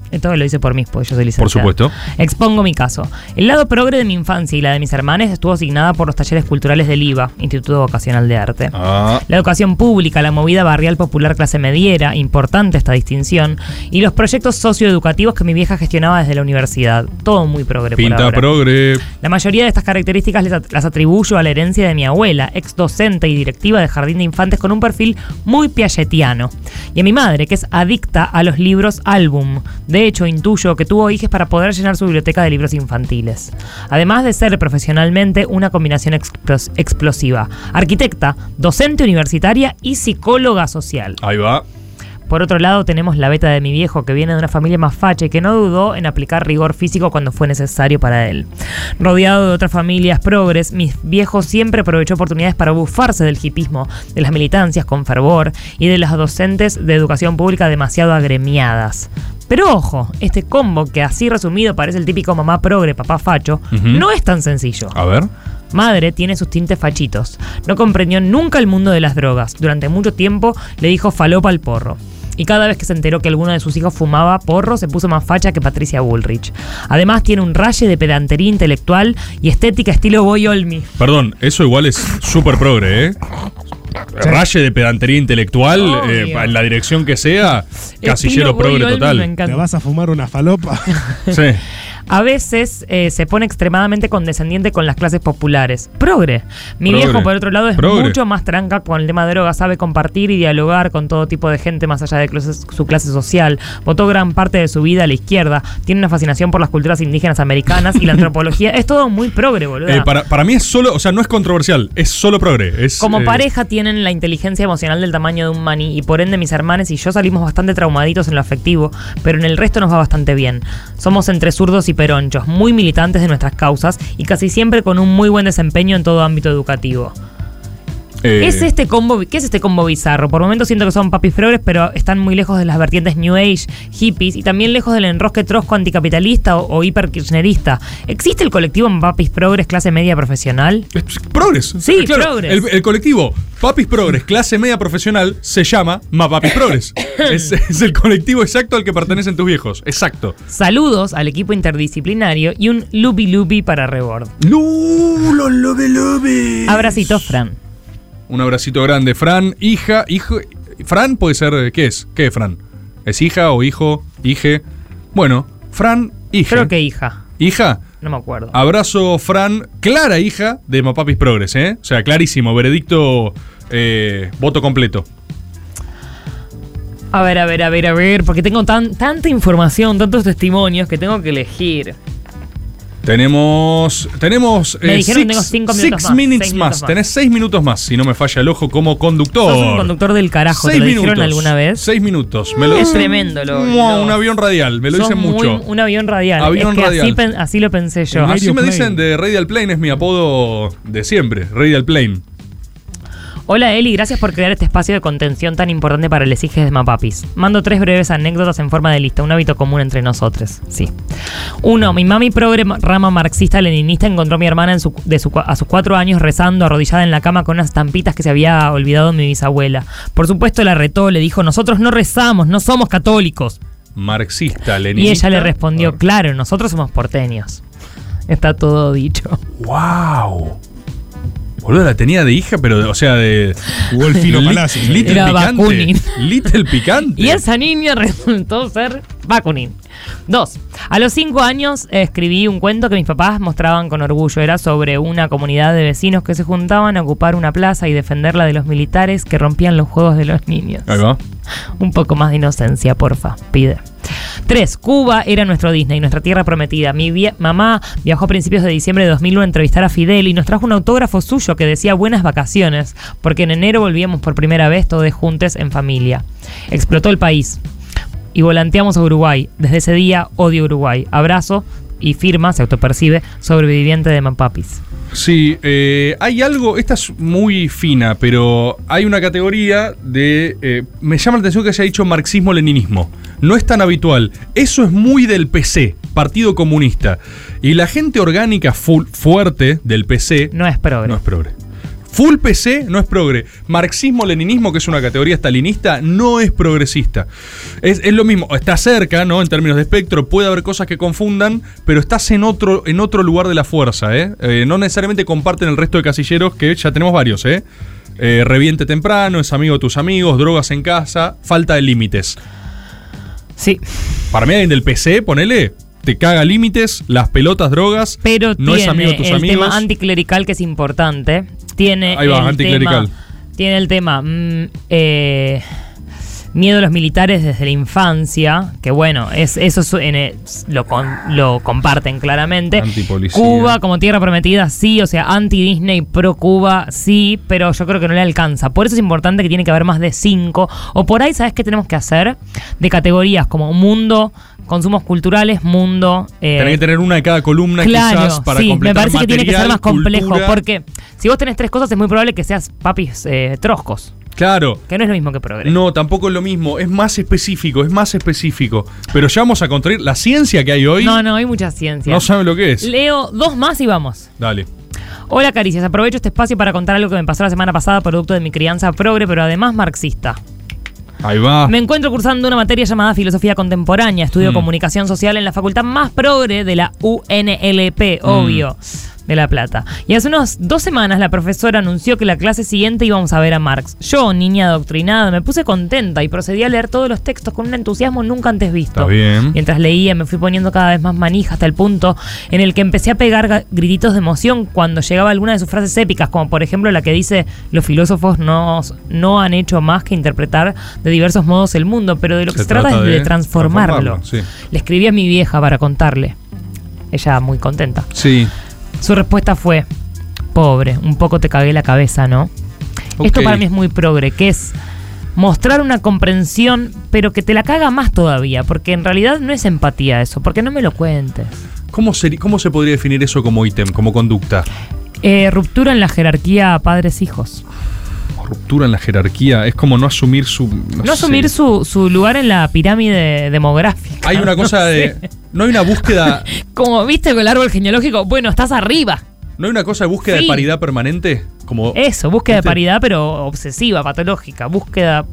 S7: Esto lo hice por mí, porque yo soy licenciada.
S6: Por supuesto.
S7: Expongo mi caso. El lado progre de mi infancia y la de mis hermanas estuvo asignada por los talleres culturales del IVA, Instituto Vocacional de Arte.
S6: Ah.
S7: La educación pública, la movida barrial popular clase mediera, importante esta distinción, y los proyectos socioeducativos que mi vieja gestionaba desde la universidad. Todo muy progre por
S6: Pinta
S7: ahora.
S6: progre.
S7: La mayoría de estas características les at- las atribuyo a la herencia de mi abuela, ex docente y directiva de jardín de infantes con un perfil muy piagetiano. Y a mi madre, que es adicta a los libros álbum. De hecho, intuyo que tuvo hijas para poder llenar su biblioteca de libros infantiles. Además de ser profesionalmente una combinación explos- explosiva. Arquitecta, docente universitaria y psicóloga social.
S6: Ahí va.
S7: Por otro lado, tenemos la beta de mi viejo, que viene de una familia más facha y que no dudó en aplicar rigor físico cuando fue necesario para él. Rodeado de otras familias progres, mi viejo siempre aprovechó oportunidades para bufarse del hipismo, de las militancias con fervor y de las docentes de educación pública demasiado agremiadas. Pero ojo, este combo que así resumido parece el típico mamá progre, papá facho,
S6: Ujú.
S7: no es tan sencillo.
S6: A ver.
S7: Madre tiene sus tintes fachitos. No comprendió nunca el mundo de las drogas. Durante mucho tiempo le dijo falopa al porro. Y cada vez que se enteró que alguno de sus hijos fumaba porro, se puso más facha que Patricia Bullrich. Además, tiene un raye de pedantería intelectual y estética estilo Boy Olmi.
S6: Perdón, eso igual es súper progre, ¿eh? Raye de pedantería intelectual, eh, en la dirección que sea, casillero progre total.
S9: Te vas a fumar una
S7: [laughs]
S9: falopa.
S6: Sí.
S7: A veces eh, se pone extremadamente condescendiente con las clases populares. Progre. Mi
S6: Progre.
S7: viejo, por otro lado, es
S6: Progre.
S7: mucho más tranca con el tema de droga. Sabe compartir y dialogar con todo tipo de gente más allá de clases- su clase social. Votó gran parte de su vida a la izquierda. Tiene una fascinación por las culturas indígenas americanas y la [laughs] antropología. Es todo muy progre, boludo.
S6: Eh, para, para mí es solo, o sea, no es controversial, es solo progre. Es,
S7: Como
S6: eh,
S7: pareja tienen la inteligencia emocional del tamaño de un maní y por ende mis hermanes y yo salimos bastante traumaditos en lo afectivo, pero en el resto nos va bastante bien. Somos entre zurdos y peronchos, muy militantes de nuestras causas y casi siempre con un muy buen desempeño en todo ámbito educativo.
S6: eh,
S7: ¿Es este combo, ¿Qué es este combo bizarro? Por momentos siento que son papis progres, pero están muy lejos de las vertientes New Age, hippies y también lejos del enrosque trosco anticapitalista o, o hiperkirchnerista. ¿Existe el colectivo papis progres clase media profesional?
S6: Progres.
S7: Sí,
S6: claro,
S7: progres.
S6: El, el colectivo Papis Progres, clase media profesional, se llama Mapapis
S7: [coughs]
S6: Progres. es, es el colectivo exacto al que pertenecen tus viejos. Exacto.
S7: Saludos al equipo interdisciplinario y un lubi lubi para Rebord.
S6: ¡No! ¡Los lubi lubi!
S7: Abracito, Fran.
S6: Un abracito grande, Fran. Hija, hijo. Fran puede ser. eh, ¿Qué es? ¿Qué es Fran? ¿Es hija o hijo? ¿Hije? Bueno, Fran, hija.
S7: Creo que hija.
S6: Hija.
S7: No me acuerdo.
S6: Abrazo, Fran. Clara, hija de Mapapis Progres, ¿eh? O sea, clarísimo. Veredicto, eh, voto completo.
S7: A ver, a ver, a ver, a ver, porque tengo tan, tanta información, tantos testimonios que tengo que elegir.
S6: Tenemos. Tenemos. eh,
S7: Me dijeron que tengo cinco
S6: six
S7: minutos más,
S6: minutes
S7: seis
S6: más.
S7: minutos más.
S6: Tenés seis minutos más, si no me falla el ojo como conductor.
S7: Sos un conductor del carajo, ¿te
S6: Seis
S7: lo dijeron
S6: minutos.
S7: alguna vez?
S6: Seis minutos. Me lo
S7: Es
S6: dicen-
S7: tremendo lo-
S6: Mua,
S7: lo-
S6: Un avión radial, me lo
S7: Sos
S6: dicen
S7: muy-
S6: mucho.
S7: Un avión radial.
S6: Avión
S7: Es que
S6: radial.
S7: Así, pen- así lo pensé yo.
S6: Así me dicen de Radial Plane, es mi apodo de siempre, Radial Plane.
S7: Hola Eli, gracias por crear este espacio de contención tan importante para los hijos de Mapapis. Mando tres breves anécdotas en forma de lista, un hábito común entre nosotros. Sí. Uno, mi mami progre rama marxista-leninista encontró a mi hermana en su- de su cua- a sus cuatro años rezando arrodillada en la cama con unas estampitas que se había olvidado mi bisabuela. Por supuesto la retó, le dijo, nosotros no rezamos, no somos católicos.
S6: Marxista,
S7: Y
S6: leninista.
S7: ella le respondió, claro, nosotros somos porteños. Está todo dicho.
S6: ¡Wow! Boludo, la tenía de hija, pero, o sea, de.
S9: Golfino
S6: Li-
S9: Palacios.
S6: Little
S7: Era
S6: Picante.
S7: Bakunin.
S6: Little Picante.
S7: Y esa niña [laughs] resultó ser Bakunin. Dos. A los cinco años eh, escribí un cuento que mis papás mostraban con orgullo. Era sobre una comunidad de vecinos que se juntaban a ocupar una plaza y defenderla de los militares que rompían los juegos de los niños.
S6: Ahí va.
S7: Un poco más de inocencia, porfa, pide. 3. Cuba era nuestro Disney, nuestra tierra prometida. Mi vie- mamá viajó a principios de diciembre de 2001 a entrevistar a Fidel y nos trajo un autógrafo suyo que decía buenas vacaciones, porque en enero volvíamos por primera vez todos juntos en familia. Explotó el país y volanteamos a Uruguay. Desde ese día odio Uruguay. Abrazo y firma, se autopercibe, sobreviviente de Mapapis.
S6: Sí, eh, hay algo, esta es muy fina, pero hay una categoría de... eh, me llama la atención que haya dicho marxismo-leninismo. No es tan habitual. Eso es muy del PC, Partido Comunista. Y la gente orgánica full, fuerte del PC...
S7: No es progre.
S6: No es progre. Full PC no es progre. Marxismo-leninismo, que es una categoría stalinista, no es progresista. Es, es lo mismo, está cerca, ¿no? En términos de espectro, puede haber cosas que confundan, pero estás en otro, en otro lugar de la fuerza, ¿eh? Eh, No necesariamente comparten el resto de casilleros, que ya tenemos varios, ¿eh? Eh, reviente temprano, es amigo de tus amigos, drogas en casa, falta de límites.
S7: Sí.
S6: Para mí, alguien del PC, ponele, te caga límites, las pelotas, drogas,
S7: Pero
S6: no
S7: tiene
S6: es amigo de tus
S7: el
S6: amigos.
S7: tema anticlerical que es importante. Tiene
S6: Ahí va,
S7: el
S6: anticlerical.
S7: tema- tiene el tema mm, eh, miedo a los militares desde la infancia, que bueno, es, eso es- en el- lo, con- lo comparten claramente.
S6: Antipolicía.
S7: Cuba como tierra prometida, sí, o sea, anti-Disney, pro-Cuba, sí, pero yo creo que no le alcanza. Por eso es importante que tiene que haber más de cinco. O por ahí, ¿sabes qué tenemos que hacer? De categorías como mundo, consumos culturales, mundo... eh,
S6: Tenés que tener una de cada columna quizás para
S7: sí,
S6: completar
S7: me parece que tiene que ser
S6: material,
S7: más complejo
S6: cultura.
S7: porque si vos tenés tres cosas es muy probable que seas papis eh, troscos
S6: Claro.
S7: que no es lo mismo que progre
S6: No, tampoco es lo mismo. Es más específico, es más específico. Pero ya vamos a construir la ciencia que hay hoy.
S7: no no hay mucha ciencia
S6: No saben lo que es.
S7: leo dos más y vamos
S6: Dale.
S7: hola caricias aprovecho este espacio para contar algo que me pasó la semana pasada producto de mi crianza progre pero además marxista
S6: Ahí va.
S7: Me encuentro cursando una materia llamada Filosofía Contemporánea, estudio
S6: Mm.
S7: comunicación social en la facultad más progre de la UNLP,
S6: Mm.
S7: obvio, de La Plata. Y hace unas dos semanas la profesora anunció que la clase siguiente íbamos a ver a Marx. Yo, niña adoctrinada, me puse contenta y procedí a leer todos los textos con un entusiasmo nunca antes visto.
S6: Está bien.
S7: Mientras leía me fui poniendo cada vez más manija hasta el punto en el que empecé a pegar ga- grititos de emoción cuando llegaba alguna de sus frases épicas, como por ejemplo la que dice, los filósofos no, no han hecho más que interpretar de diversos modos el mundo, pero de lo que se, trata, es de, transformarlo.
S6: Sí.
S7: Le escribí a mi vieja para contarle. Ella muy contenta.
S6: Sí.
S7: Su respuesta fue, pobre, un poco te cagué la cabeza, ¿no? Esto
S6: Ok.
S7: para mí es muy progre, que es mostrar una comprensión, pero que te la caga más todavía, porque en realidad no es empatía eso, porque no me lo cuentes.
S6: ¿Cómo se, ¿Cómo se podría definir eso como ítem, como conducta?
S7: Eh, ruptura en la jerarquía padres-hijos.
S6: Ruptura en la jerarquía. Es como no asumir su.
S7: No,
S6: sé.
S7: asumir su, su lugar en la pirámide demográfica.
S6: Hay una
S7: [laughs] no
S6: cosa
S7: sé.
S6: de. No hay una búsqueda.
S7: Como viste con el árbol genealógico, bueno, estás arriba.
S6: No hay una cosa de búsqueda
S7: Sí.
S6: de paridad permanente. Como
S7: Eso, búsqueda
S6: ¿Viste?
S7: de paridad, pero obsesiva, patológica. Búsqueda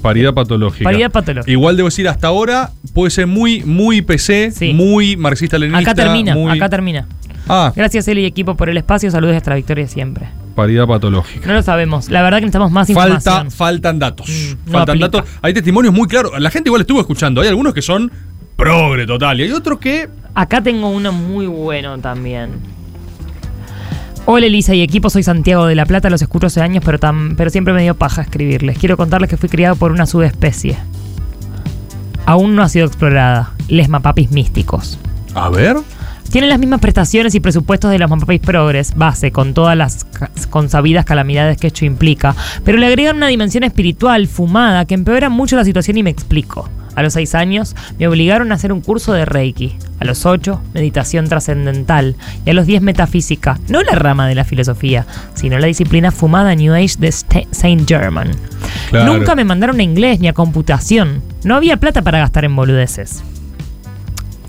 S6: Paridad patológica.
S7: Paridad patológica.
S6: Igual debo decir, hasta ahora puede ser muy, muy PC, muy marxista-leninista.
S7: Acá termina,
S6: muy-
S7: acá termina.
S6: Ah.
S7: Gracias Eli y equipo por el espacio, saludos hasta la victoria siempre.
S6: Paridad patológica.
S7: No lo sabemos, la verdad que necesitamos más
S6: Falta,
S7: información. Mm,
S6: faltan datos.
S7: no
S6: faltan
S7: aplica.
S6: datos. Hay testimonios muy claros. La gente igual estuvo escuchando. Hay algunos que son progre total. Y hay otros que.
S7: Acá tengo uno muy bueno también. Hola Elisa y equipo, soy Santiago de la Plata, los escucho hace años, pero, tam- pero siempre me dio paja escribirles. Quiero contarles que fui criado por una subespecie. Aún no ha sido explorada. Les mapapis místicos.
S6: A ver.
S7: Tienen las mismas prestaciones y presupuestos de los mapapis progres, base, con todas las ca- consabidas calamidades que esto implica, pero le agregan una dimensión espiritual, fumada, que empeora mucho la situación y me explico. A los 6 años me obligaron a hacer un curso de Reiki, a los 8 meditación trascendental y a los 10 metafísica, no la rama de la filosofía, sino la disciplina fumada New Age de Ste- Saint German.
S18: Claro.
S7: Nunca me mandaron a inglés ni a computación, no había plata para gastar en boludeces.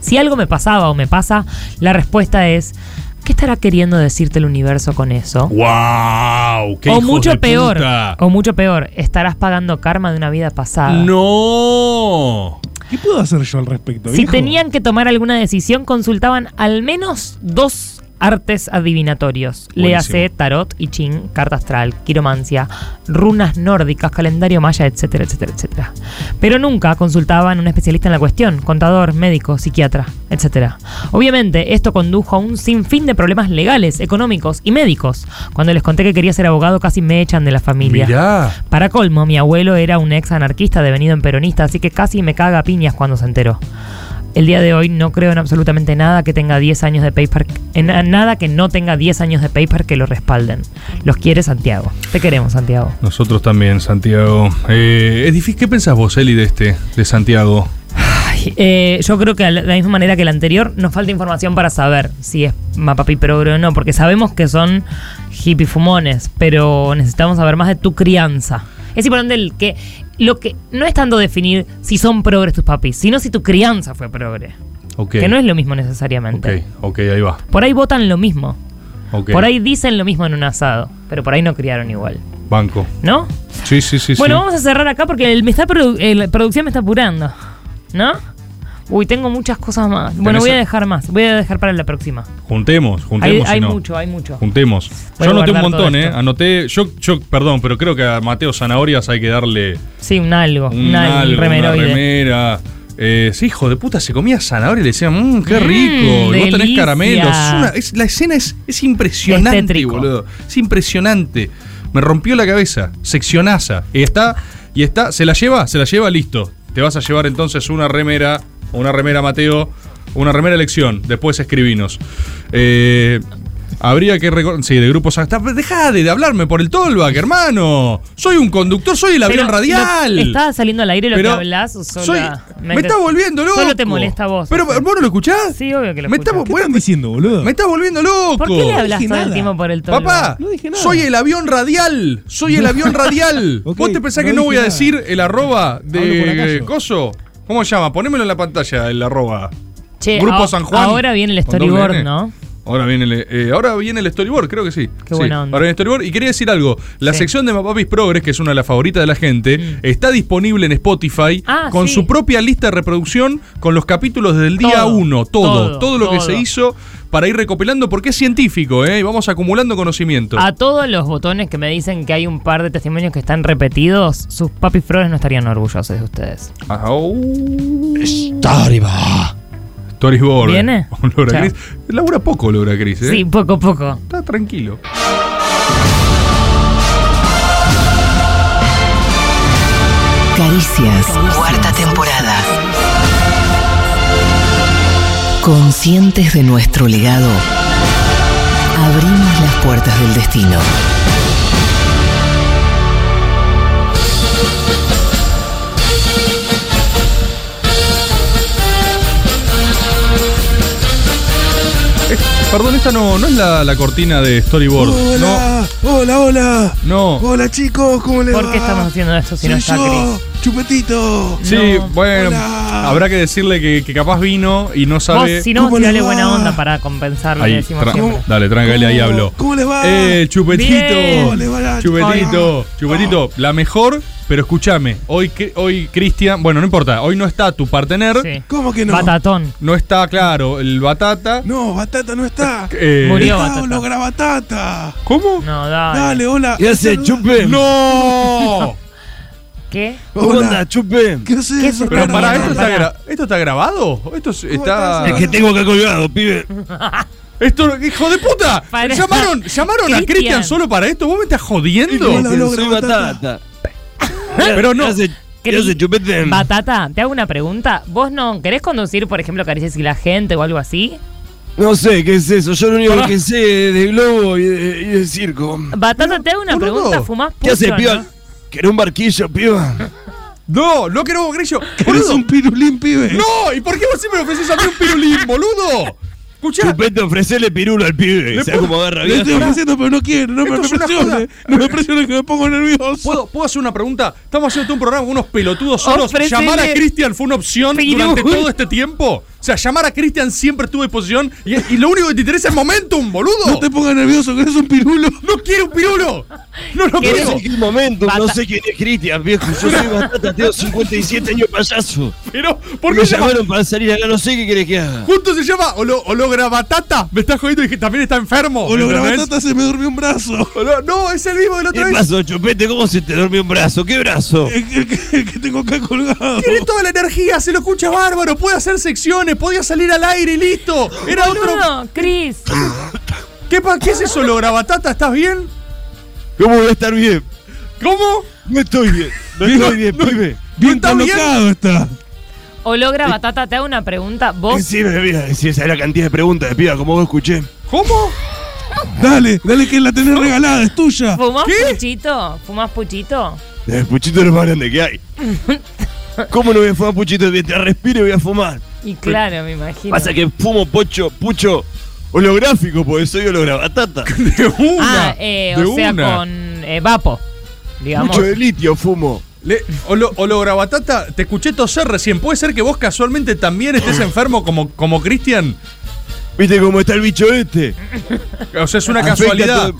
S7: Si algo me pasaba o me pasa, la respuesta es, ¿qué estará queriendo decirte el universo con eso?
S6: ¡Wow! ¡Qué
S7: o
S6: hijos
S7: mucho
S6: de
S7: peor,
S6: puta!
S7: o mucho peor, estarás pagando karma de una vida pasada.
S6: ¡No!
S9: ¿Qué puedo hacer yo al respecto?
S7: Si
S9: viejo?
S7: tenían que tomar alguna decisión, consultaban al menos dos artes adivinatorios. Le hace
S18: Buenísimo.
S7: tarot y chin, carta astral, quiromancia, runas nórdicas, calendario maya, etcétera, etcétera, etcétera. Pero nunca consultaban a un especialista en la cuestión, contador, médico, psiquiatra, etcétera. Obviamente, esto condujo a un sinfín de problemas legales, económicos y médicos. Cuando les conté que quería ser abogado, casi me echan de la familia.
S6: Mirá.
S7: Para colmo, mi abuelo era un ex anarquista devenido en peronista, así que casi me caga a piñas cuando se enteró. El día de hoy no creo en absolutamente nada que tenga 10 años de paper, en nada que no tenga 10 años de paper que lo respalden. Los quiere Santiago. Te queremos, Santiago.
S6: Nosotros también, Santiago. Eh, es difícil. ¿Qué pensás vos, Eli, de este, de Santiago?
S7: Ay, eh, yo creo que de la misma manera que el anterior, nos falta información para saber si es Mapapi Progre o no, porque sabemos que son hippie fumones, pero necesitamos saber más de tu crianza. Es importante el que lo que no es tanto definir si son progres tus papis, sino si tu crianza fue progre,
S6: Ok.
S7: que no es lo mismo necesariamente.
S6: Ok, ok, ahí va.
S7: Por ahí votan lo mismo,
S6: Ok.
S7: por ahí dicen lo mismo en un asado, pero por ahí no criaron igual,
S6: Banco.
S7: ¿no?
S6: Sí, sí, sí.
S7: bueno,
S6: sí.
S7: vamos a cerrar acá porque el- me está produ- eh, la producción me está apurando. ¿No? Uy, tengo muchas cosas más. Bueno,
S6: ¿Tenés
S7: voy a
S6: a-
S7: dejar más. Voy a dejar para la próxima.
S6: Juntemos, juntemos.
S7: Hay-
S6: si
S7: hay
S6: no.
S7: mucho, hay mucho.
S6: Juntemos.
S7: Voy
S6: yo anoté
S7: a
S6: un
S7: guardar todo
S6: montón, ¿eh?
S7: esto.
S6: Anoté. Yo, yo, perdón, pero creo que a Mateo Zanahorias hay que darle
S7: Sí, un algo. Un,
S6: un algo,
S7: algo,
S6: una
S7: remeroide.
S6: remera. Eh, ese hijo de puta se comía zanahoria y le decían, mmm, qué rico. y vos tenés
S7: Mm, delicia.
S6: caramelos. Es una- es- la escena es, es impresionante, boludo. Es impresionante. Me rompió la cabeza. Seccionaza. Y está, y está, se la lleva, se la lleva, listo. Te vas a llevar entonces una remera, una remera, Mateo, una remera elección. Después escribinos. Eh, Habría que recordar. Sí, de grupos. hasta- Dejá de hablarme por el tollback, hermano. Soy un conductor, soy el avión
S7: Pero
S6: radial.
S7: lo- ¿Estaba saliendo al aire lo
S6: Pero
S7: que hablas o solo
S6: soy-
S7: la-
S6: me está volviendo
S7: Solo
S6: loco.
S7: te molesta a vos.
S6: Pero,
S7: ¿vos
S6: no lo escuchás?
S7: Sí, obvio que lo
S6: Me
S7: escucho.
S6: estás, bueno,
S9: diciendo, boludo?
S6: Me estás volviendo loco.
S7: ¿Por qué le hablas
S6: Dije
S7: todo el
S6: nada.
S7: tiempo por el todo?
S6: Papá, soy el avión radial. Soy el avión radial.
S9: [laughs] Ok,
S6: ¿Vos te pensás
S9: no
S6: que no
S9: dije
S6: voy a
S9: nada.
S6: decir el arroba
S9: Hablo por acá
S6: de
S9: yo.
S6: Coso? ¿Cómo se llama? Ponémelo en la pantalla, el arroba.
S7: Che,
S6: Grupo
S7: a-
S6: San Juan.
S7: ahora viene el
S6: con doble
S7: storyboard,
S6: N.
S7: ¿no?
S6: Ahora viene, el, eh, ahora viene el storyboard, creo que sí. Sí,
S7: Qué buena onda.
S6: Ahora viene el storyboard. Y quería decir algo. La sección de Mapapis Progress, que es una de las favoritas de la gente, está disponible en Spotify
S7: Mm. Ah,
S6: con
S7: sí.
S6: su propia lista de reproducción, con los capítulos desde el día
S7: Todo,
S6: 1. Todo,
S7: todo,
S6: todo. lo que
S7: todo.
S6: se hizo para ir recopilando, porque es científico, ¿eh? Y vamos acumulando conocimiento.
S7: A todos los botones que me dicen que hay un par de testimonios que están repetidos, sus papis flores no estarían orgullosos de ustedes.
S6: Ah, oh. Storyboard. Storyboard. [laughs]
S7: ¿Viene?
S6: Laura
S7: Chao.
S6: Cris. Labura poco, Laura Cris, ¿eh?
S7: Sí, poco a poco.
S6: Está tranquilo.
S5: Caricias, cuarta temporada. Conscientes de nuestro legado, abrimos las puertas del destino.
S6: Eh, perdón, esta no, no es la, la cortina de Storyboard.
S9: Hola, hola, hola.
S6: No.
S9: Hola chicos, ¿cómo les va?
S7: ¿Por qué estamos haciendo esto si no
S9: Soy
S7: está
S9: yo,
S7: Cris?
S9: Chupetito.
S6: No. Sí, bueno, habrá que decirle que, que capaz vino y no
S7: Vos,
S6: sabe.
S7: si no,
S9: ¿Cómo
S7: tirale
S9: les va?
S7: buena onda para compensar lo que
S6: Ahí,
S7: decimos
S6: tra-
S7: siempre.
S6: dale, tranquila, ahí habló.
S9: ¿Cómo les va?
S6: Eh, chupetito.
S9: Bien. ¿Cómo les va?
S6: Chupetito, chupetito, la mejor, pero escúchame, hoy Cri- hoy Cristian, bueno, no importa, hoy no está tu partener.
S7: Sí.
S9: ¿Cómo que no?
S7: Batatón.
S6: No está, claro, el batata.
S9: No, Batata no está.
S6: Eh,
S7: Murió
S9: Está
S7: Batata.
S9: Hologra [laughs] Batata.
S6: ¿Cómo?
S7: No, dale.
S9: Dale, hola.
S10: Ya se
S9: Saludos.
S10: chupen.
S6: ¡No!
S7: ¿Qué?
S18: Hola, chupe. ¿Qué haces?
S7: ¿Qué es
S6: Pero
S7: esta
S6: pará,
S7: mierda?
S6: ¿esto está,
S7: Pará.
S6: gra- ¿esto está grabado? ¿Esto es- está.?
S18: Es que tengo acá colgado, pibe.
S6: [laughs] Esto, hijo de puta.
S18: Pará.
S6: Llamaron, llamaron a
S18: Cristian.
S6: Cristian solo para esto. ¿Vos me estás jodiendo?
S18: Cristian, soy batata. Pero no. ¿Qué hace chupete?
S7: Batata, te hago una pregunta. ¿Vos no querés conducir, por ejemplo, caricias y la gente o algo así?
S18: No sé, ¿qué es eso? Yo lo único
S6: Ah.
S7: Pará.
S18: que sé de globo y de, y de circo.
S7: Batata, te hago una pregunta. ¿Fumás
S18: ¿Qué haces,
S7: pucho,
S18: piba?
S7: no?
S18: ¿Querés un barquillo, piba?
S6: [laughs] No, no quiero grillo. ¿Eres un
S18: pirulín, pibe?
S6: No, ¿y por qué vos siempre me ofrecés a mí un
S18: [laughs]
S6: pirulín, boludo? Escuchá.
S18: Chupete, ofrecele pirulo al pibe.
S6: Le puedo-
S18: ¿Sabés cómo agarra
S6: le
S18: bien?
S6: estoy ofreciendo,
S18: pero no quiere, no
S6: Esto es una [laughs] joda.
S18: No me presione que me pongo nervioso.
S6: ¿Puedo, ¿Puedo hacer una pregunta? Estamos haciendo un programa con unos pelotudos solos.
S18: Ofrecele-
S6: ¿Llamar a Cristian fue una opción
S18: Pirul.
S6: durante todo este tiempo? O sea, llamar a Cristian siempre estuvo en posición y, [laughs] y lo único que te interesa es momentum, boludo. No te
S18: pongas nervioso, que eres un pirulo.
S6: [laughs] ¡No quiero un pirulo! ¡No lo
S18: ¿Qué
S6: quiero!
S18: es el momento? No sé quién es Cristian, viejo. Yo soy batata, tengo 57 años payaso.
S6: Pero, ¿por qué
S18: Me
S6: llama-
S18: llamaron para salir acá, no sé qué querés que haga.
S6: Justo se llama Olo- Holograbatata. Me estás jodiendo y dije, también está enfermo.
S18: Holograbatata,
S6: se me durmió un brazo. no, es el mismo del otro
S18: ¿Qué
S6: vez.
S18: pasó, Chupete? ¿Cómo se te dormió un brazo? ¿Qué brazo?
S6: tengo acá colgado. Tiene toda la energía, se lo escucha bárbaro, puede hacer secciones, podía salir al aire y listo. Era
S7: Boludo,
S6: otro.
S7: Cris.
S6: ¿Qué, pa- ¿Qué es eso, Holograbatata? ¿Estás bien?
S18: ¿Cómo voy a estar bien?
S6: ¿Cómo?
S18: No estoy bien. No estoy bien, pibe.
S6: Bien
S18: colocado está.
S7: O logra
S18: Eh.
S7: Batata, te hago una pregunta. ¿Vos
S18: Sí, me mira, sí, esa es la cantidad de preguntas de piba, como vos escuché.
S6: ¿Cómo?
S18: Dale, dale que la
S7: [laughs]
S18: tenés regalada, es tuya.
S7: fumás puchito? ¿Fumás
S18: [laughs]
S7: puchito?
S18: El puchito es lo más grande que hay. ¿Cómo no voy a fumar puchito? Mientras respire voy a fumar.
S7: Y claro, me imagino.
S18: Pasa que fumo pocho, pucho holográfico, porque soy holograbatata. [laughs] De
S7: ah, eh, o sea, con eh, Vapo, digamos.
S18: Mucho de litio fumo.
S6: Le, Olo- Holograbatata, te escuché toser recién. ¿Puede ser que vos casualmente también estés enfermo como, como Cristian?
S18: ¿Viste cómo está el bicho este?
S6: O sea, es una
S18: Afecta
S6: casualidad.
S18: todo-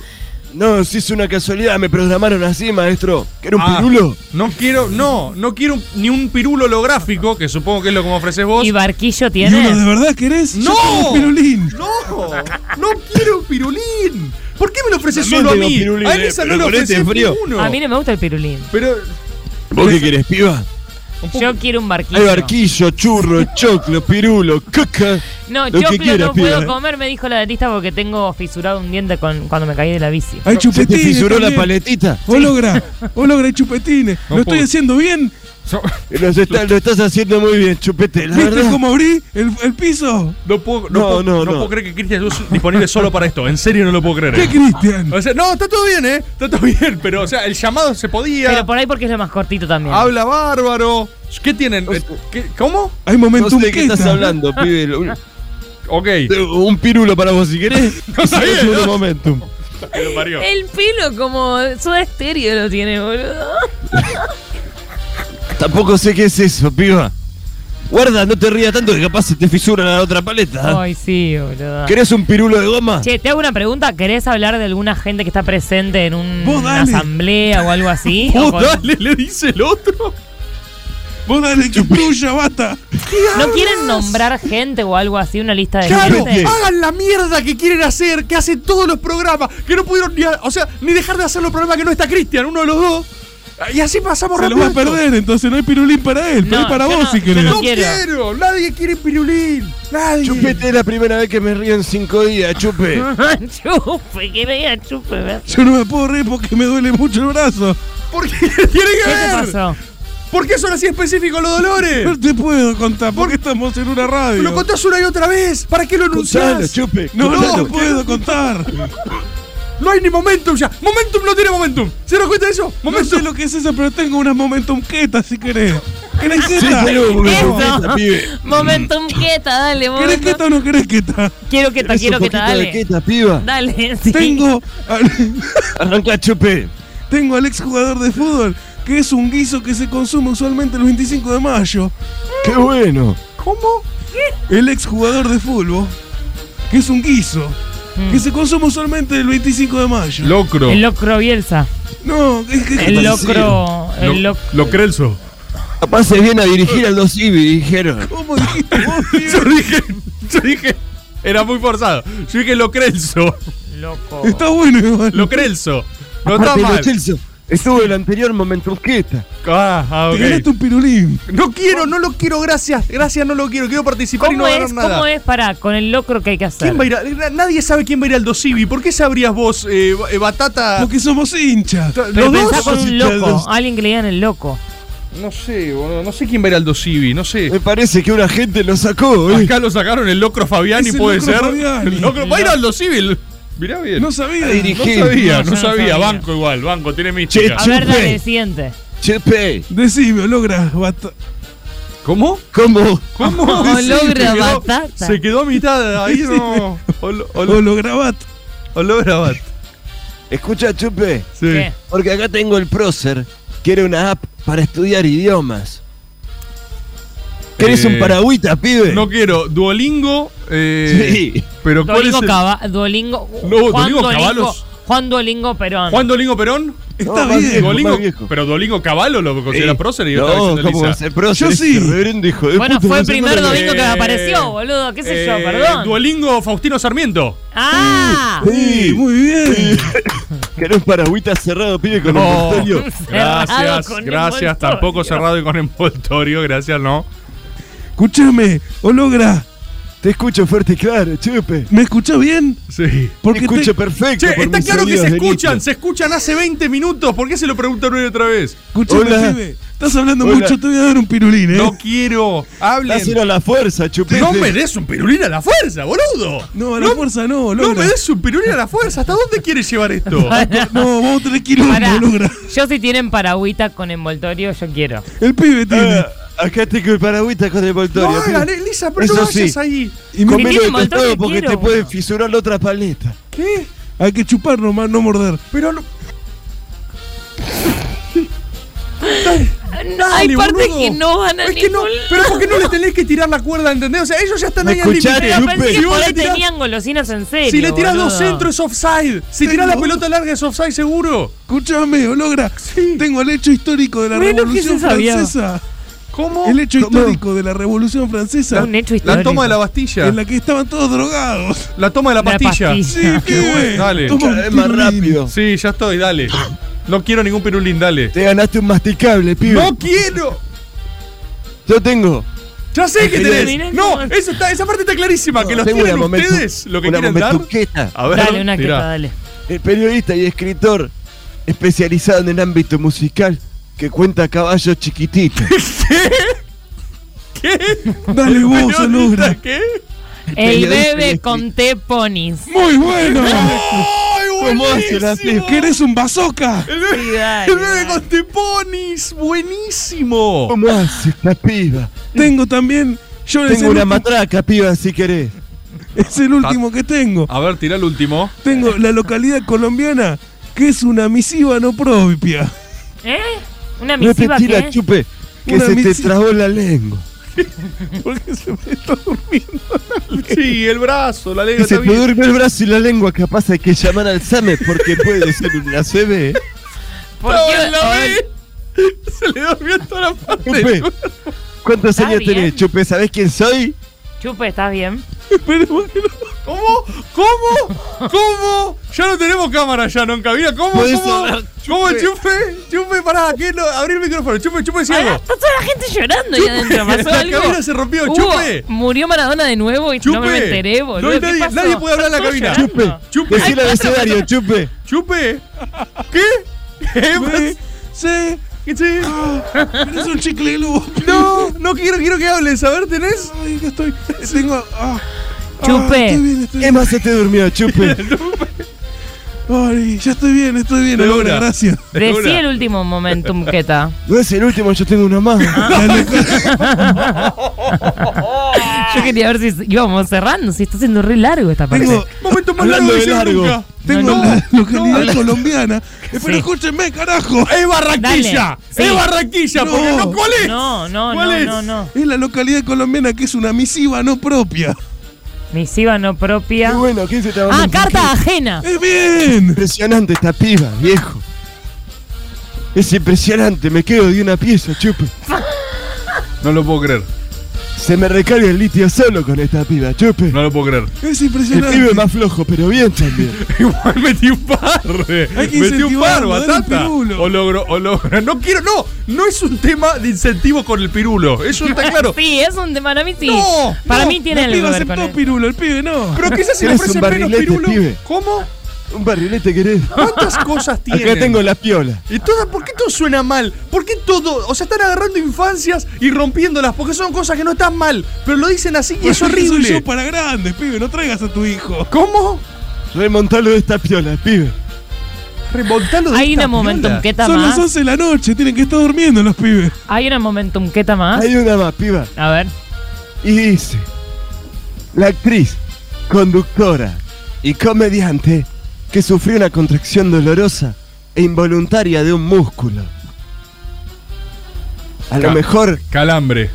S18: No, sí es una casualidad, me programaron así, maestro. ¿Que era un
S6: Ah,
S18: pirulo?
S6: No quiero, no, no quiero un- ni un pirulo holográfico, que supongo que es lo que me ofreces vos.
S7: ¿Y barquillo tienes?
S18: verdad querés?
S6: ¡No! pirulín. ¡No! ¡No quiero un pirulín! ¿Por qué me lo ofreces
S18: También
S6: solo a
S18: tengo
S6: mí?
S18: pirulín,
S6: a
S18: eh,
S6: Elisa no
S18: pero
S6: le
S18: con este
S6: ofreces
S18: frío.
S6: ninguno.
S7: A mí no me gusta el pirulín.
S6: Pero
S18: ¿Vos qué querés, piba?
S7: Yo quiero un barquillo.
S18: Hay barquillo, churro, choclo, pirulo, caca.
S7: No,
S18: lo
S7: choclo
S18: que quieras,
S7: no
S18: piba.
S7: puedo comer, me dijo la dentista porque tengo fisurado un diente con, cuando me caí de la bici.
S9: Hay chupetines.
S18: Se te fisuró la
S9: también.
S18: paletita.
S9: Vos logra, vos logra, hay chupetines.
S18: No
S9: ¿Lo estoy
S18: puedo.
S9: haciendo bien?
S18: Lo, está- lo estás haciendo muy bien, chupete. La
S9: ¿Viste
S18: verdad.
S9: cómo abrí el, el piso?
S6: No puedo, no,
S18: No,
S6: puedo-
S18: no,
S6: no
S18: no.
S6: puedo creer que Cristian es disponible solo para esto. En serio no lo puedo creer.
S9: ¿Qué,
S18: ¿eh?
S9: Cristian?
S6: O sea, no, está todo bien, ¿eh? Está todo bien, pero, o sea, el llamado se podía.
S7: Pero por ahí porque es lo más cortito también.
S6: Habla bárbaro. ¿Qué tienen? Eh, ¿Qué- ¿Cómo?
S9: Hay momentum
S18: No sé de qué estás
S9: queta.
S18: hablando,
S6: [laughs]
S18: pibe. Lo- un-
S6: Ok.
S18: Un pirulo para vos si querés.
S6: [laughs] No sabía,
S18: Es
S6: no.
S18: un momentum.
S6: Que lo parió.
S7: El pelo como soda estéreo lo tiene, boludo.
S18: Tampoco sé qué es eso, piba. Guarda, no te rías tanto que capaz se te fisura la otra paleta. ¿eh?
S7: Ay, sí, boludo.
S18: ¿Querés un pirulo de goma?
S7: Che, te hago una pregunta. ¿Querés hablar de alguna gente que está presente en un-
S18: Vos
S7: una
S18: dale.
S7: asamblea o algo así?
S18: Vos
S7: O con-
S18: dale,
S6: le dice el otro.
S9: Vos dale que tuya,
S7: [laughs]
S9: bata.
S7: ¿No quieren nombrar gente o algo así? Una lista de
S6: Claro,
S7: gente.
S6: hagan la mierda que quieren hacer, que hacen todos los programas, que no pudieron ni, a- o sea, ni dejar de hacer los programas que no está Cristian, uno de los dos. Y así pasamos
S9: Se lo
S6: rápido.
S9: va a
S6: esto.
S9: perder, entonces no hay pirulín para él, pero
S7: No,
S9: hay para
S7: yo
S9: vos
S7: no-
S9: si
S7: yo
S9: querés.
S6: No quiero. nadie quiere pirulín. Nadie.
S18: Chupete es la primera vez que me río en cinco días, chupe.
S7: chupe, que me diga chupe. ¿verdad?
S9: [laughs] Yo no me puedo reír porque me duele mucho el brazo.
S6: ¿Por qué tiene que
S7: ¿Qué te
S6: ver?
S7: pasó?
S6: ¿Por qué son así específicos los dolores?
S9: No te puedo contar porque estamos en una radio.
S6: Lo contás una y otra vez. ¿Para qué lo
S18: Contalo,
S6: anunciás?
S18: chupe.
S9: No, no,
S18: contalo.
S9: no puedo contar.
S6: No hay ni momentum ya. Momentum no tiene momentum. ¿Se dan cuenta de eso?
S9: No sé lo que es eso, pero tengo unas momentum quetas si querés. ¿Querés queta?
S18: Sí, tengo una
S9: Eso.
S18: momenta, pibe.
S7: Momentum queta, dale,
S9: ¿Querés
S7: momento.
S9: queta o no querés queta?
S7: Quiero queta,
S18: ¿Querés un
S7: quiero
S18: poquito de
S7: queta, dale.
S18: queta, piba?
S7: Dale, [laughs] sí.
S9: Tengo,
S18: Arranca, chupe.
S9: tengo al ex jugador de fútbol, que es un guiso que se consume usualmente el 25 de mayo.
S18: Qué bueno.
S6: ¿Cómo?
S9: El ex jugador de fútbol, que es un guiso,
S6: Mm.
S9: que se consume usualmente el 25 de mayo.
S6: Locro.
S7: El locro Bielsa.
S9: No, es que...
S7: El locro. El locro.
S6: Lo crelso.
S18: Capaz se viene a dirigir al 2 Ibi, dijeron.
S9: ¿Cómo [laughs] dijiste vos, pibe?
S6: Yo dije, yo dije, era muy forzado. Yo dije lo crelso.
S7: Loco.
S9: Está bueno, igual.
S6: Lo crelso. No está
S18: Aparte,
S6: mal.
S18: Lo Celso, Estuvo el anterior momento orquesta.
S9: Ah, ah,
S1: Te ganaste un pirulín.
S9: No quiero, no lo quiero, gracias. Gracias, no lo quiero. Quiero participar y
S7: ¿Cómo
S9: no ganar
S7: es?
S9: nada.
S7: ¿Cómo es? Pará, con el locro que hay que hacer.
S9: ¿Quién va a ir a- na- nadie sabe quién va a ir al Dosivi. ¿Por qué sabrías vos, eh, eh, Batata?
S1: Porque somos hinchas.
S7: Pero pensá con un loco, alguien que le digan el loco.
S9: No sé, boludo, no sé quién va a ir al Dosivi, no sé.
S18: Me parece que una gente lo sacó, eh.
S9: Acá lo sacaron el Locro Fabiani,
S18: Es el
S9: puede
S18: Locro
S9: ser.
S18: Fabiani.
S9: El Locro- va a ir al Dosivi. el- Mirá bien.
S1: No sabía.
S9: No
S18: Dirigente.
S9: sabía,
S18: No, yo
S9: no,
S18: no
S9: sabía.
S18: sabía.
S9: Banco igual, banco, tiene mis
S18: Che,
S9: chicas.
S7: A ver, dale, siguiente.
S18: Chepe.
S1: Decime, logras bata.
S9: ¿Cómo?
S18: ¿Cómo?
S9: ¿Cómo? [laughs]
S7: No,
S9: Sí,
S7: logra
S9: se quedó-
S7: batata.
S9: Se quedó a mitad, ahí no. Olo- olo-
S1: Holograbat.
S9: Holograbat.
S18: Escucha, Chupe.
S9: Sí. ¿Qué?
S18: Porque acá tengo el Procer, que era una app para estudiar idiomas. ¿Querés
S9: Eh,
S18: un paragüita, pibe?
S9: No quiero. Duolingo. Eh,
S18: Sí.
S9: Pero ¿cuál
S7: Duolingo
S9: es el-
S7: Cava- Duolingo.
S9: No, Duolingo Cavalos.
S7: Juan Duolingo Perón.
S9: Juan Dolingo Perón.
S1: Está más bien. viejo,
S9: Duolingo-
S1: más
S9: pero Dolingo Caballo lo considera
S18: Sí.
S9: prócer y
S18: No,
S9: otra vez
S18: ¿cómo va a ser prócer?
S1: Yo sí.
S18: Este reverendo hijo de
S7: Bueno,
S18: puta,
S7: fue el
S18: no sé
S7: primer
S18: dónde-
S7: domingo que
S9: Eh,
S7: apareció, boludo. ¿Qué sé yo?
S9: Eh,
S7: Perdón.
S9: Duolingo Faustino Sarmiento.
S7: ¡Ah!
S18: Sí,
S1: Muy bien.
S18: ¿Querés un paragüita cerrado, pibe, con el
S9: No.
S7: [laughs]
S18: portfolio?
S9: Gracias,
S7: Cerrado con
S9: gracias.
S7: envoltorio.
S9: Tampoco cerrado y con envoltorio, gracias, no.
S1: Escúchame, hologra.
S18: Te escucho fuerte y claro, Chupe.
S1: ¿Me escuchás bien?
S9: Sí.
S1: Porque
S18: Te escucho
S1: te-
S18: perfecto.
S9: Che,
S18: por
S9: está
S18: mis
S9: claro que
S18: sonidos
S9: se
S18: de
S9: escuchan,
S18: litio.
S9: se escuchan hace 20 minutos. ¿Por qué se lo preguntan una y otra vez?
S1: Escúchame,
S18: Hola.
S1: pibe. Estás hablando
S18: Hola.
S1: mucho, te voy a dar un pirulín, eh.
S9: No quiero. Hablen.
S18: Dáselo a la fuerza, Chupete.
S9: No me des un pirulín a la fuerza, boludo.
S1: No, a la fuerza no,
S9: No
S1: logra.
S9: me des un pirulín a la fuerza. ¿Hasta dónde quieres
S1: [laughs]
S9: llevar esto?
S1: No, vamos a tener
S7: Pará.
S1: quilombo, logra.
S7: Yo si tienen paragüita con envoltorio, yo quiero.
S1: El pibe tiene.
S18: Ah, acá tengo el paragüita con el
S9: No
S18: portfolio.
S9: hagan, Elisa, pero
S18: Eso
S9: no vayas
S18: sí.
S9: ahí.
S1: Y me-
S7: tiene
S18: Comelo
S7: un montón
S18: todo
S7: que
S18: porque
S7: quiero,
S18: te puede
S7: boludo.
S18: fisurar la otra paleta.
S9: ¿Qué?
S1: Hay que chupar nomás, no morder.
S9: Pero no.
S7: No, hay
S9: Dale,
S7: partes
S9: boludo.
S7: que no van a
S9: Es que no,
S7: ningún-
S9: pero porque no le tenés que tirar la cuerda, ¿entendés? O sea, ellos ya están
S18: ¿Me
S9: ahí al límite.
S18: escuchaste?
S7: Pero pensé
S18: Chupe.
S7: que
S9: Si vos
S7: por
S9: le
S7: ahí
S9: tirás-
S7: tenían golosinas en serio.
S9: Si le tirás dos
S7: boludo.
S9: centros es offside. Si tirás la
S1: Tengo-
S9: pelota larga es offside seguro.
S1: Escúchame, hologra. Tengo el hecho histórico de la
S7: Bueno, ¿qué se
S1: Revolución
S7: sabía?
S1: Francesa.
S9: ¿Cómo?
S1: El hecho histórico de la Revolución Francesa.
S7: Un hecho histórico.
S9: La toma de la pastilla.
S1: En la que estaban todos drogados.
S9: La toma de la
S7: La
S9: pastilla. Ah,
S1: Sí,
S7: pastilla.
S1: pibe.
S9: Dale.
S1: Toma un
S18: Cada vez más
S1: pirulín.
S18: rápido.
S9: Sí, ya estoy, dale. No quiero ningún pirulín, dale.
S18: Te ganaste un masticable, pibe.
S9: ¡No quiero!
S18: Yo tengo.
S9: ¡Ya sé que
S7: Mirá
S9: tenés! No,
S7: cómo-
S9: eso está, esa parte está clarísima, que los
S18: tengo
S9: tienen
S18: momentu-
S9: ustedes lo que
S18: una
S9: quieren dar.
S18: momentuqueta.
S9: A ver,
S7: Dale, una
S9: tirá.
S7: queta, dale.
S18: El periodista y escritor especializado en el ámbito musical que cuenta caballos
S1: [laughs]
S18: chiquititos.
S7: [laughs]
S9: ¿Qué?
S1: Dale vos,
S9: ¿Periodista
S1: hologra.
S9: ¿Qué?
S7: El
S18: Periodista
S7: bebé
S18: eléctrico.
S7: con té ponis.
S1: Muy
S7: [laughs]
S1: bueno.
S9: ¡Ay,
S18: ¿Cómo hace la
S9: buenísimo!
S1: ¿Querés un bazooka?
S9: El bebé,
S7: Sí, dale,
S9: el bebé
S7: dale.
S9: con teponis, buenísimo.
S18: ¿Cómo hace esta piba?
S1: Tengo también. Yo es
S18: Tengo
S1: el,
S18: una
S1: ulti-
S18: matraca, piba, si querés.
S1: es el último que tengo.
S9: A ver, tirá el último.
S1: Tengo la localidad colombiana, que es una misiva no propia.
S7: ¿Eh? ¿Una misiva
S18: Repetí la
S7: qué?
S18: chupe, que
S1: Una
S18: se te
S1: misi-
S18: trabó la lengua.
S1: Porque se me está durmiendo.
S9: Sí, el brazo, la lengua
S18: Que se
S9: está
S18: te
S9: bien.
S18: durmió el brazo y la lengua, capaz hay que llamar al SAME porque puede ser una CB.
S7: ¿Por
S9: No,
S7: qué?
S9: en la
S7: Ay,
S9: B. Se le durmió toda la parte.
S18: Chupe, ¿cuántos
S7: Está
S18: años
S7: bien.
S18: tenés, Chupe? ¿Sabés quién soy?
S7: Chupe, ¿estás bien?
S9: ¿Cómo? ¿Cómo? ¿Cómo? Ya no tenemos cámara ya, no en cabina. ¿Cómo?
S18: Podés
S9: ¿Cómo?
S18: hablar,
S9: ¿Cómo,
S18: Chupe.
S9: chupe? Chupe, pará, que no, abrí el micrófono. Chupe, chupe, decía
S7: Ah,
S9: algo.
S7: Está toda la gente llorando ahí
S9: [laughs]
S7: adentro. ¿Pasó
S9: La
S7: algo?
S9: cabina se rompió,
S7: Hubo-
S9: chupe.
S7: Murió Maradona de nuevo y
S9: Chupe.
S7: no me enteré, boludo.
S9: No hay
S7: ¿Qué
S9: nadie-
S7: pasó?
S9: nadie puede hablar en la
S7: Están
S9: cabina.
S7: todos
S9: Chupe.
S7: llorando.
S18: Chupe, decí el
S7: Ay,
S18: abecedario, Chupe.
S9: Chupe. ¿Qué? ¿Qué
S1: Sí, sí.
S9: ¿Qué che?
S1: Pero es Ah, un chicle glú.
S9: [laughs] No, no quiero, quiero que hables. A ver, ¿tenés?
S1: Ay, que estoy. Tengo. ah, ah,
S7: Chupe.
S1: estoy bien, estoy
S18: ¿Qué
S1: bien.
S18: más se te durmió, Chupe?
S9: [laughs]
S1: Ay, ya estoy bien, estoy bien,
S9: De
S1: Logra,
S9: una.
S1: gracias.
S7: Decí
S9: Segura.
S7: el último momentum que está.
S18: No es el último, yo tengo una más.
S9: Ah.
S7: Yo quería ver si íbamos cerrando, si está siendo re largo esta parte.
S1: Tengo,
S9: Momento más
S18: Hablando
S9: largo que
S18: de
S9: hicieron
S18: largo.
S9: nunca.
S1: tengo
S7: [laughs] no,
S1: la localidad [laughs] colombiana. Eh, Pero
S7: Sí.
S1: escúchenme, carajo.
S9: ¡Es Barranquilla!
S7: Dale, sí.
S9: ¡Es Barranquilla!
S1: No.
S9: Porque no, ¿cuál es?
S7: No, no,
S9: ¿Cuál
S7: no,
S9: es?
S7: no, no.
S1: Es la localidad colombiana que es una misiva no propia.
S7: Misiva no
S18: Qué
S7: propia.
S18: bueno, ¿quién se trabó?
S7: Ah, carta ajena.
S1: ¡Es bien!
S18: Impresionante esta piba, viejo. Es impresionante, me quedo de una pieza, Chupe.
S9: No lo puedo creer.
S18: Se me recarga el litio solo con esta piba, chupe.
S9: No lo puedo creer.
S6: Es
S18: El
S6: impresionante.
S18: pibe más flojo, pero bien también.
S9: [laughs] Igual metí un par. Metí un par,
S6: incentivarlo, dale
S9: batata.
S6: pirulo.
S9: O logro, o logro. No quiero, no. No es un tema de incentivo con el pirulo. Eso
S7: [laughs]
S9: está claro.
S7: sí, es un tema. Para mí sí.
S9: No,
S7: Para
S9: no,
S7: mí tiene
S9: la
S7: algo
S9: piba
S7: que ver con
S9: aceptó
S7: él.
S6: Pirulo, el pibe no.
S9: Pero quizás si le
S18: ¿Querés
S9: ofrecen
S18: un
S9: menos
S18: barrilete,
S9: pirulo.
S18: pibe?
S9: ¿Cómo?
S18: Un barrilete querés.
S9: ¿Cuántas cosas tiene?
S18: Acá tengo la piola.
S9: ¿Y todo, por qué todo suena mal? ¿Por qué todo? O sea, están agarrando infancias y rompiéndolas porque son cosas que no están mal, pero lo dicen así y es
S6: Soy
S9: horrible.
S6: yo para grandes, pibe, no traigas a tu hijo.
S9: ¿Cómo?
S18: Remontalo de esta piola, pibe.
S9: Remontalo
S7: Hay una momentum queta
S6: Son las
S7: más.
S6: 11 de la noche, tienen que estar durmiendo los pibes.
S7: Hay una momentum queta más.
S18: Hay una más, piba.
S7: A ver.
S18: Y dice: La actriz, conductora y comediante que sufrió una contracción dolorosa e involuntaria de un músculo. A lo
S9: Ca-
S18: mejor
S9: Calambre.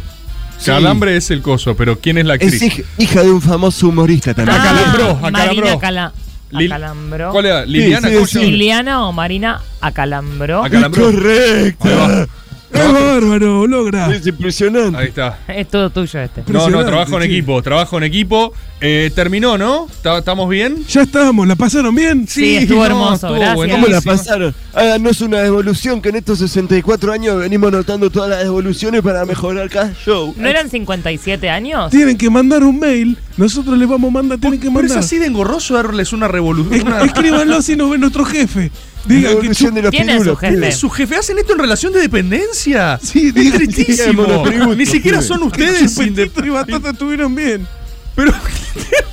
S18: Sí.
S9: Calambre es el coso, pero ¿quién es la
S18: es
S9: actriz?
S18: hij- hija de un famoso humorista también.
S7: Ah.
S9: Acalambró,
S7: Marina
S9: acalambró.
S7: Cala
S9: Lil-
S7: Acalambró.
S9: ¿Cuál era? ¿Liliana?
S18: sí,
S9: ¿Cómo
S18: sí.
S9: se llama?
S7: Liliana o Marina Acalambró.
S9: Acalambró.
S18: ¡Correcta!
S6: ¡Es bárbaro! ¡Logra!
S18: Es impresionante.
S9: Ahí está.
S7: Es todo tuyo este.
S9: No, no, trabajo en
S6: sí.
S9: equipo, trabajo en equipo. Eh, terminó, ¿no? ¿Está- ¿Estamos bien?
S6: Ya estábamos, ¿la pasaron bien?
S9: Sí, estuvo no, hermoso, estuvo gracias.
S18: ¿Cómo la
S9: buenísimo.
S18: pasaron? Háganos Ah, una devolución que en estos 64 años venimos notando todas las devoluciones para mejorar cada show.
S7: ¿No eran 57 años? [laughs]
S6: Tienen que mandar un mail, nosotros les vamos a mandar, tienen que
S9: Pero es
S6: mandar.
S9: así de engorroso darles una revolución. una-
S6: Escríbanlo si nos ve nuestro jefe. Digan que
S18: Revolución de los
S7: ¿Quién es su
S18: pirulos,
S7: jefe?
S18: pibe.
S9: ¿Quién es su jefe? ¿Hacen esto en relación de dependencia?
S6: Sí,
S9: es
S6: digan
S9: tristísimo.
S18: Digamos, los tributos,
S9: Ni siquiera
S18: pibe.
S9: son
S6: que
S9: ustedes. inde-
S6: Chupetito y Batata estuvieron bien.
S9: Pero, [laughs]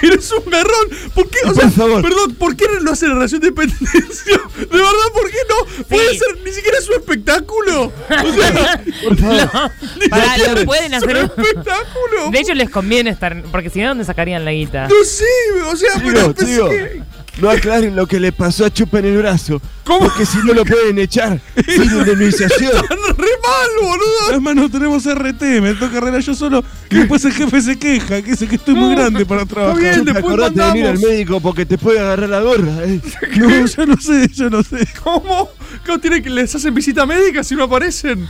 S9: pero es un garrón. ¿Por qué? O sea,
S18: Por favor.
S9: Perdón, ¿por qué no lo hacen en relación de dependencia? De verdad, ¿por qué no? Puede
S7: Sí.
S9: ser ni siquiera su espectáculo. O sea,
S18: [laughs] Por favor.
S9: ni
S7: Pará,
S9: siquiera
S7: lo pueden
S9: su
S7: hacer.
S9: espectáculo.
S7: De hecho, les conviene estar. Porque si no, ¿dónde sacarían la guita?
S9: No sé, o sea, pero
S18: Chicos,
S9: pensé
S18: chicos,
S9: que-
S18: no aclaren lo que le pasó a Chupa en el brazo.
S9: ¿Cómo?
S18: Porque si no lo pueden echar
S9: [laughs]
S18: sin indemnización.
S9: re mal, boludo.
S6: Además no tenemos RT, me toca carrera yo solo. Y después el jefe se queja, que dice que estoy muy grande para trabajar.
S9: bien.
S18: Chupa,
S9: después
S18: acordate de venir al
S9: mandamos.
S18: médico porque te puede agarrar la gorra.
S9: [laughs]
S18: eh.
S6: No, yo no sé, yo no sé.
S9: ¿Cómo? ¿Cómo tiene que les hacen visita médica si no aparecen?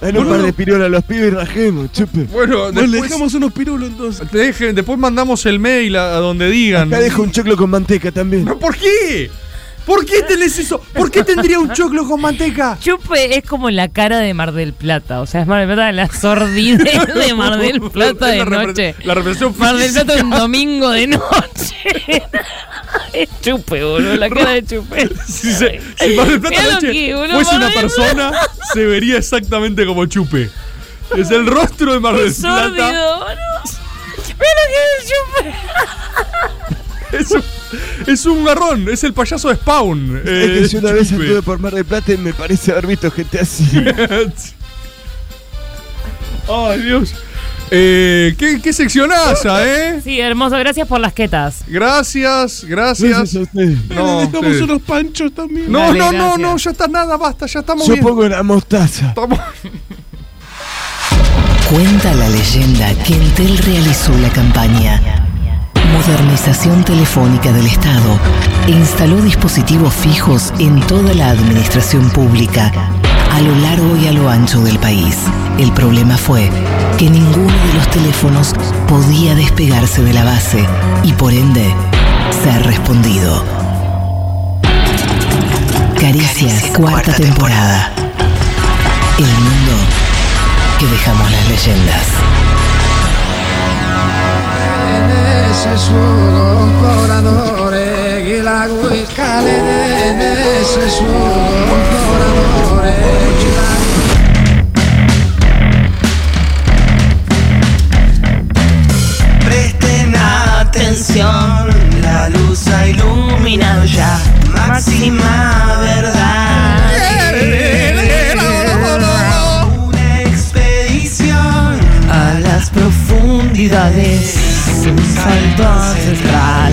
S18: Dale un
S9: Boludo.
S18: par de pirola a los pibes y rajemos, chupe.
S9: Bueno,
S6: Bueno, le
S9: después,
S6: dejamos unos pirulos entonces.
S9: te dejen- después mandamos el mail a, a donde digan.
S18: Acá dejo un choclo con manteca también.
S9: No, ¿Por qué? ¿Por qué tenés eso? ¿Por qué tendría un choclo con manteca?
S7: Chupe es como la cara de Mar del Plata. O sea, es Mar del Plata la
S9: [laughs]
S7: sordidez de Mar del Plata de
S9: La repre-
S7: noche.
S9: La represión
S7: Mar del
S9: física.
S7: Plata un domingo de noche. Es chupe, boludo, la cara de chupe.
S9: [laughs] Si, se, si Mar del Plata
S7: Mirá lo
S9: Noche
S7: que, boludo,
S9: fuese
S7: Mar
S9: una
S7: del
S9: persona, [laughs] se vería exactamente como Chupe. Es el rostro de Mar del Plata.
S7: Sórdido, boludo. Mira lo que es chupe.
S9: Es un, es un garrón, es el payaso de Spawn.
S18: Es
S9: eh,
S18: que si una vez
S9: Chupe.
S18: estuve por Mar del Plata y me parece haber visto gente así.
S9: Ay, Dios. [laughs] Eh, ¿qué, qué seccionaza, eh?
S7: Sí, hermoso, gracias por las quetas.
S9: Gracias, gracias.
S18: Gracias a ustedes.
S9: No,
S6: le dejamos
S9: sí.
S6: unos panchos también.
S9: No,
S7: Dale,
S9: no, no,
S7: gracias.
S9: no, ya está nada, basta, ya estamos
S18: Yo
S9: bien.
S18: pongo la mostaza.
S9: Estamos-
S5: Cuenta la leyenda que Entel realizó la campaña Modernización Telefónica del Estado e instaló dispositivos fijos en toda la administración pública a lo largo y a lo ancho del país. El problema fue que ninguno de los teléfonos podía despegarse de la base y por ende ser respondido. Caricias, cuarta temporada. El mundo que dejamos las leyendas.
S3: Presten atención, la luz ha iluminado ya máxima verdad. Una expedición a las profundidades, un salto ancestral.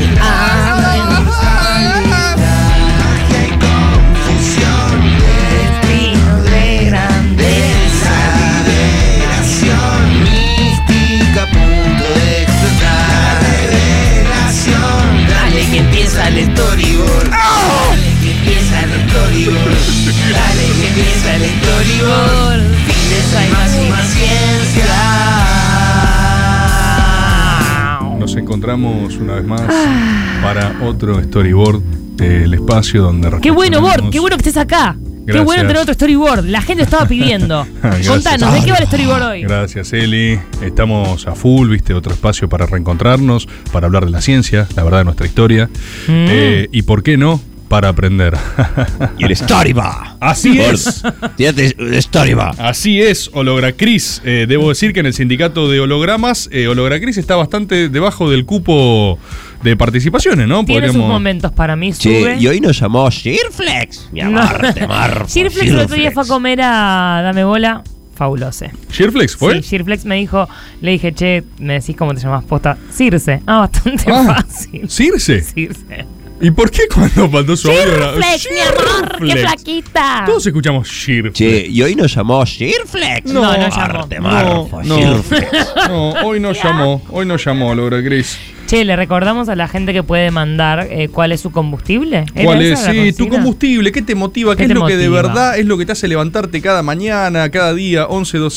S3: Magia y confusión, destino de grandeza, liberación mística, punto de explotar, revelación. Dale que empieza el storyboard, dale que empieza el storyboard, dale que empieza el storyboard. Fines hay más y más ciencia.
S6: encontramos una vez más para otro storyboard del espacio donde
S7: Qué bueno, Bor, qué bueno que estés acá. Qué
S6: Gracias.
S7: bueno tener otro storyboard. La gente lo estaba
S6: [laughs]
S7: pidiendo.
S6: [laughs] Gracias.
S7: Contanos, ¿de qué va el storyboard hoy?
S6: Gracias, Eli. Estamos a full, viste, otro espacio para reencontrarnos, para hablar de la ciencia, la verdad de nuestra historia.
S7: Mm.
S6: Eh, y por qué no,
S11: [laughs]
S6: para aprender. y el
S11: storyboard.
S6: Así
S11: Por-
S6: es.
S11: Tírate el storyboard.
S6: Así es, Hologracris. Eh, debo decir que en el sindicato de hologramas, eh, Hologracris está bastante debajo del cupo de participaciones, ¿no?
S7: Tiene sus momentos para mí, sube.
S11: Che, y hoy nos llamó Shirflex. Mi amor,
S7: No. [laughs]
S11: te marfo,
S7: Shirflex el otro día fue a comer a Dame Bola. Fabuloso.
S6: ¿Shirflex fue?
S7: Sí, Shirflex me dijo, le dije, che, me decís cómo te llamas posta. Circe. Ah, bastante fácil.
S6: ¿Circe?
S7: Circe.
S6: ¿Y por qué cuando mandó su audio era-
S7: Shirflex, mi amor, qué
S6: Shirflex.
S7: flaquita.
S6: Todos escuchamos Shirflex.
S11: Che, y hoy nos llamó Shirflex.
S7: No, no
S11: llamó.
S6: No, no.
S7: [laughs]
S6: No, hoy no llamó, hoy no llamó Hologracris.
S7: Che, le recordamos a la gente que puede mandar eh, cuál es su combustible. ¿Era
S6: ¿Cuál es?
S7: esa la
S6: Sí, tu
S7: consigna?
S6: combustible, ¿qué te motiva? ¿Qué,
S7: ¿Qué
S6: es
S7: te
S6: lo que de
S7: motiva?
S6: verdad es lo que te hace levantarte cada mañana, cada día?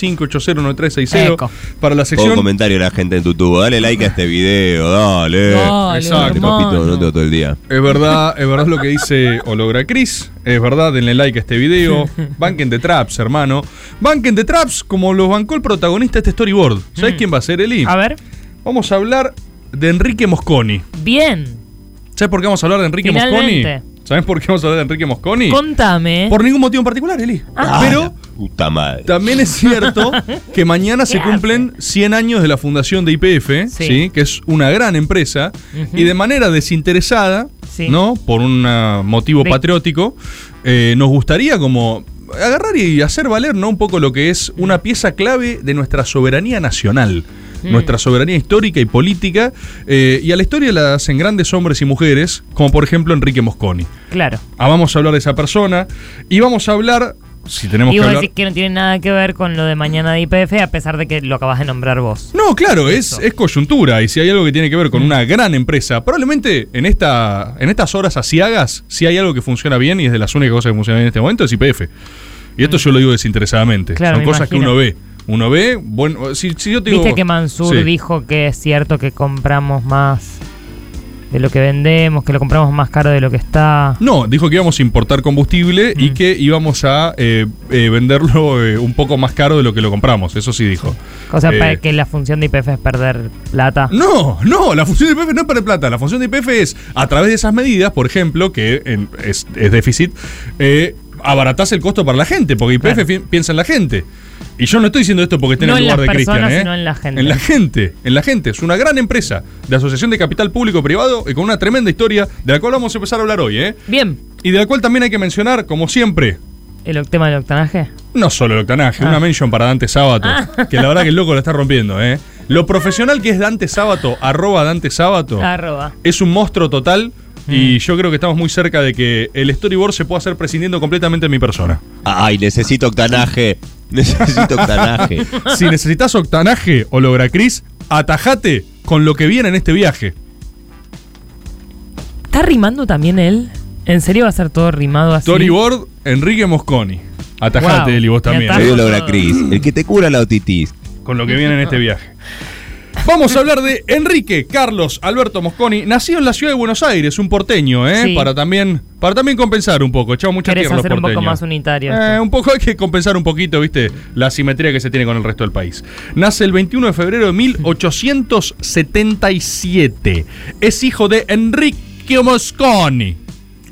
S6: 1125809360
S11: Eco.
S6: para
S11: Pon
S6: la
S11: un
S6: sección.
S11: comentario de la gente en tu tubo. Dale like a este video, dale.
S6: Dale,
S11: Exacto.
S6: hermano.
S11: Papito, no te todo el día.
S6: Es verdad, es verdad lo que dice Hologra Chris. Es verdad, denle like a este
S7: [laughs]
S6: video. Banquen de traps, hermano. Banquen de traps como los bancó el protagonista de este storyboard. ¿Sabes quién va a ser, Eli?
S7: Mm. A ver.
S6: Vamos a hablar de Enrique Mosconi.
S7: Bien,
S6: ¿Sabes por qué vamos a hablar de Enrique
S7: Finalmente.
S6: Mosconi? ¿Sabes por qué vamos a hablar de Enrique Mosconi?
S7: contame. Ah,
S6: Por ningún motivo en particular, Eli. Ah, Pero
S11: Puta madre.
S6: También es cierto
S11: [laughs]
S6: que mañana se cumplen 100 años de la fundación de IPF,
S11: Sí.
S6: que es una gran empresa,
S11: Ujú.
S6: y de manera desinteresada,
S11: Sí.
S6: ¿no? Por un ah, motivo
S11: De-
S6: patriótico, eh, nos gustaría como agarrar y hacer valer, ¿no? Un poco lo que es una pieza clave de nuestra soberanía nacional.
S11: Mm.
S6: Nuestra soberanía histórica y política, eh, y a la historia la hacen grandes hombres y mujeres, como por ejemplo Enrique Mosconi.
S7: Claro.
S6: Ah, vamos a hablar de esa persona, y vamos a hablar, si tenemos
S7: Y
S6: que
S7: vos
S6: hablar.
S7: decís que no tiene nada que ver con lo de mañana de IPF, a pesar de que lo acabas de nombrar vos.
S6: No, claro, es, es coyuntura. Y si hay algo que tiene que ver
S7: Mm.
S6: con una gran empresa, probablemente en, esta, en estas horas asiagas, si hay algo que funciona bien y es de las únicas cosas que funcionan bien en este momento, es IPF. Y esto yo lo digo desinteresadamente.
S7: Mm. Claro,
S6: Son
S7: me
S6: cosas
S7: imagino.
S6: que uno ve. Uno ve, bueno, si, si yo te digo.
S7: Viste que Mansur
S6: Sí.
S7: dijo que es cierto que compramos más de lo que vendemos, que lo compramos más caro de lo que está.
S6: No, dijo que íbamos a importar combustible
S7: Mm.
S6: y que íbamos a eh, eh, venderlo eh, un poco más caro de lo que lo compramos. Eso sí dijo.
S7: O sea,
S6: Eh,
S7: para que la función de IPF es perder plata.
S6: No, no, la función de IPF no es para plata. La función de IPF es, a través de esas medidas, por ejemplo, que en- es, es déficit, eh, abaratás el costo para la gente, porque IPF piensa en la gente. Y yo no estoy diciendo esto porque esté
S7: No
S6: en el
S7: en
S6: lugar
S7: las
S6: de Cristian,
S7: personas,
S6: ¿eh?
S7: sino en la gente.
S6: En la gente, en la gente. Es una gran empresa de asociación de capital público-privado y con una tremenda historia de la cual vamos a empezar a hablar hoy, ¿eh?
S7: Bien.
S6: Y de la cual también hay que mencionar, como siempre,
S7: ¿El oc- tema del octanaje?
S6: no solo el octanaje,
S7: Ah.
S6: una mention para Dante Sábato, que la verdad que el loco lo está rompiendo, ¿eh? Lo profesional que es Dante Sábato, arroba Dante Sábato,
S7: Arroba.
S6: es un monstruo total
S7: Mm.
S6: y yo creo que estamos muy cerca de que el storyboard se pueda hacer prescindiendo completamente de mi persona.
S11: Ah, Ay, necesito
S6: [laughs]
S11: octanaje. Necesito octanaje.
S6: si necesitas octanaje o logracris, atajate con lo que viene en este viaje.
S7: ¿Está rimando también él? ¿En serio va a ser todo rimado así?
S6: Storyboard, Enrique Mosconi. Atajate,
S7: Wow,
S6: Eli, vos también. ¿eh?
S7: me atajo
S11: Soy Hologracris, el que te cura la otitis.
S6: con lo que viene en este viaje. Vamos a hablar de Enrique Carlos Alberto Mosconi, nacido en la ciudad de Buenos Aires, un porteño, ¿eh?
S7: Sí.
S6: Para también para también compensar un poco, echamos mucha
S7: ¿Querés
S6: tierra a los
S7: hacer un
S6: porteños.
S7: poco más unitario?
S6: Eh,
S7: esto?
S6: un poco hay que compensar un poquito, ¿viste? La asimetría que se tiene con el resto del país. Nace el 21 de febrero de 1877. Es hijo de Enrique Mosconi.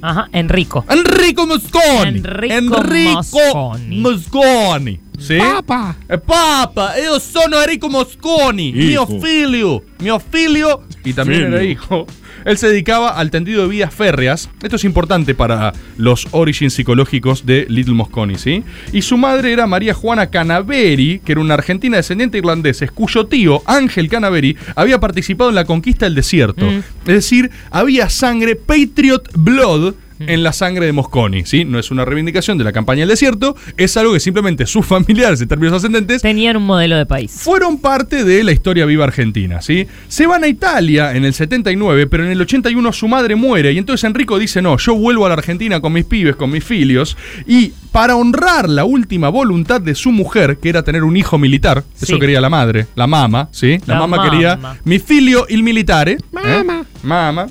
S7: Ajá, Enrico.
S6: Enrico Mosconi.
S7: Enrico
S6: Mosconi. ¿Sí? Papa. papa, io sono Enrico Mosconi,
S11: Hijo.
S6: mio figlio, mio figlio. Y también
S11: Figlio.
S6: era hijo. Él se dedicaba al tendido de vías férreas. Esto es importante para los origins psicológicos de Little Mosconi, ¿sí? Y su madre era María Juana Canaveri, que era una argentina descendiente de irlandeses, cuyo tío, Ángel Canaveri, había participado en la conquista del desierto. Es decir, había sangre, Patriot Blood, en la sangre de Mosconi. ¿sí? No es una reivindicación de la campaña del desierto, es algo que simplemente sus [laughs] familiares, en términos ascendentes,
S7: tenían un modelo de país.
S6: Fueron parte de la historia viva argentina. ¿sí? Se van a Italia en el 79, pero en el 81 su madre muere y entonces Enrico dice, no, yo vuelvo a la Argentina con mis pibes, con mis filios, y para honrar la última voluntad de su mujer, que era tener un hijo militar, eso
S4: Sí.
S6: quería la madre, la mama, ¿sí? La,
S4: La
S6: mamá
S4: mama.
S6: quería mi filio il militare.
S9: Ah,
S6: Mama. Mama.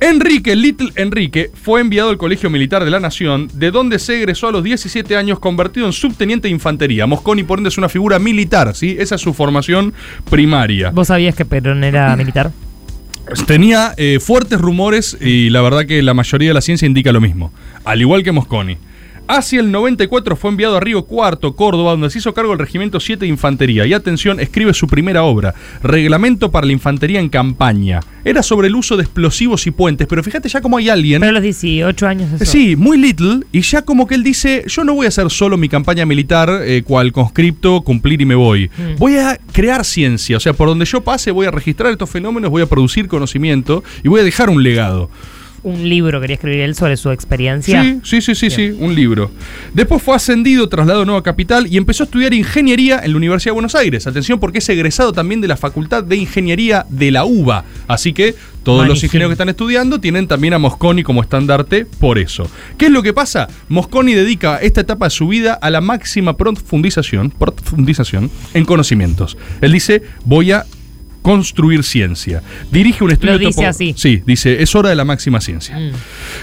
S6: Enrique, Little Enrique, fue enviado al Colegio Militar de la Nación, de donde se egresó a los 17 años convertido en subteniente de infantería. Mosconi, por ende, es una figura militar, ¿sí? Esa es su formación primaria.
S7: ¿Vos sabías que Perón era militar?
S6: Tenía eh, fuertes rumores y la verdad que la mayoría de la ciencia indica lo mismo, al igual que Mosconi. Hacia el 94 fue enviado a Río Cuarto, Córdoba, donde se hizo cargo el Regimiento 7 de Infantería. Y atención, escribe su primera obra, Reglamento para la Infantería en Campaña. Era sobre el uso de explosivos y puentes, pero fíjate ya cómo hay alguien... Eh,
S7: Pero a los 18 años eso.
S6: Sí, muy little, y ya como que él dice, yo no voy a hacer solo mi campaña militar, eh, cual conscripto, cumplir y me voy.
S7: Mm.
S6: Voy a crear ciencia, o sea, por donde yo pase voy a registrar estos fenómenos, voy a producir conocimiento y voy a dejar un legado.
S7: Un libro quería escribir él sobre su experiencia.
S6: Sí, sí, sí, sí, sí, un libro. Después fue ascendido, trasladado a Nueva Capital y empezó a estudiar ingeniería en la Universidad de Buenos Aires. Atención porque es egresado también de la Facultad de Ingeniería de la UBA. Así que todos los
S4: Buenísimo.
S6: ingenieros que están estudiando tienen también a Mosconi como estandarte por eso. ¿Qué es lo que pasa? Mosconi dedica esta etapa de su vida a la máxima profundización, profundización en conocimientos. Él dice, voy a construir ciencia. Dirige un estudio
S7: Lo dice
S6: topo-
S7: así.
S6: Sí, dice, es hora de la máxima ciencia.
S7: Mm.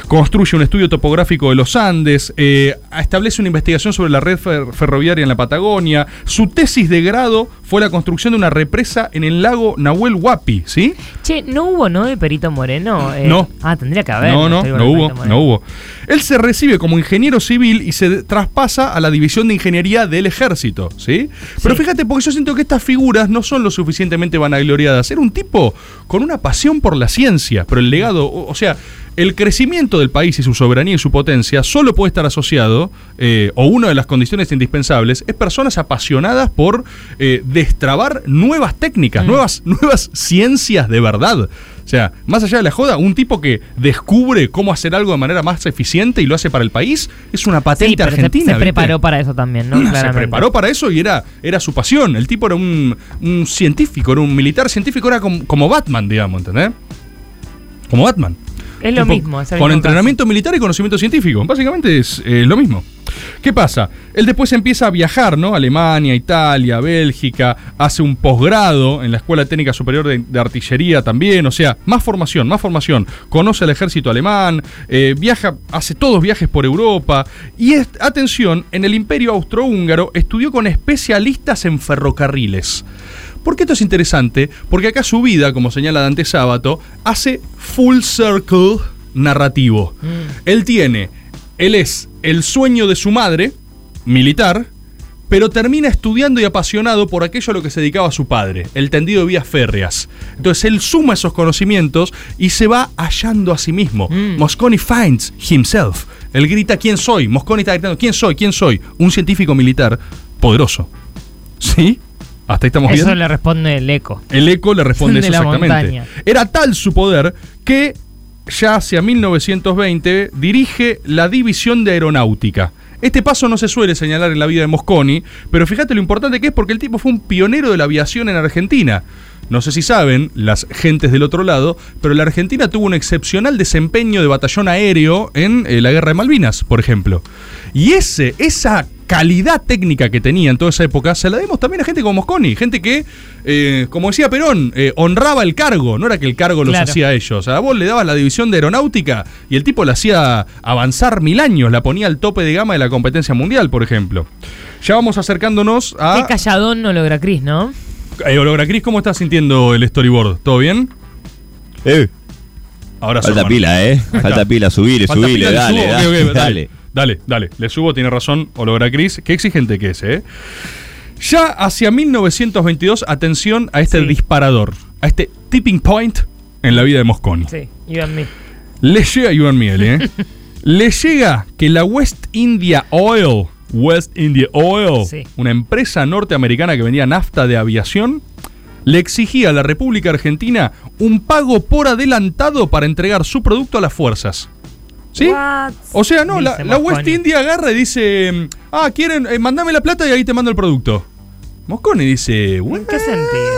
S6: Construye un estudio topográfico de los Andes, eh, establece una investigación sobre la red fer- ferroviaria en la Patagonia. Su tesis de grado fue la construcción de una represa en el lago Nahuel Huapi, ¿sí?
S7: Che, ¿no hubo no de Perito Moreno? Eh,
S6: No.
S7: Ah, tendría que haber.
S6: no, no,
S7: estoy
S6: no
S7: volviendo
S6: hubo, no hubo. Él se recibe como ingeniero civil y se de- traspasa a la división de ingeniería del ejército, ¿sí? Pero fíjate, porque yo siento que estas figuras no son lo suficientemente vanagloriadas. Era un tipo con una pasión por la ciencia, pero el legado, o, o sea, el crecimiento del país y su soberanía y su potencia solo puede estar asociado, eh, o una de las condiciones indispensables, es personas apasionadas por eh, destrabar nuevas
S7: Mm.
S6: técnicas, nuevas, nuevas ciencias de verdad. O sea, más allá de la joda, un tipo que descubre cómo hacer algo de manera más eficiente y lo hace para el país, es una patente
S7: Sí, pero se-
S6: argentina.
S7: se,
S6: ¿viste?
S7: preparó para eso también, ¿no?
S6: [clears throat] Se
S7: Claramente.
S6: preparó para eso y era, era su pasión. El tipo era un, un científico, era un militar científico, era com- como Batman, digamos, ¿entendés? Como Batman.
S7: Es lo
S6: Tipo,
S7: mismo. es el
S6: Con
S7: mismo
S6: entrenamiento militar y conocimiento científico. Básicamente es eh, lo mismo. ¿Qué pasa? Él después empieza a viajar, ¿no? Alemania, Italia, Bélgica, hace un posgrado en la Escuela Técnica Superior de, de Artillería también, o sea, más formación, más formación. Conoce al ejército alemán, eh, viaja, hace todos viajes por Europa. Y es- atención, en el Imperio Austrohúngaro estudió con especialistas en ferrocarriles. ¿Por qué esto es interesante? Porque acá su vida, como señala Dante Sábato, hace full circle narrativo. Él tiene, él es el sueño de su madre, militar, pero termina estudiando y apasionado por aquello a lo que se dedicaba su padre, el tendido de vías férreas. Entonces él suma esos conocimientos y se va hallando a sí mismo. Mosconi finds himself. Él grita quién soy. Mosconi está gritando quién soy, quién soy. Un científico militar poderoso. ¿Sí? Hasta ahí estamos
S7: caso.
S6: bien.
S7: Eso le responde el eco.
S6: El eco le responde
S7: [laughs] De
S6: eso
S7: la
S6: exactamente.
S7: montaña.
S6: Era tal su poder que ya hacia 1920 dirige la división de aeronáutica. Este paso no se suele señalar en la vida de Mosconi, pero fíjate lo importante que es porque el tipo fue un pionero de la aviación en Argentina. No sé si saben, las gentes del otro lado, pero la Argentina tuvo un excepcional desempeño de batallón aéreo en eh, la Guerra de Malvinas, por ejemplo. Y ese, esa calidad técnica que tenía en toda esa época, se la demos también a gente como Mosconi, gente que, eh, como decía Perón, eh, honraba el cargo, no era que el cargo los
S4: Claro.
S6: hacía a ellos. A vos le dabas la división de aeronáutica y el tipo la hacía avanzar mil años, la ponía al tope de gama de la competencia mundial, por ejemplo. Ya vamos acercándonos
S7: Qué
S6: a...
S7: calladón no logra Cris, ¿no?
S6: Eh, Olora Cris, ¿cómo estás sintiendo el storyboard? ¿Todo bien?
S11: Eh.
S6: Ahora
S11: Falta
S6: Sorman.
S11: pila, eh.
S6: Ahí
S11: Falta
S6: está.
S11: pila, subile,
S6: Falta
S11: subile,
S6: pila, le
S11: dale,
S6: subo.
S11: dale,
S6: Ok, ok,
S11: dale.
S6: Dale, dale. Le subo, tiene razón, Ologra Cris. Qué exigente que es, ¿eh? Ya hacia 1922, atención a este disparador, a este tipping point en la vida de Mosconi.
S7: Sí, Iván
S6: ¿Eh?
S7: [laughs] mí.
S6: Le llega, Iván Miel, ¿eh? Le llega que la West India Oil, West India Oil,
S4: Sí.
S6: una empresa norteamericana que vendía nafta de aviación, le exigía a la República Argentina un pago por adelantado para entregar su producto a las fuerzas. ¿Sí?
S7: What?
S6: O sea, no, la,
S7: Dice
S6: la West
S7: Mosconi.
S6: India agarra y dice, ah, quieren, eh, mandame la plata y ahí te mando el producto. Moscone dice, ¿what?
S7: ¿Qué sentido?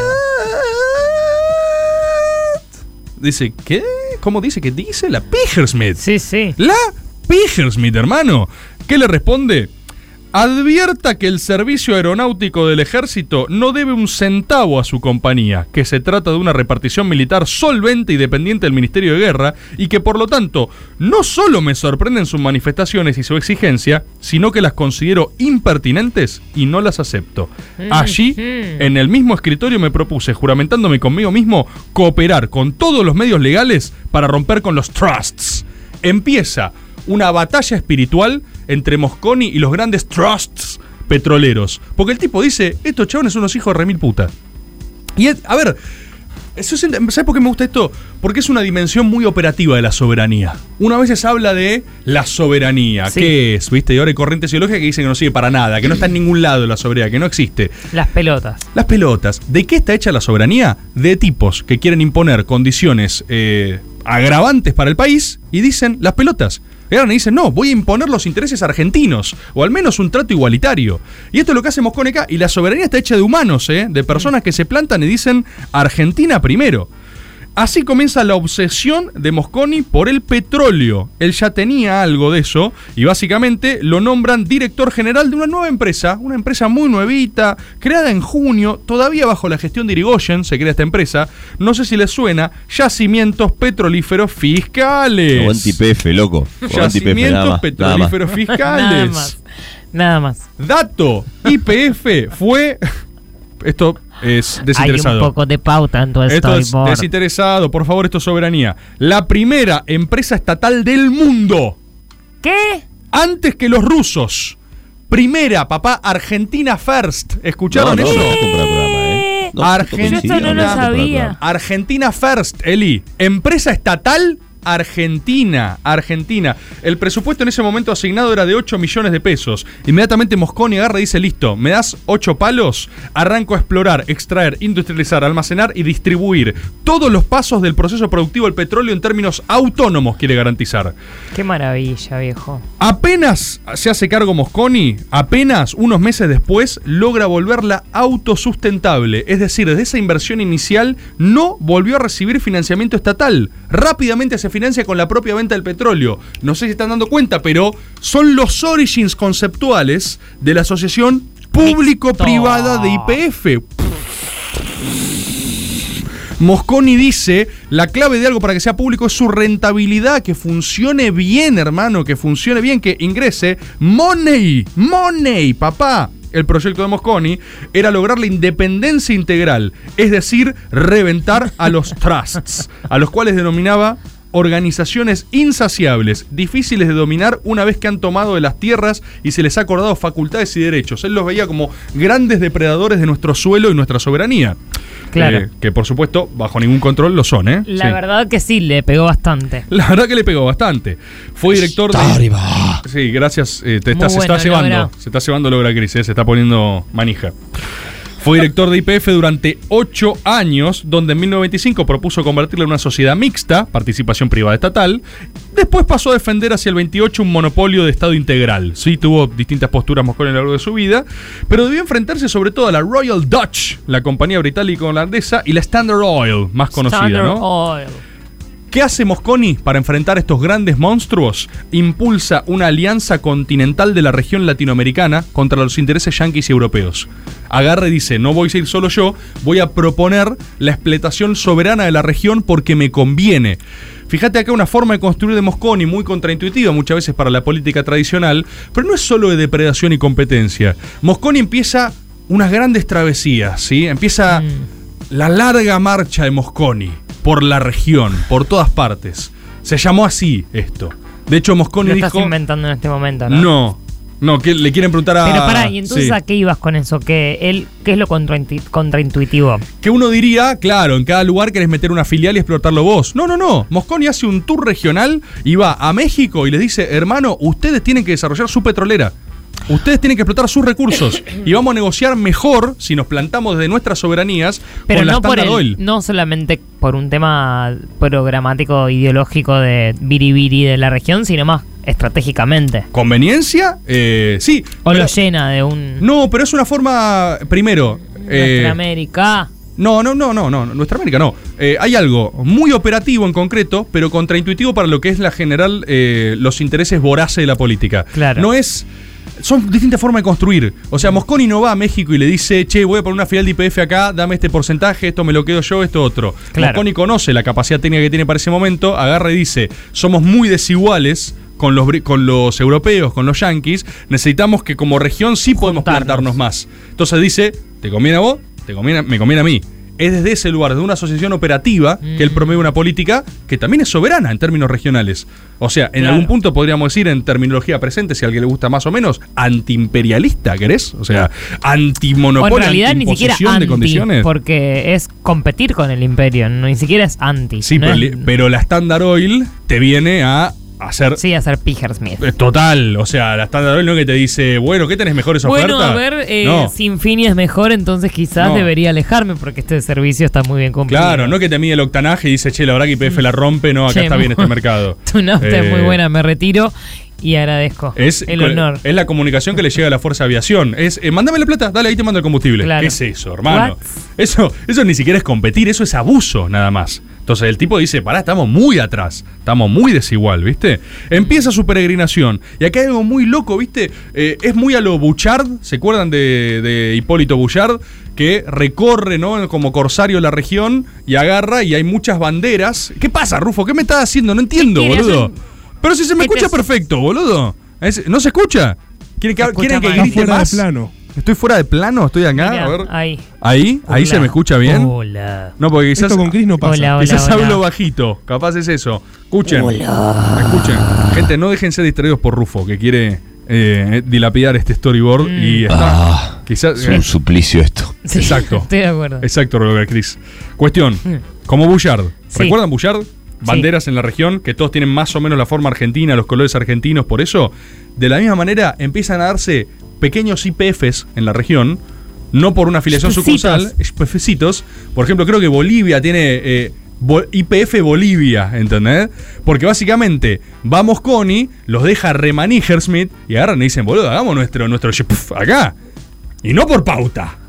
S6: Dice, ¿qué? ¿Cómo dice que dice? La Pigersmith.
S7: Sí, sí.
S6: La Pigersmith, hermano. ¿Qué le responde? Advierta que el servicio aeronáutico del ejército no debe un centavo a su compañía, que se trata de una repartición militar solvente y dependiente del Ministerio de Guerra, y que por lo tanto no solo me sorprenden sus manifestaciones y su exigencia, sino que las considero impertinentes y no las acepto.
S7: Mm,
S6: Allí, en el mismo escritorio me propuse, juramentándome conmigo mismo, cooperar con todos los medios legales para romper con los trusts empieza una batalla espiritual entre Mosconi y los grandes trusts petroleros. Porque el tipo dice, estos chavones son unos hijos de remil puta. Y es- a ver, eso es- ¿sabes por qué me gusta esto? Porque es una dimensión muy operativa de la soberanía. Uno a veces habla de la soberanía, ¿qué es? ¿Viste? Y ahora hay corrientes ideológicas que dicen que no sirve para nada, que no está en ningún lado la soberanía, que no existe.
S7: Las pelotas.
S6: Las pelotas. ¿De qué está hecha la soberanía? De tipos que quieren imponer condiciones eh, agravantes para el país y dicen las pelotas. Y ahora dicen, no, voy a imponer los intereses argentinos, o al menos un trato igualitario. Y esto es lo que hace Moscone acá, y la soberanía está hecha de humanos, ¿eh? de personas que se plantan y dicen, Argentina primero. Así comienza la obsesión de Mosconi por el petróleo. Él ya tenía algo de eso y básicamente lo nombran director general de una nueva empresa, una empresa muy nuevita, creada en junio, todavía bajo la gestión de Irigoyen se crea esta empresa. No sé si les suena, Yacimientos Petrolíferos Fiscales.
S11: Aguante IPF, loco. Aguante IPF, nada
S6: Yacimientos
S11: más, nada más.
S6: Petrolíferos
S7: Nada
S6: Fiscales.
S7: más. Nada más.
S6: Dato, IPF fue... Esto es
S7: Hay un
S6: desinteresado.
S7: poco de pauta en tu
S6: Esto es
S7: storyboard.
S6: desinteresado, por favor, esto es soberanía. La primera empresa estatal del mundo.
S7: ¿Qué?
S6: Antes que los rusos. Primera, papá, Argentina First. ¿Escucharon
S11: No, no,
S6: eso?
S11: no, esto para programa, ¿eh? No, esto
S6: Argentina,
S11: coincidió, no, esto para programa.
S6: Argentina First, Eli. Empresa estatal argentina. Argentina. El presupuesto en ese momento asignado era de 8 millones de pesos. Inmediatamente Mosconi agarra y dice, listo, me das 8 palos, arranco a explorar, extraer, industrializar, almacenar y distribuir. Todos los pasos del proceso productivo del petróleo en términos autónomos quiere garantizar.
S7: Qué maravilla, viejo.
S6: Apenas se hace cargo Mosconi, apenas unos meses después logra volverla autosustentable. Es decir, desde esa inversión inicial no volvió a recibir financiamiento estatal. Rápidamente se financia con la propia venta del petróleo. No sé si están dando cuenta, pero son los origins conceptuales de la asociación público-privada de IPF. Mosconi dice, la clave de algo para que sea público es su rentabilidad, que funcione bien, hermano, que funcione bien, que ingrese money, money, papá. El proyecto de Mosconi era lograr la independencia integral, es decir, reventar a los trusts, a los cuales denominaba organizaciones insaciables, difíciles de dominar una vez que han tomado de las tierras y se les ha acordado facultades y derechos. Él los veía como grandes depredadores de nuestro suelo y nuestra soberanía.
S7: Claro.
S6: Eh, que por supuesto, bajo ningún control lo son, ¿eh?
S7: La
S6: Sí.
S7: verdad que sí, le pegó bastante.
S6: [laughs] La verdad que le pegó bastante. Fue director de. Sí, gracias. eh, te
S7: Muy
S6: está- se
S7: bueno,
S6: está llevando.
S7: Logra.
S6: Se está llevando Logra Cris, eh, se está poniendo manija. Fue director de IPF durante ocho años, donde en 1995 propuso convertirla en una sociedad mixta, participación privada estatal. Después pasó a defender hacia el 28 un monopolio de Estado integral. Sí, tuvo distintas posturas Mosconi a lo largo de su vida, pero debió enfrentarse sobre todo a la Royal Dutch, la compañía británico-holandesa, y la Standard Oil, más conocida,
S7: Standard
S6: ¿no?
S7: Oil.
S6: ¿Qué hace Mosconi para enfrentar estos grandes monstruos? Impulsa una alianza continental de la región latinoamericana contra los intereses yanquis y europeos. Agarre dice, no voy a ir solo yo, voy a proponer la explotación soberana de la región porque me conviene. Fíjate acá una forma de construir de Mosconi muy contraintuitiva muchas veces para la política tradicional, pero no es solo de depredación y competencia. Mosconi empieza unas grandes travesías, ¿sí? Empieza la larga marcha de Mosconi por la región, por todas partes. Se llamó así esto. De hecho, Mosconi
S7: Lo estás
S6: dijo.
S7: inventando en este momento, ¿no?
S6: No, no, que le quieren preguntar a.
S7: Pero pará, ¿y entonces
S6: Sí.
S7: a qué ibas con eso? ¿Qué, él, qué es lo contraintu- contraintuitivo?
S6: Que uno diría, claro, en cada lugar querés meter una filial y explotarlo vos. No, no, no. Mosconi hace un tour regional y va a México y les dice, hermano, ustedes tienen que desarrollar su petrolera. Ustedes tienen que explotar sus
S7: [coughs]
S6: recursos y vamos a negociar mejor si nos plantamos desde nuestras soberanías
S7: Pero
S6: con la
S7: no, por
S6: Standard
S7: el-
S6: Oil.
S7: no solamente por un tema programático, ideológico de biribiri de la región, sino más estratégicamente.
S6: ¿Conveniencia? Eh, sí.
S7: O lo llena de un.
S6: No, pero es una forma, primero... eh,
S7: Nuestra América.
S6: No, no, no, no, no, nuestra América no. Eh, hay algo muy operativo en concreto, pero contraintuitivo para lo que es la general, eh, los intereses voraces de la política. Claro. No es. Son distintas formas de construir. O sea, Mosconi no va a México y le dice, che, voy a poner una filial de IPF acá, dame este porcentaje, esto me lo quedo yo, esto otro.
S7: Claro.
S6: Mosconi conoce la capacidad técnica que tiene para ese momento, agarra y dice, somos muy desiguales. Con los, bri- con los europeos, con los yanquis, necesitamos que como región sí podemos plantarnos más. Entonces dice, te conviene a vos, te conviene, a- me conviene a mí. Es desde ese lugar, de una asociación operativa, que él promueve una política que también es soberana en términos regionales. O sea, en algún punto podríamos decir, en terminología presente, si a alguien le gusta más o menos, antiimperialista, ¿querés? O sea,
S7: o en
S6: antimonopolio,
S7: realidad ni siquiera
S6: antiimposición
S7: anti,
S6: de condiciones.
S7: porque es competir con el imperio, no, ni siquiera es anti.
S6: Sí,
S7: no
S6: pero,
S7: es-
S6: li- pero la Standard Oil te viene a hacer. Eh,
S7: Sí, a hacer Pigersmith.
S6: Total, o sea, la Standard Oil no es que te dice, bueno, ¿qué tenés mejores
S7: Bueno,
S6: ofertas?
S7: a ver, eh,
S6: No.
S7: si Infini es mejor, entonces quizás
S6: No.
S7: debería alejarme porque este servicio está muy bien cumplido.
S6: Claro, no que te mide el octanaje y dice, che, la verdad que IPF la rompe, no, acá
S7: Che,
S6: está bien
S7: mu-
S6: este mercado.
S7: Mm. [laughs] Tu nafta es muy
S6: Eh,
S7: buena, me retiro y agradezco
S6: Es,
S7: el honor.
S6: es la comunicación que le llega a la Fuerza de Aviación. Es, eh, mándame la plata, dale, ahí te mando el combustible. ¿Qué es eso, hermano?
S7: What?
S6: Eso, eso ni siquiera es competir, eso es abuso, nada más. Entonces el tipo dice, pará, estamos muy atrás, estamos muy desigual, ¿viste? Empieza su peregrinación. Y acá hay algo muy loco, ¿viste? Eh, es muy a lo Bouchard, ¿se acuerdan de, de Hipólito Bouchard? Que recorre, ¿no? Como corsario la región y agarra y hay muchas banderas. ¿Qué pasa, Rufo? ¿Qué me estás haciendo? No entiendo,
S4: quiere?
S6: boludo.
S4: Hacen-
S6: Pero si se me escucha perfecto, boludo. Es- ¿No se escucha? ¿Quieren que, quieren que grite más? Estoy fuera de plano, estoy acá.
S7: Mirá,
S6: a ver.
S7: ahí.
S6: Ahí, ahí
S7: Hola.
S6: se me escucha bien.
S7: Hola.
S6: No, porque quizás.
S7: Esto con Cris no pasa. Hola, hola,
S6: quizás
S7: hola.
S6: hablo bajito. Capaz es eso. Escuchen. Escuchen. Gente, no déjense distraídos por Rufo, que quiere eh, dilapidar este storyboard
S7: Mm.
S6: y está. quizás. eh,
S11: Es un suplicio esto.
S7: Sí,
S6: Exacto.
S7: Estoy de acuerdo. Mm.
S6: Exacto, Robert Cris. Cuestión. Como Bullard.
S7: Sí.
S6: ¿Recuerdan Bullard? Banderas en la región, que todos tienen más o menos la forma argentina, los colores argentinos, por eso. De la misma manera, empiezan a darse pequeños IPFs en la región, no por una afiliación sucursal, IPFcitos. Por ejemplo, creo que Bolivia tiene eh, IPF Bolivia, ¿entendés? Porque básicamente, vamos Connie, los deja remaniger Smith y agarran y dicen, boludo, hagamos nuestro, nuestro YPF acá. Y no por pauta.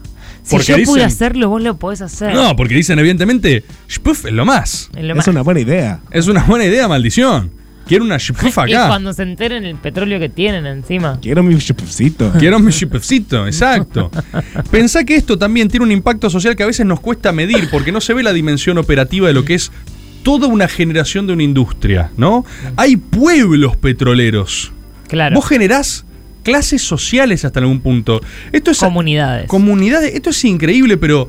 S7: Si yo pude hacerlo, vos lo podés hacer.
S6: No, porque dicen, evidentemente, Shpuf es lo más.
S7: Es lo Es más. una
S6: buena idea. Es una buena idea, maldición. Quiero una Shpuf
S7: [laughs] y
S6: acá.
S7: cuando se enteren el petróleo que tienen encima.
S6: Quiero mi Shpufcito. [laughs] Quiero mi Shpufcito, [laughs] exacto. Pensá que esto también tiene un impacto social que a veces nos cuesta medir porque no se ve la dimensión operativa de lo que es toda una generación de una industria, ¿no? Hay pueblos petroleros.
S7: Claro.
S6: Vos generás clases sociales hasta algún punto. Esto es
S7: comunidades.
S6: Comunidades, esto es increíble, pero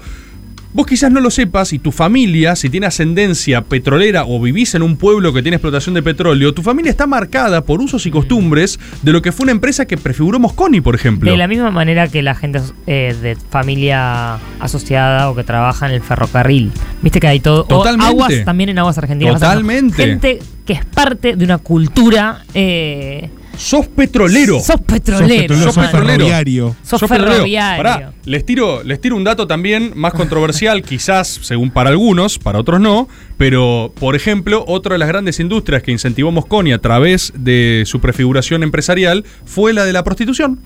S6: vos quizás no lo sepas y tu familia, si tiene ascendencia petrolera o vivís en un pueblo que tiene explotación de petróleo, tu familia está marcada por usos y costumbres de lo que fue una empresa que prefiguró Mosconi, por ejemplo.
S7: De la misma manera que la gente eh, de familia asociada o que trabaja en el ferrocarril. Viste que hay todo. o
S6: Totalmente.
S7: aguas también en aguas argentinas. pasa eso.
S6: Totalmente.
S7: Gente que es parte de una cultura. eh,
S6: Sos petrolero.
S7: Sos petrolero.
S6: Sos
S7: hermano.
S6: ferroviario.
S7: Sos ferroviario.
S6: Pará, les tiro, les tiro un dato también más
S7: [laughs]
S6: controversial, quizás según para algunos, para otros no. Pero, por ejemplo, otra de las grandes industrias que incentivó Mosconi a través de su prefiguración empresarial fue la de la prostitución.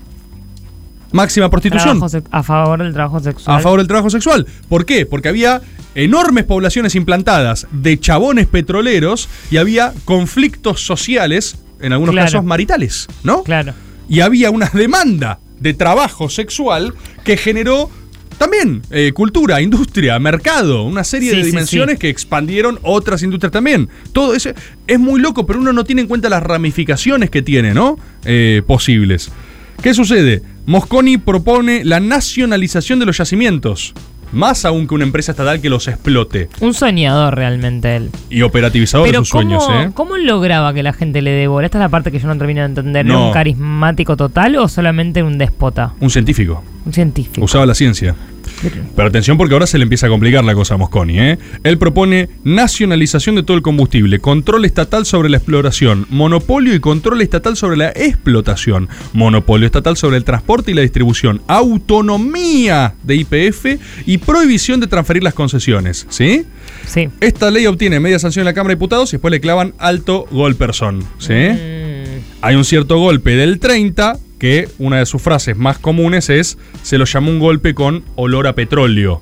S6: Máxima prostitución.
S7: Trabajo sex- a favor del trabajo sexual.
S6: A favor del trabajo sexual. ¿Por qué? Porque había enormes poblaciones implantadas de chabones petroleros y había conflictos sociales, en algunos
S7: Claro.
S6: casos maritales, ¿no?
S7: Claro.
S6: Y había una demanda de trabajo sexual que generó también eh, cultura, industria, mercado, una serie
S4: Sí,
S6: de
S4: sí,
S6: dimensiones
S4: sí.
S6: que expandieron otras industrias también. Todo eso es muy loco, pero uno no tiene en cuenta las ramificaciones que tiene, ¿no? Eh, posibles. ¿Qué sucede? Mosconi propone la nacionalización de los yacimientos, más aún que una empresa estatal que los explote
S7: Un soñador realmente él.
S6: y operativizador de
S7: Pero
S6: sus
S7: ¿cómo,
S6: sueños, ¿eh?
S7: ¿cómo lograba que la gente le devore? Esta es la parte que yo no termino de entender. ¿Era
S6: No.
S7: un carismático total o solamente un déspota?
S6: Un científico.
S7: Un científico.
S6: Usaba la ciencia. Pero atención porque ahora se le empieza a complicar la cosa a Mosconi. ¿eh? Él propone nacionalización de todo el combustible, control estatal sobre la exploración, monopolio y control estatal sobre la explotación, monopolio estatal sobre el transporte y la distribución, autonomía de IPF y prohibición de transferir las concesiones. ¿Sí?
S7: Sí.
S6: Esta ley obtiene media sanción en la Cámara de Diputados y después le clavan alto golpersón. ¿Sí? Hay un cierto golpe del 30 que una de sus frases más comunes es se lo llamó un golpe con olor a petróleo.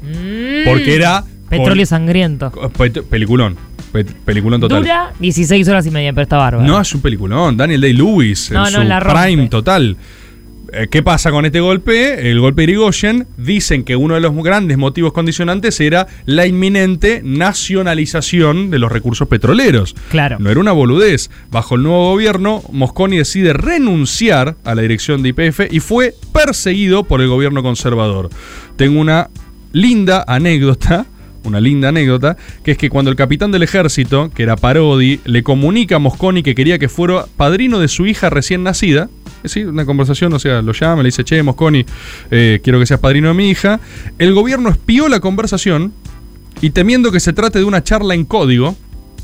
S6: Porque era...
S7: Mm. Petróleo sangriento.
S6: con- pet- peliculón. Pet- peliculón total.
S7: Mm. Dura 16 horas y media, pero está bárbaro.
S6: No es un peliculón. Daniel Day-Lewis.
S7: No,
S6: en
S7: no,
S6: su
S7: la rompe.
S6: prime total. Eh, ¿Qué pasa con este golpe? El golpe de Irigoyen. Dicen que uno de los grandes motivos condicionantes era la inminente nacionalización de los recursos petroleros.
S7: Claro.
S6: No era una boludez. Bajo el nuevo gobierno, Mosconi decide renunciar a la dirección de IPF y fue perseguido por el gobierno conservador. Tengo una linda anécdota. Una linda anécdota, que es que cuando el capitán del ejército, que era Parodi, le comunica a Mosconi que quería que fuera padrino de su hija recién nacida, es decir, una conversación, o sea, lo llama, le dice, che, Mosconi, eh, quiero que seas padrino de mi hija, el gobierno espió la conversación y temiendo que se trate de una charla en código,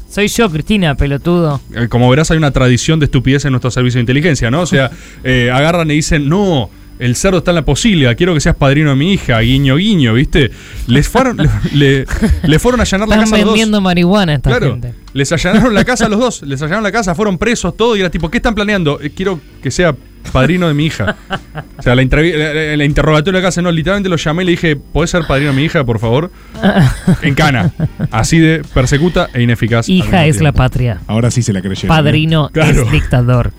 S7: Soy yo, Cristina, pelotudo.
S6: eh, como verás, hay una tradición de estupidez en nuestro servicio de inteligencia, ¿no? O
S7: [laughs]
S6: sea, eh, agarran y dicen, no, el cerdo está en la posibilidad, quiero que seas padrino de mi hija, guiño, guiño, ¿viste? Les fueron, [laughs] le, le fueron a allanar la
S7: Están
S6: casa a los dos.
S7: vendiendo marihuana esta
S6: Claro, [laughs]
S7: gente.
S6: les allanaron la casa a los
S7: [laughs]
S6: dos, les allanaron la casa, fueron presos, todo, y era tipo, ¿qué están planeando? "Eh, quiero que sea padrino de mi hija. O sea, la, entrevi- la- la- la interrogatoria de la casa, no, literalmente lo llamé y le dije, ¿podés ser padrino de mi hija, por favor? En cana. Así de persecuta e ineficaz. al mismo
S7: Hija es la
S6: tiempo.
S7: patria.
S4: Ahora sí se la creyeron. ¿eh?
S7: Padrino
S6: Claro.
S7: es dictador.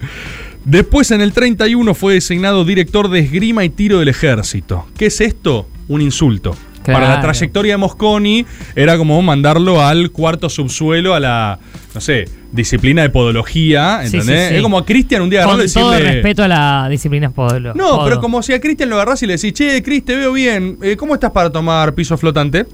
S6: Después, en el 31, fue designado director de esgrima y tiro del ejército. ¿Qué es esto? Un insulto.
S1: Claro.
S6: Para la trayectoria de Mosconi era como mandarlo al cuarto subsuelo, a la, no sé, disciplina de podología,
S7: Sí,
S6: ¿entendés?
S7: sí, sí.
S6: Es como a Cristian un día
S7: Con
S6: agarrarlo y
S7: todo
S6: decirle-
S7: respeto a la disciplina podolo.
S6: No,
S7: podo.
S6: pero como si a Cristian lo agarrás y le decís, che, Cris, te veo bien, eh, ¿cómo estás para tomar piso flotante?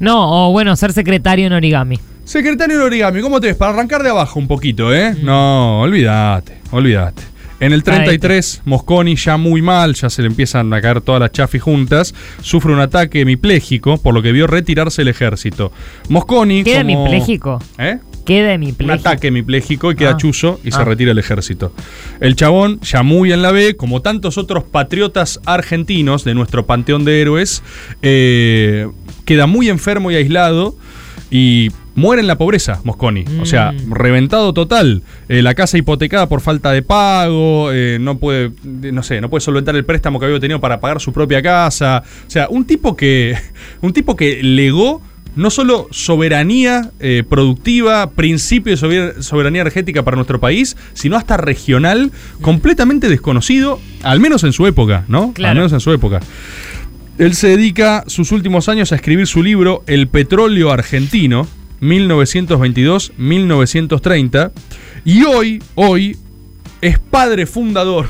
S7: No, o bueno, ser secretario en origami.
S6: Secretario de origami, ¿cómo te ves? Para arrancar de abajo un poquito, ¿eh? No, olvídate, olvídate. En el 33, Mosconi ya muy mal, ya se le empiezan a caer todas las chafis juntas, sufre un ataque hemipléjico, por lo que vio retirarse el ejército. Mosconi...
S7: Queda
S6: como-
S7: hemipléjico.
S6: ¿Eh?
S7: Queda hemipléjico.
S6: Un ataque hemipléjico y queda
S7: Ah.
S6: chuzo y se
S7: Ah.
S6: retira el ejército. El chabón, ya muy en la B, como tantos otros patriotas argentinos de nuestro panteón de héroes, eh, queda muy enfermo y aislado y muere en la pobreza Mosconi. O sea,
S7: Mm.
S6: reventado total. Eh, la casa hipotecada por falta de pago, eh, no puede, no sé, no puede solventar el préstamo que había tenido para pagar su propia casa. O sea, un tipo que, [laughs] un tipo que legó no solo soberanía eh, productiva, principio de sober- soberanía energética para nuestro país, sino hasta regional, completamente desconocido, al menos en su época, ¿no?
S1: Claro.
S6: Al menos en su época. Él se dedica sus últimos años a escribir su libro El petróleo argentino, 1922-1930, y hoy, hoy, es padre fundador,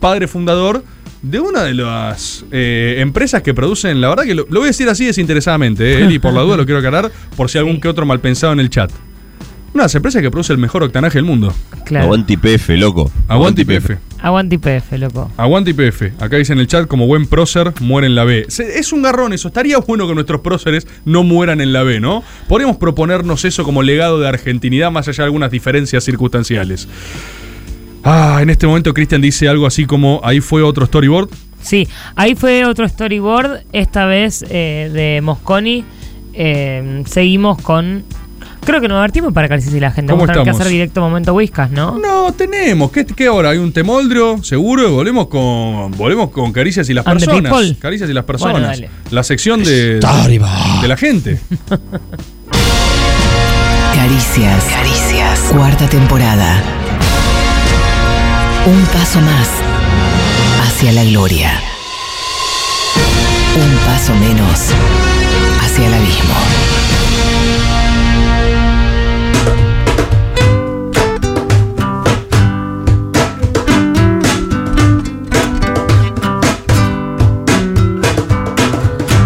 S6: padre fundador de una de las eh, empresas que producen, la verdad que lo, lo voy a decir así desinteresadamente, eh, Eli, por la duda lo quiero aclarar, por si algún que otro mal pensado en el chat. Una de las empresas que produce el mejor octanaje del mundo.
S7: Claro.
S11: Aguante IPF, loco.
S6: Aguante IPF.
S7: Aguante IPF, loco.
S6: Aguante IPF. Acá dice en el chat, como buen prócer, muere en la B. Se- es un garrón eso. Estaría bueno que nuestros próceres no mueran en la B, ¿no? Podríamos proponernos eso como legado de argentinidad, más allá de algunas diferencias circunstanciales. Ah, en este momento Cristian dice algo así como, ahí fue otro storyboard.
S7: Sí, ahí fue otro storyboard, esta vez eh, de Mosconi. Eh, seguimos con. Creo que nos advertimos para que si la gente.
S6: ¿Cómo
S7: Vamos a tener que
S6: estamos?
S7: hacer directo momento Whiskas, ¿no?
S6: No, tenemos. ¿Qué, qué ahora? ¿Hay un temoldrio? Seguro. Volvemos con, volvemos con Caricias y las
S7: And the
S6: personas.
S7: people.
S6: Caricias y las
S7: Bueno,
S6: personas.
S7: dale.
S6: la sección de, de la gente.
S5: Caricias. Caricias. Cuarta temporada. Un paso más hacia la gloria. Un paso menos hacia el abismo.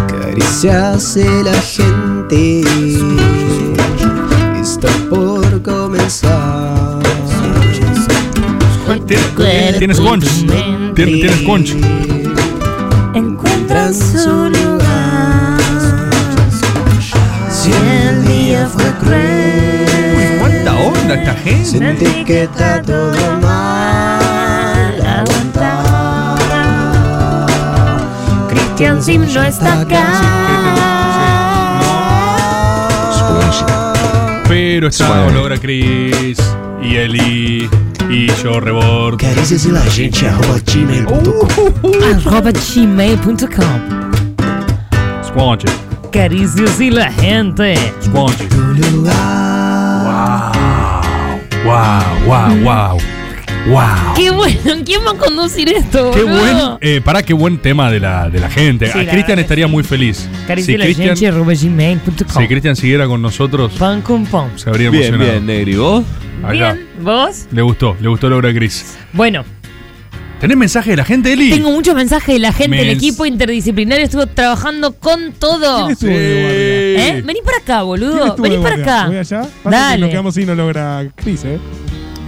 S3: Caricias de la gente está por comenzar.
S6: Tien- Tienes conch. Tien- Tienes conch.
S3: Encuentran su lugar. Sentí que está todo mal. Aguanta. Cristian Sim no está acá.
S6: Pero está
S3: Suave.
S6: Logra Cris y Eli y yo rebord.
S3: Caricias y la gente arroba
S7: Arroba gmail.com.
S6: Squanche,
S7: Caricias y la gente.
S6: squanche. Wow, wow, wow, wow.
S7: Qué bueno, ¿quién va a conducir esto,
S6: Qué
S7: boludo?
S6: buen, eh, pará, qué buen tema de la, de la gente.
S7: Sí,
S6: A
S7: la
S6: Cristian estaría muy feliz.
S7: Caricias y la
S6: Cristian-
S7: gente arroba gmail.com.
S6: si Cristian siguiera con nosotros,
S7: Pan con pan.
S6: se habría
S11: Bien,
S6: emocionado.
S11: bien, Negri, ¿vos?
S6: Acá.
S7: Bien, ¿vos?
S6: Le gustó, le gustó Laura Cris.
S7: Bueno,
S6: ¿Tenés mensaje de la gente, Eli?
S7: tengo muchos mensajes de la gente. El
S6: Mens-
S7: equipo interdisciplinario estuvo trabajando con todo. ¿Eh? Vení para acá, boludo. Vení para acá.
S19: Voy allá. Pasa que
S7: Dale.
S19: Nos quedamos y no logra Cris, ¿eh?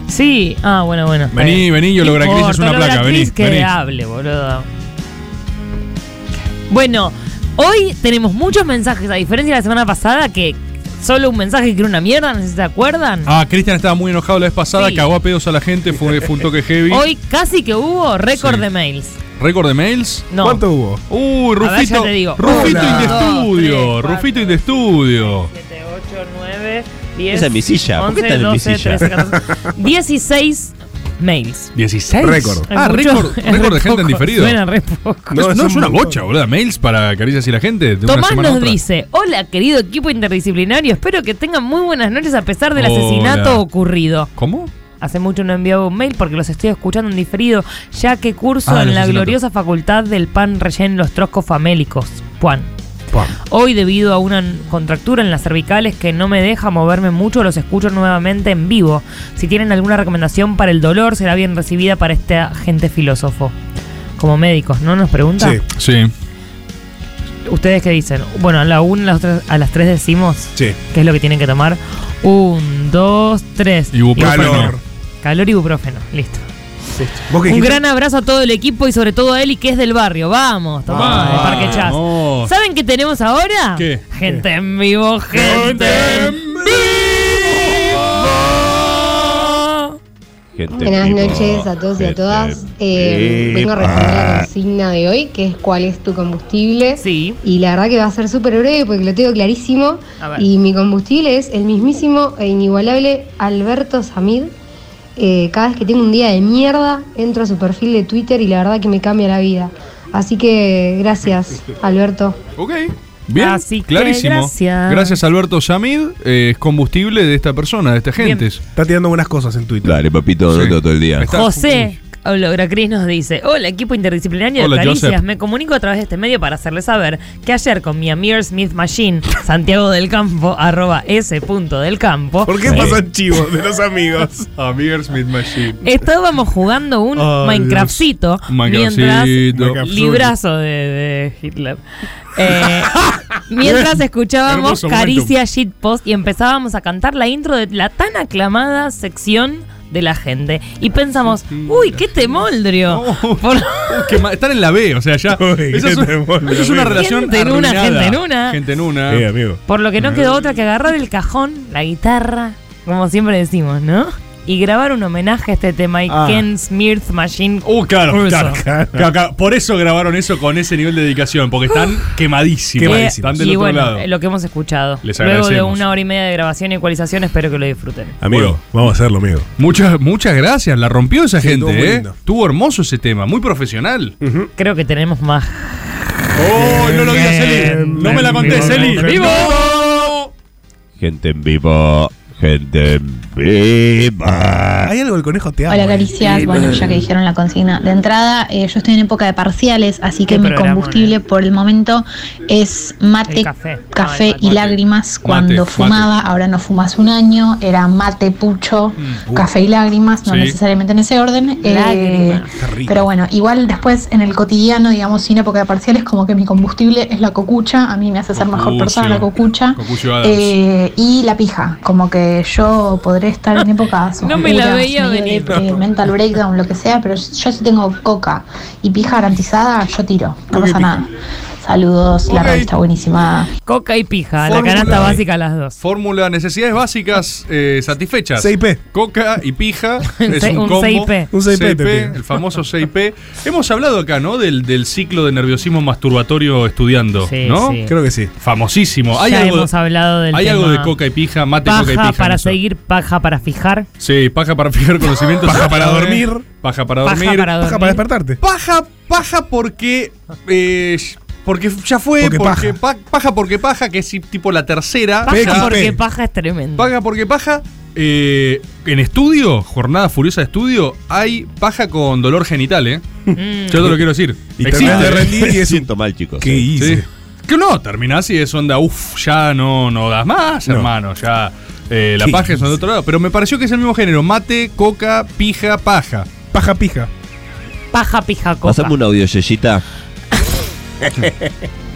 S7: Sí, ah, bueno, bueno. está
S6: Vení,
S7: bien.
S6: vení, yo
S7: No
S6: logra Cris, es
S7: importa,
S6: una
S7: logra
S6: placa, vení,
S7: Cris que
S6: vení.
S7: hable, boludo. Bueno, hoy tenemos muchos mensajes, a diferencia de la semana pasada que solo un mensaje que era una mierda, no sé si se acuerdan.
S6: Ah, Cristian estaba muy enojado la vez pasada,
S7: Sí.
S6: cagó a pedos a la gente,
S7: [laughs]
S6: fue, fue un toque heavy.
S7: Hoy casi que hubo récord de mails.
S6: ¿Récord de mails?
S7: No. ¿Cuánto
S6: hubo? Uh,
S7: A ver, ya
S6: Rufito.
S7: te digo.
S6: Rufito
S7: Hola.
S6: in the
S7: Dos,
S6: studio.
S7: tres, cuatro,
S6: Rufito in the studio.
S7: 9, 10,
S6: Esa es mi silla, ¿por qué está en mi silla?
S7: 16 mails.
S6: 16.
S7: Récord.
S6: Ah,
S7: Es mucho,
S6: récord,
S7: es
S6: récord
S7: re
S6: de gente en
S7: poco,
S6: diferido.
S7: suena re poco.
S6: No,
S7: No,
S6: es,
S7: es
S6: no,
S7: un
S6: es una
S7: montón.
S6: bocha, boludo. Mails para caricias y la gente. de una
S7: Tomás
S6: semana a
S7: nos
S6: otra.
S7: dice, hola querido equipo interdisciplinario, espero que tengan muy buenas noches a pesar del
S6: Hola.
S7: asesinato ocurrido.
S6: ¿Cómo?
S7: Hace mucho no enviaba un mail porque los estoy escuchando en diferido, ya que curso
S6: Ah, el
S7: en la
S6: asesinato.
S7: gloriosa facultad del pan rellén los troscos famélicos, Juan. Hoy debido a una n- contractura en las cervicales que no me deja moverme mucho, los escucho nuevamente en vivo. Si tienen alguna recomendación para el dolor, será bien recibida para este agente filósofo. Como médicos, ¿no nos pregunta?
S6: Sí.
S7: ¿Ustedes qué dicen? Bueno, a la 1, a las otras- a las 3 decimos qué es lo que tienen que tomar. 1, 2, 3.
S6: Ibuprofeno. Calor.
S7: Calor y ibuprofeno. Listo.
S13: ¿Vos qué
S7: Un
S13: dijiste?
S7: gran abrazo a todo el equipo y sobre todo a Eli, que es del barrio. Vamos, tomá, Ah,
S6: Ah,
S7: de Parque Chas.
S6: Vamos.
S7: ¿Saben qué tenemos ahora?
S6: ¿Qué?
S7: Gente en vivo, gente en vivo.
S20: Buenas noches a todos y a todas. Eh, vengo a responder a la consigna de hoy, que es cuál es tu combustible.
S7: Sí.
S20: Y la verdad que va a ser súper breve porque lo tengo clarísimo.
S7: A ver.
S20: Y mi combustible es el mismísimo e inigualable Alberto Samid. Eh, cada vez que tengo un día de mierda, entro a su perfil de Twitter y la verdad que me cambia la vida. Así que gracias, Alberto.
S6: Ok. Bien,
S20: Así que
S6: clarísimo.
S20: gracias.
S6: Alberto Samid. Eh, es combustible de esta persona, de esta gente. Está tirando buenas cosas en Twitter.
S11: Dale, papito,
S6: Sí.
S11: todo, todo el día.
S6: Está-
S7: José Hologracris nos dice, hola equipo interdisciplinario
S11: Hola,
S7: de Caricias,
S11: Joseph.
S7: me comunico a través de este medio para hacerles saber que ayer con mi Amir Smith Machine, Santiago del Campo, arroba S punto del campo, eh,
S13: ¿Por qué pasan chivos de los amigos?
S6: Amigos Ah, Smith Machine.
S7: estábamos jugando un
S6: Ay,
S7: Minecraftcito
S6: Dios. Minecraftcito.
S7: mientras
S10: [laughs]
S6: Minecraftcito.
S7: librazo de, de Hitler. Eh, mientras escuchábamos
S17: Hermoso
S7: Caricia
S17: momento.
S7: Shitpost y empezábamos a cantar la intro de la tan aclamada sección de la gente. Y pensamos, uy, qué temoldrio. Por-
S6: Que ma- están en la B, o sea,
S7: [laughs]
S6: ya. Eso es, un- eso es una relación.
S7: Gente en una,
S6: arruinada.
S7: gente en una.
S6: Gente en una.
S7: Sí, Por lo que no quedó otra que agarrar el cajón, la guitarra, como siempre decimos, ¿no? Y grabar un homenaje a este tema y
S6: Ah.
S7: Ken Smith Machine.
S6: Uh, claro,
S7: Russo.
S6: claro, [laughs] claro, claro. Por eso grabaron eso con ese nivel de dedicación, porque
S7: [laughs]
S6: están quemadísimos.
S7: Eh,
S6: Están del
S7: y
S6: otro
S7: bueno,
S6: lado.
S7: eh, lo que hemos escuchado.
S6: Les
S7: Luego de
S6: agradecemos.
S7: una hora y media de grabación y ecualización, espero que lo disfruten.
S6: Amigo,
S13: vamos a hacerlo, amigo.
S6: Muchas, muchas gracias, la rompió esa
S13: Sí, estuvo muy
S6: gente, ¿eh?
S13: lindo.
S6: Estuvo hermoso ese tema, muy profesional.
S7: Creo que tenemos más.
S6: ¡Oh, no lo digas, Eli! ¡No me la contés, Eli!
S7: ¡Vivo!
S11: Gente en vivo. Gente en vivo.
S13: Hay algo del conejo te ama.
S1: eh.
S21: Hola Caricias,
S11: Sí,
S21: bueno
S11: bueno.
S21: ya que dijeron la consigna de entrada, eh, yo estoy en época de parciales, así que
S7: Qué
S21: mi
S7: programa,
S21: combustible por el momento es mate,
S7: El
S21: café,
S7: café.
S21: café
S7: Ah, el
S21: y lágrimas. Cuando
S7: mate.
S21: fumaba, ahora no fumas un año, era mate, pucho,
S7: uh.
S21: café y lágrimas, no
S7: Sí.
S21: necesariamente en ese orden. eh,
S7: Lágrimas.
S21: Qué pero bueno, igual después en el cotidiano, digamos, sin época de parciales, como que mi combustible es la cocucha, a mí me hace ser mejor
S6: Cocucio.
S21: persona la cocucha.
S6: Cocucio Adams.
S21: Eh, y la pija, como que yo podré estar en épocas
S7: [laughs] No me la
S21: oscuras,
S7: veía
S21: medio
S7: venir.
S21: de- de mental breakdown, lo que sea, pero yo si tengo coca y pija garantizada, yo tiro, no pasa nada. Saludos, la
S6: Ok.
S21: radio está buenísima.
S7: Coca y pija, la
S6: Fórmula.
S7: canasta básica las dos.
S6: Fórmula necesidades básicas eh, satisfechas.
S7: CIP.
S6: Coca y pija.
S7: [laughs] Un
S6: es
S7: C-
S6: un,
S7: un
S6: combo.
S7: CIP. Un
S4: CIP,
S6: CIP,
S4: te pido.
S6: el famoso CIP. Hemos hablado acá, ¿no? Del, del ciclo de nerviosismo masturbatorio estudiando,
S7: Sí,
S6: ¿no?
S7: sí.
S6: Creo que sí. Famosísimo. Hay
S7: ya
S6: algo,
S7: hemos hablado del
S6: hay algo
S7: tema.
S6: de coca y pija, mate
S7: Paja
S6: coca y pija. en
S7: para
S6: eso.
S7: seguir, paja para fijar.
S6: Sí, paja para
S7: [laughs]
S6: fijar conocimientos.
S7: Paja para
S6: Eh,
S7: dormir.
S6: Paja para
S7: Paja
S6: dormir.
S7: para Paja para dormir.
S6: despertarte. Paja, paja porque. eh, porque ya fue.
S7: Porque
S6: Porque, pa- paja. porque paja, que es tipo la tercera.
S7: Paja
S6: Ya-
S7: porque paja es tremendo.
S6: Paja porque paja. eh, en estudio, jornada furiosa de estudio, hay paja con dolor genital, ¿eh?
S7: Mm.
S9: Mm.
S6: Yo te lo quiero decir.
S11: Y
S6: Existe.
S11: terminás de rendir y es un- Siento mal, chicos. ¿Qué hice?
S6: eh. Que no, terminás y es onda, uff, ya no, no das más,
S11: No.
S6: hermano, ya. eh, la
S11: ¿Qué
S6: paja es de otro lado. Pero me pareció que es el mismo género: mate, coca, pija, paja. Paja, pija.
S7: Paja, pija,
S6: [laughs]
S7: coca.
S11: Pasame una audio, Yeyita.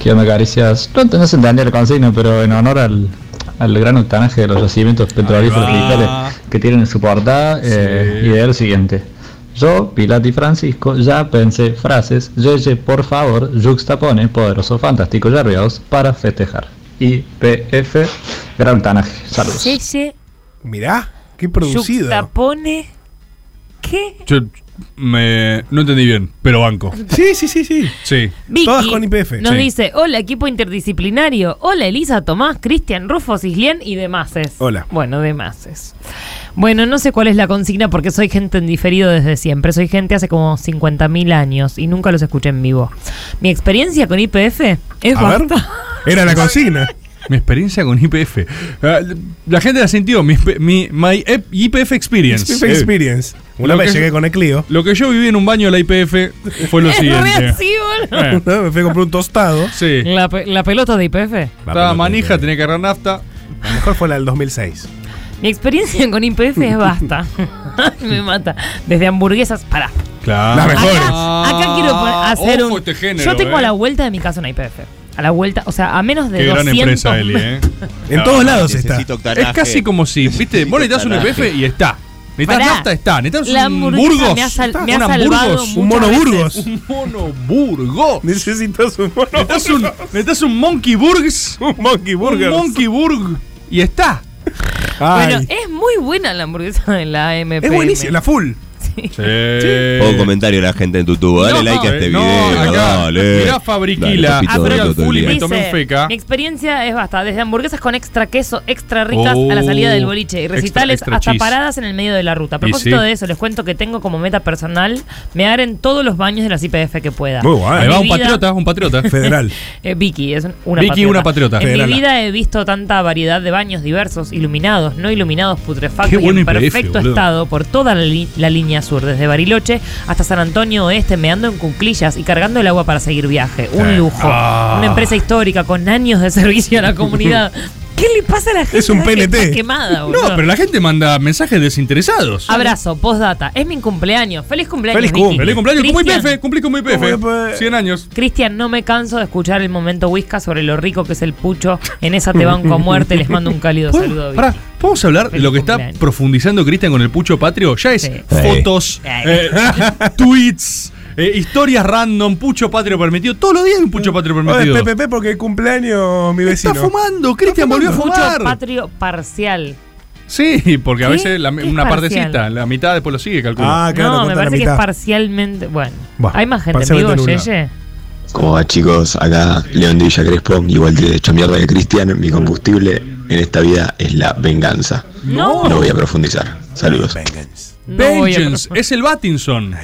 S22: ¿Qué onda, caricias? No, no se entendía el consigno, pero en honor al, al gran octanaje de los yacimientos petrolíferos
S23: va.
S22: militares que tienen en su portada, eh, idea lo siguiente. Yo, Pilati Francisco, ya pensé frases, Yeye, por favor, juxtapone, poderoso, fantástico, yarriados, para festejar. IPF, gran octanaje. Saludos.
S7: Yeye,
S1: Mirá, qué producido.
S7: yuxtapone. ¿Qué?
S6: Yo me, no entendí bien, pero banco.
S1: Sí, sí, sí, sí.
S6: Sí.
S7: Vicky
S6: IPF.
S7: Nos dice, hola equipo interdisciplinario, hola Elisa, Tomás, Cristian, Rufo, Cislien y demases.
S1: Hola.
S7: Bueno, demases. Bueno, no sé cuál es la consigna porque soy gente en diferido desde siempre. Soy gente hace como 50.000 años y nunca los escuché en vivo. Mi experiencia con IPF es
S6: A ver.
S7: bastante...
S6: Era
S7: [laughs]
S6: la consigna. Mi experiencia con IPF. Ah, La gente la sintió. Mi, mi my IPF Experience.
S1: IPF experience. Una
S6: Lo
S1: vez
S6: que-
S1: llegué con el Clio.
S6: Lo que yo viví en un baño de la IPF
S7: [laughs]
S6: fue lo siguiente. Eh.
S1: No, me fui a comprar un tostado.
S6: Sí.
S7: La, pe- la pelota de IPF.
S6: Estaba manija, tenía que agarrar nafta.
S1: eh. La mejor fue la del 2006.
S7: Mi experiencia con IPF es [laughs] basta. Me mata. Desde hamburguesas, para.
S6: Claro.
S1: Las mejores.
S7: Acá quiero pon- hacer
S6: ojo
S7: un.
S6: este género,
S7: yo tengo
S6: eh.
S7: a la vuelta de mi casa una IPF. A la vuelta, o sea, a menos de
S6: Qué
S7: 200
S6: gran empresa, Eli, ¿eh?
S1: En todos lados está.
S6: Es casi como si, viste, vos necesitas un
S1: octanaje.
S6: IPF y está. Necesitas
S7: Pará.
S6: nafta, está.
S7: La
S6: Necesitas un
S7: hamburguesa
S6: Burgos.
S7: me ha sal- me ha
S6: un
S7: salvado
S6: Hamburgos.
S7: muchas
S6: Monoburgos.
S7: veces.
S6: Un mono burgo.
S1: Necesitas un mono
S6: Necesitas un, necesitas un monkey burgers. un monkey
S1: burgers.
S6: Un monkey burg. Y está.
S7: Bueno, es muy buena la hamburguesa de la AMP.
S1: Es buenísima, la full.
S11: Pongo un comentario a la gente en tu tubo. Dale
S7: No,
S11: like a este
S6: no,
S11: video.
S6: acá.
S11: dale.
S6: Mirá, Fabriquila.
S11: Dale, papito,
S6: Ah, pero
S11: dale,
S6: el
S11: todo el
S6: Juli
S11: día.
S6: me tomé un
S7: Dice,
S6: feca.
S7: Mi experiencia es basta, desde hamburguesas con extra queso, extra ricas
S6: Oh,
S7: a la salida del boliche y
S6: extra-
S7: recitales
S6: extra
S7: hasta
S6: cheese.
S7: paradas en el medio de la ruta. A
S6: Y
S7: propósito
S6: sí.
S7: de eso, les cuento que tengo como meta personal mear en todos los baños de las IPF que pueda.
S6: Muy guay. Ahí
S7: En
S6: va
S7: mi
S6: un
S7: vida-
S6: patriota, un patriota. Federal.
S7: [laughs] Eh, Vicky, es una
S6: Vicky,
S7: patriota.
S6: una patriota.
S7: En
S6: Federal.
S7: mi vida he visto tanta variedad de baños diversos, iluminados, no iluminados,
S6: Qué
S7: putrefactos y
S6: bueno
S7: en
S6: IPF,
S7: perfecto
S6: boludo.
S7: estado por toda la, li- la línea sur, desde Bariloche hasta San Antonio Oeste, meando en cuclillas y cargando el agua para seguir viaje. Un
S6: Sí.
S7: lujo.
S6: Ah.
S7: Una empresa histórica con años de [laughs] servicio a la comunidad. ¿Qué le pasa a la gente?
S6: Es un
S7: que
S6: PNT.
S7: está quemada,
S6: No,
S7: boludo?
S6: pero la gente manda mensajes desinteresados.
S7: Abrazo, postdata. Es mi cumpleaños. Feliz cumpleaños.
S6: Feliz
S7: Vicky.
S6: cumple. Feliz cumpleaños. Como
S7: Cristian.
S6: IPF, cumplí como IPF. 100 años.
S7: Cristian, no me canso de escuchar el momento Whisca sobre lo rico que es el pucho. En esa te banco a muerte. Les mando
S6: [laughs]
S7: un cálido
S6: ¿Podemos-
S7: saludo.
S6: pará, ¿podemos hablar de lo que está
S7: cumpleaños.
S6: profundizando Cristian con el pucho patrio? Ya es fotos, eh, [laughs] tweets, eh, historias random, pucho patrio permitido. Todos los días hay un pucho patrio
S1: Oye,
S6: permitido.
S1: PPP porque cumpleaños mi vecino.
S6: fumando, Cristian volvió a
S7: Pucho
S6: fumar.
S7: patrio parcial.
S6: Sí, porque a
S7: ¿Qué?
S6: veces la-
S7: ¿Qué es
S6: una
S7: parcial?
S6: partecita, la mitad después lo sigue, calculo.
S7: no, me parece que es parcialmente. Bueno,
S6: Bah,
S7: hay más gente en vivo,
S6: parcialmente nula.
S7: Yeye.
S24: Como va chicos, acá León de Villa Crespo, igual de hecho mierda que Cristian, mi combustible en esta vida es la venganza.
S7: No.
S24: No voy a profundizar. Saludos.
S6: Vengeance, es el Battinson.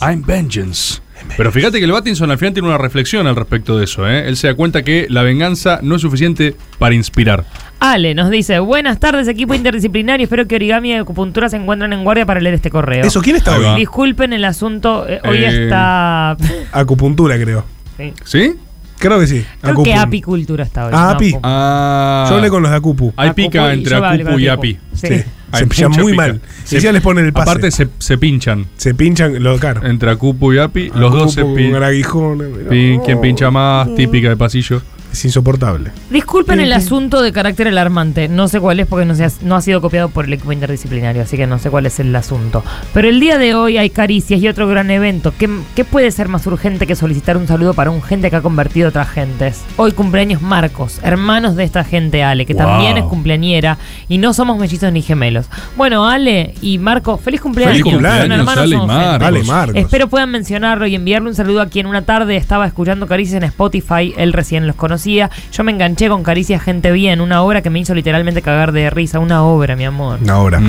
S6: I'm vengeance. Pero fíjate que el Battinson al final tiene una reflexión al respecto de eso. ¿eh? Él se da cuenta que la venganza no es suficiente para inspirar.
S7: Ale nos dice: Buenas tardes, equipo interdisciplinario. Espero que origami y acupuntura se encuentren en guardia para leer este correo.
S1: ¿Eso quién está
S6: Ahí
S1: hoy?
S6: va.
S7: Disculpen el asunto. eh, hoy
S1: Eh, [laughs]
S7: está.
S1: Acupuntura, creo.
S7: Sí.
S6: ¿Sí?
S1: Creo que sí.
S7: Creo que
S1: Acupun.
S7: apicultura está hoy.
S1: Ah, api.
S7: No,
S1: Yo hablé con los de Acupu.
S6: Hay pica entre
S7: yo hablé
S6: Acupu
S7: con
S6: y
S7: Acupu.
S6: Api.
S7: Sí.
S1: Sí.
S6: Hay
S1: Se pillan
S6: mucha
S1: muy
S6: pica.
S1: mal. Y ya les ponen el pase.
S6: Aparte se, se pinchan.
S1: Se pinchan lo caro.
S6: Entre Acupu y Api, los dos se
S1: Acupu con
S6: pinchan.
S1: aguijón, eh,
S7: Mm.
S6: ¿Quién pincha más? Típica de pasillo.
S13: Es insoportable.
S7: Disculpen el asunto de carácter alarmante. No sé cuál es porque no, se ha, no ha sido copiado por el equipo interdisciplinario, así que no sé cuál es el asunto. Pero el día de hoy hay caricias y otro gran evento. ¿Qué, qué puede ser más urgente que solicitar un saludo para un gente que ha convertido a otras gentes? Hoy cumpleaños Marcos, hermanos de esta gente, Ale, que
S12: Wow.
S7: también es cumpleañera y no somos mellizos ni gemelos. Bueno, Ale y Marco, feliz cumpleaños.
S6: Feliz cumpleaños,
S7: Son hermanos,
S6: Ale y
S7: somos
S6: Marcos.
S7: gemelos.
S6: Ale y Marcos.
S7: Espero puedan mencionarlo y enviarle un saludo a quien una tarde estaba escuchando Caricias en Spotify. Él recién los conocía. Yo me enganché con Caricias Gente Bien, una obra que me hizo literalmente cagar de risa. Una obra, mi amor.
S13: Ahora.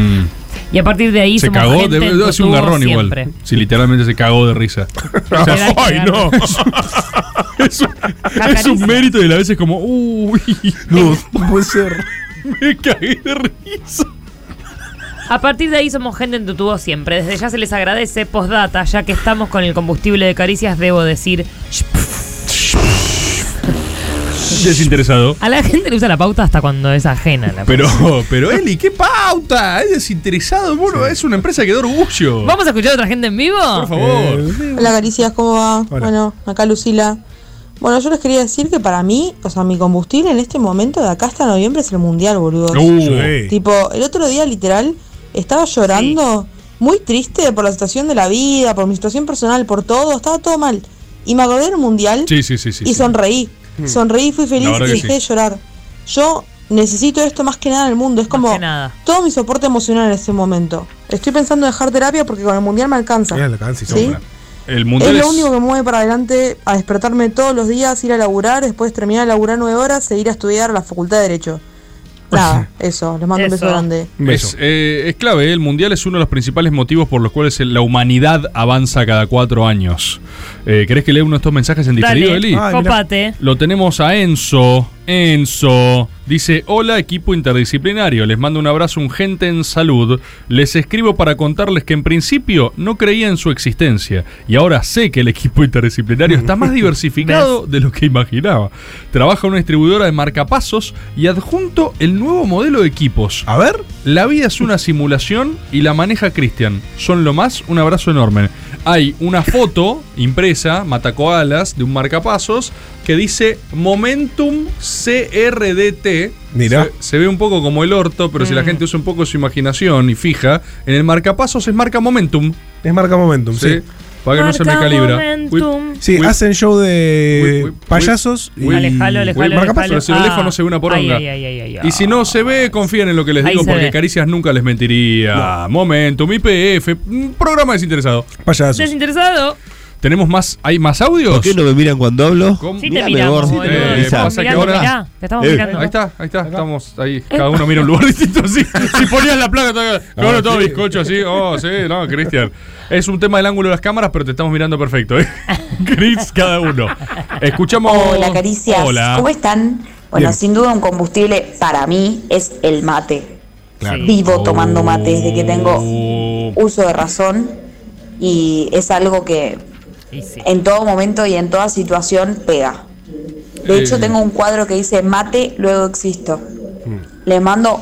S7: Y a partir de ahí
S6: Mm. Se
S7: somos
S6: cagó,
S7: gente
S6: de,
S7: en
S6: hace un
S7: Cotubo
S6: garrón [laughs]
S7: siempre.
S6: igual. Si literalmente se cagó de
S7: [laughs]
S6: risa. O sea,
S7: Literal,
S6: ¡Ay,
S7: cagar.
S6: no! [laughs] es, un, es un mérito y a veces como, uy, [laughs]
S13: no, puede ser.
S6: Me cagué de risa.
S7: A partir de ahí somos gente en tubo siempre. Desde ya se les agradece postdata, ya que estamos con el combustible de caricias, debo decir.
S6: Desinteresado.
S7: A la gente le usa la pauta hasta cuando es ajena. La
S6: Pero,
S7: pauta.
S6: [laughs] pero Eli, qué pauta. Es desinteresado, bueno, es una empresa que da orgullo.
S7: ¿Vamos a escuchar a otra gente en vivo?
S6: Por
S1: Eh,
S6: favor.
S25: Hola Caricias, ¿cómo va?
S6: Hola.
S25: Bueno, acá Lucila. Bueno, yo les quería decir que para mí, o sea, mi combustible en este momento de acá hasta noviembre es el mundial, boludo.
S15: Uh, sí.
S25: Tipo, el otro día literal estaba llorando, muy triste por la situación de la vida, por mi situación personal, por todo, estaba todo mal. Y me acordé del mundial
S6: Sí, sí, sí, sí.
S25: y
S6: sí.
S25: sonreí.
S6: Mm.
S25: Sonreí, fui feliz
S6: La verdad
S25: y
S6: que
S25: dejé
S6: sí.
S25: de llorar. Yo necesito esto más que nada en el mundo. Es como todo mi soporte emocional en ese momento. Estoy pensando en dejar terapia porque con el mundial me alcanza.
S13: Mira, le alcanza y
S25: ¿Sí?
S13: sobra.
S6: El
S25: es
S6: mundial
S25: lo único que me mueve para adelante a despertarme todos los días, ir a laburar, después terminar de laburar nueve horas e ir a estudiar a la facultad de Derecho. Nada, eso, les mando un beso grande.
S6: Es, eh, es clave, ¿eh? el mundial es uno de los principales motivos por los cuales la humanidad avanza cada cuatro años. Eh, ¿Querés que lea uno de estos mensajes en diferido, Eli?
S7: copate.
S6: Lo tenemos a Enzo. Enzo dice: Hola, equipo interdisciplinario. Les mando un abrazo, un gente en salud. Les escribo para contarles que en principio no creía en su existencia. Y ahora sé que el equipo interdisciplinario está [laughs] más diversificado de lo que imaginaba. Trabaja en una distribuidora de marcapasos y adjunto el nuevo modelo de equipos. A ver. La vida es una simulación y la maneja Cristian. Son lo más, un abrazo enorme. Hay una foto impresa, matacoalas, de un marcapasos, que dice Momentum CRDT.
S13: Mirá.
S6: Se, se ve un poco como el orto, pero si
S7: Mm.
S6: la gente usa un poco su imaginación y fija, en el marcapasos es marca Momentum.
S13: Es marca Momentum, sí.
S6: Para que no se me
S13: Marca
S6: calibra.
S13: Momentum.
S6: Whip,
S13: Sí,
S6: whip,
S13: hacen show de payasos y.
S6: whip, whip, marcapasos. Pero si lo dejo no se ve una poronga.
S7: Ah. Ay, ay, ay, ay, ay.
S6: Y si no se ve, confíen en lo que les
S7: Ahí
S6: digo,
S7: se
S6: porque
S7: ve.
S6: Caricias nunca les mentiría. Momentum, IPF, un programa desinteresado. Payasos.
S7: ¿Desinteresado?
S6: ¿Tenemos más? ¿Hay más audios?
S11: ¿Por qué no me miran cuando hablo?
S6: ¿Cómo?
S7: Sí te miramos, boludo.
S6: Eh,
S7: Estamos
S6: pasa que
S7: mirando,
S6: ahora-
S7: mirá, te estamos
S6: Eh,
S7: mirando.
S6: Ahí está, ahí está, estamos ahí. Cada uno mira un lugar distinto así. Si ponías la placa todavía. No, no, todo bizcocho así. Oh, sí, no, Cristian. Es un tema del ángulo de las cámaras, pero te estamos mirando perfecto,
S7: [laughs]
S6: ¿eh? Chris, cada uno. Escuchamos.
S26: Hola, Caricias.
S6: Hola.
S26: ¿Cómo están? Bueno,
S6: Ah. Bien.
S26: sin duda un combustible para mí es el mate.
S6: Claro. Oh.
S26: Vivo tomando mate desde que tengo uso de razón y es algo que en todo momento y en toda situación pega. De Eh. hecho, tengo un cuadro que dice mate, luego existo.
S6: Hmm.
S26: Les mando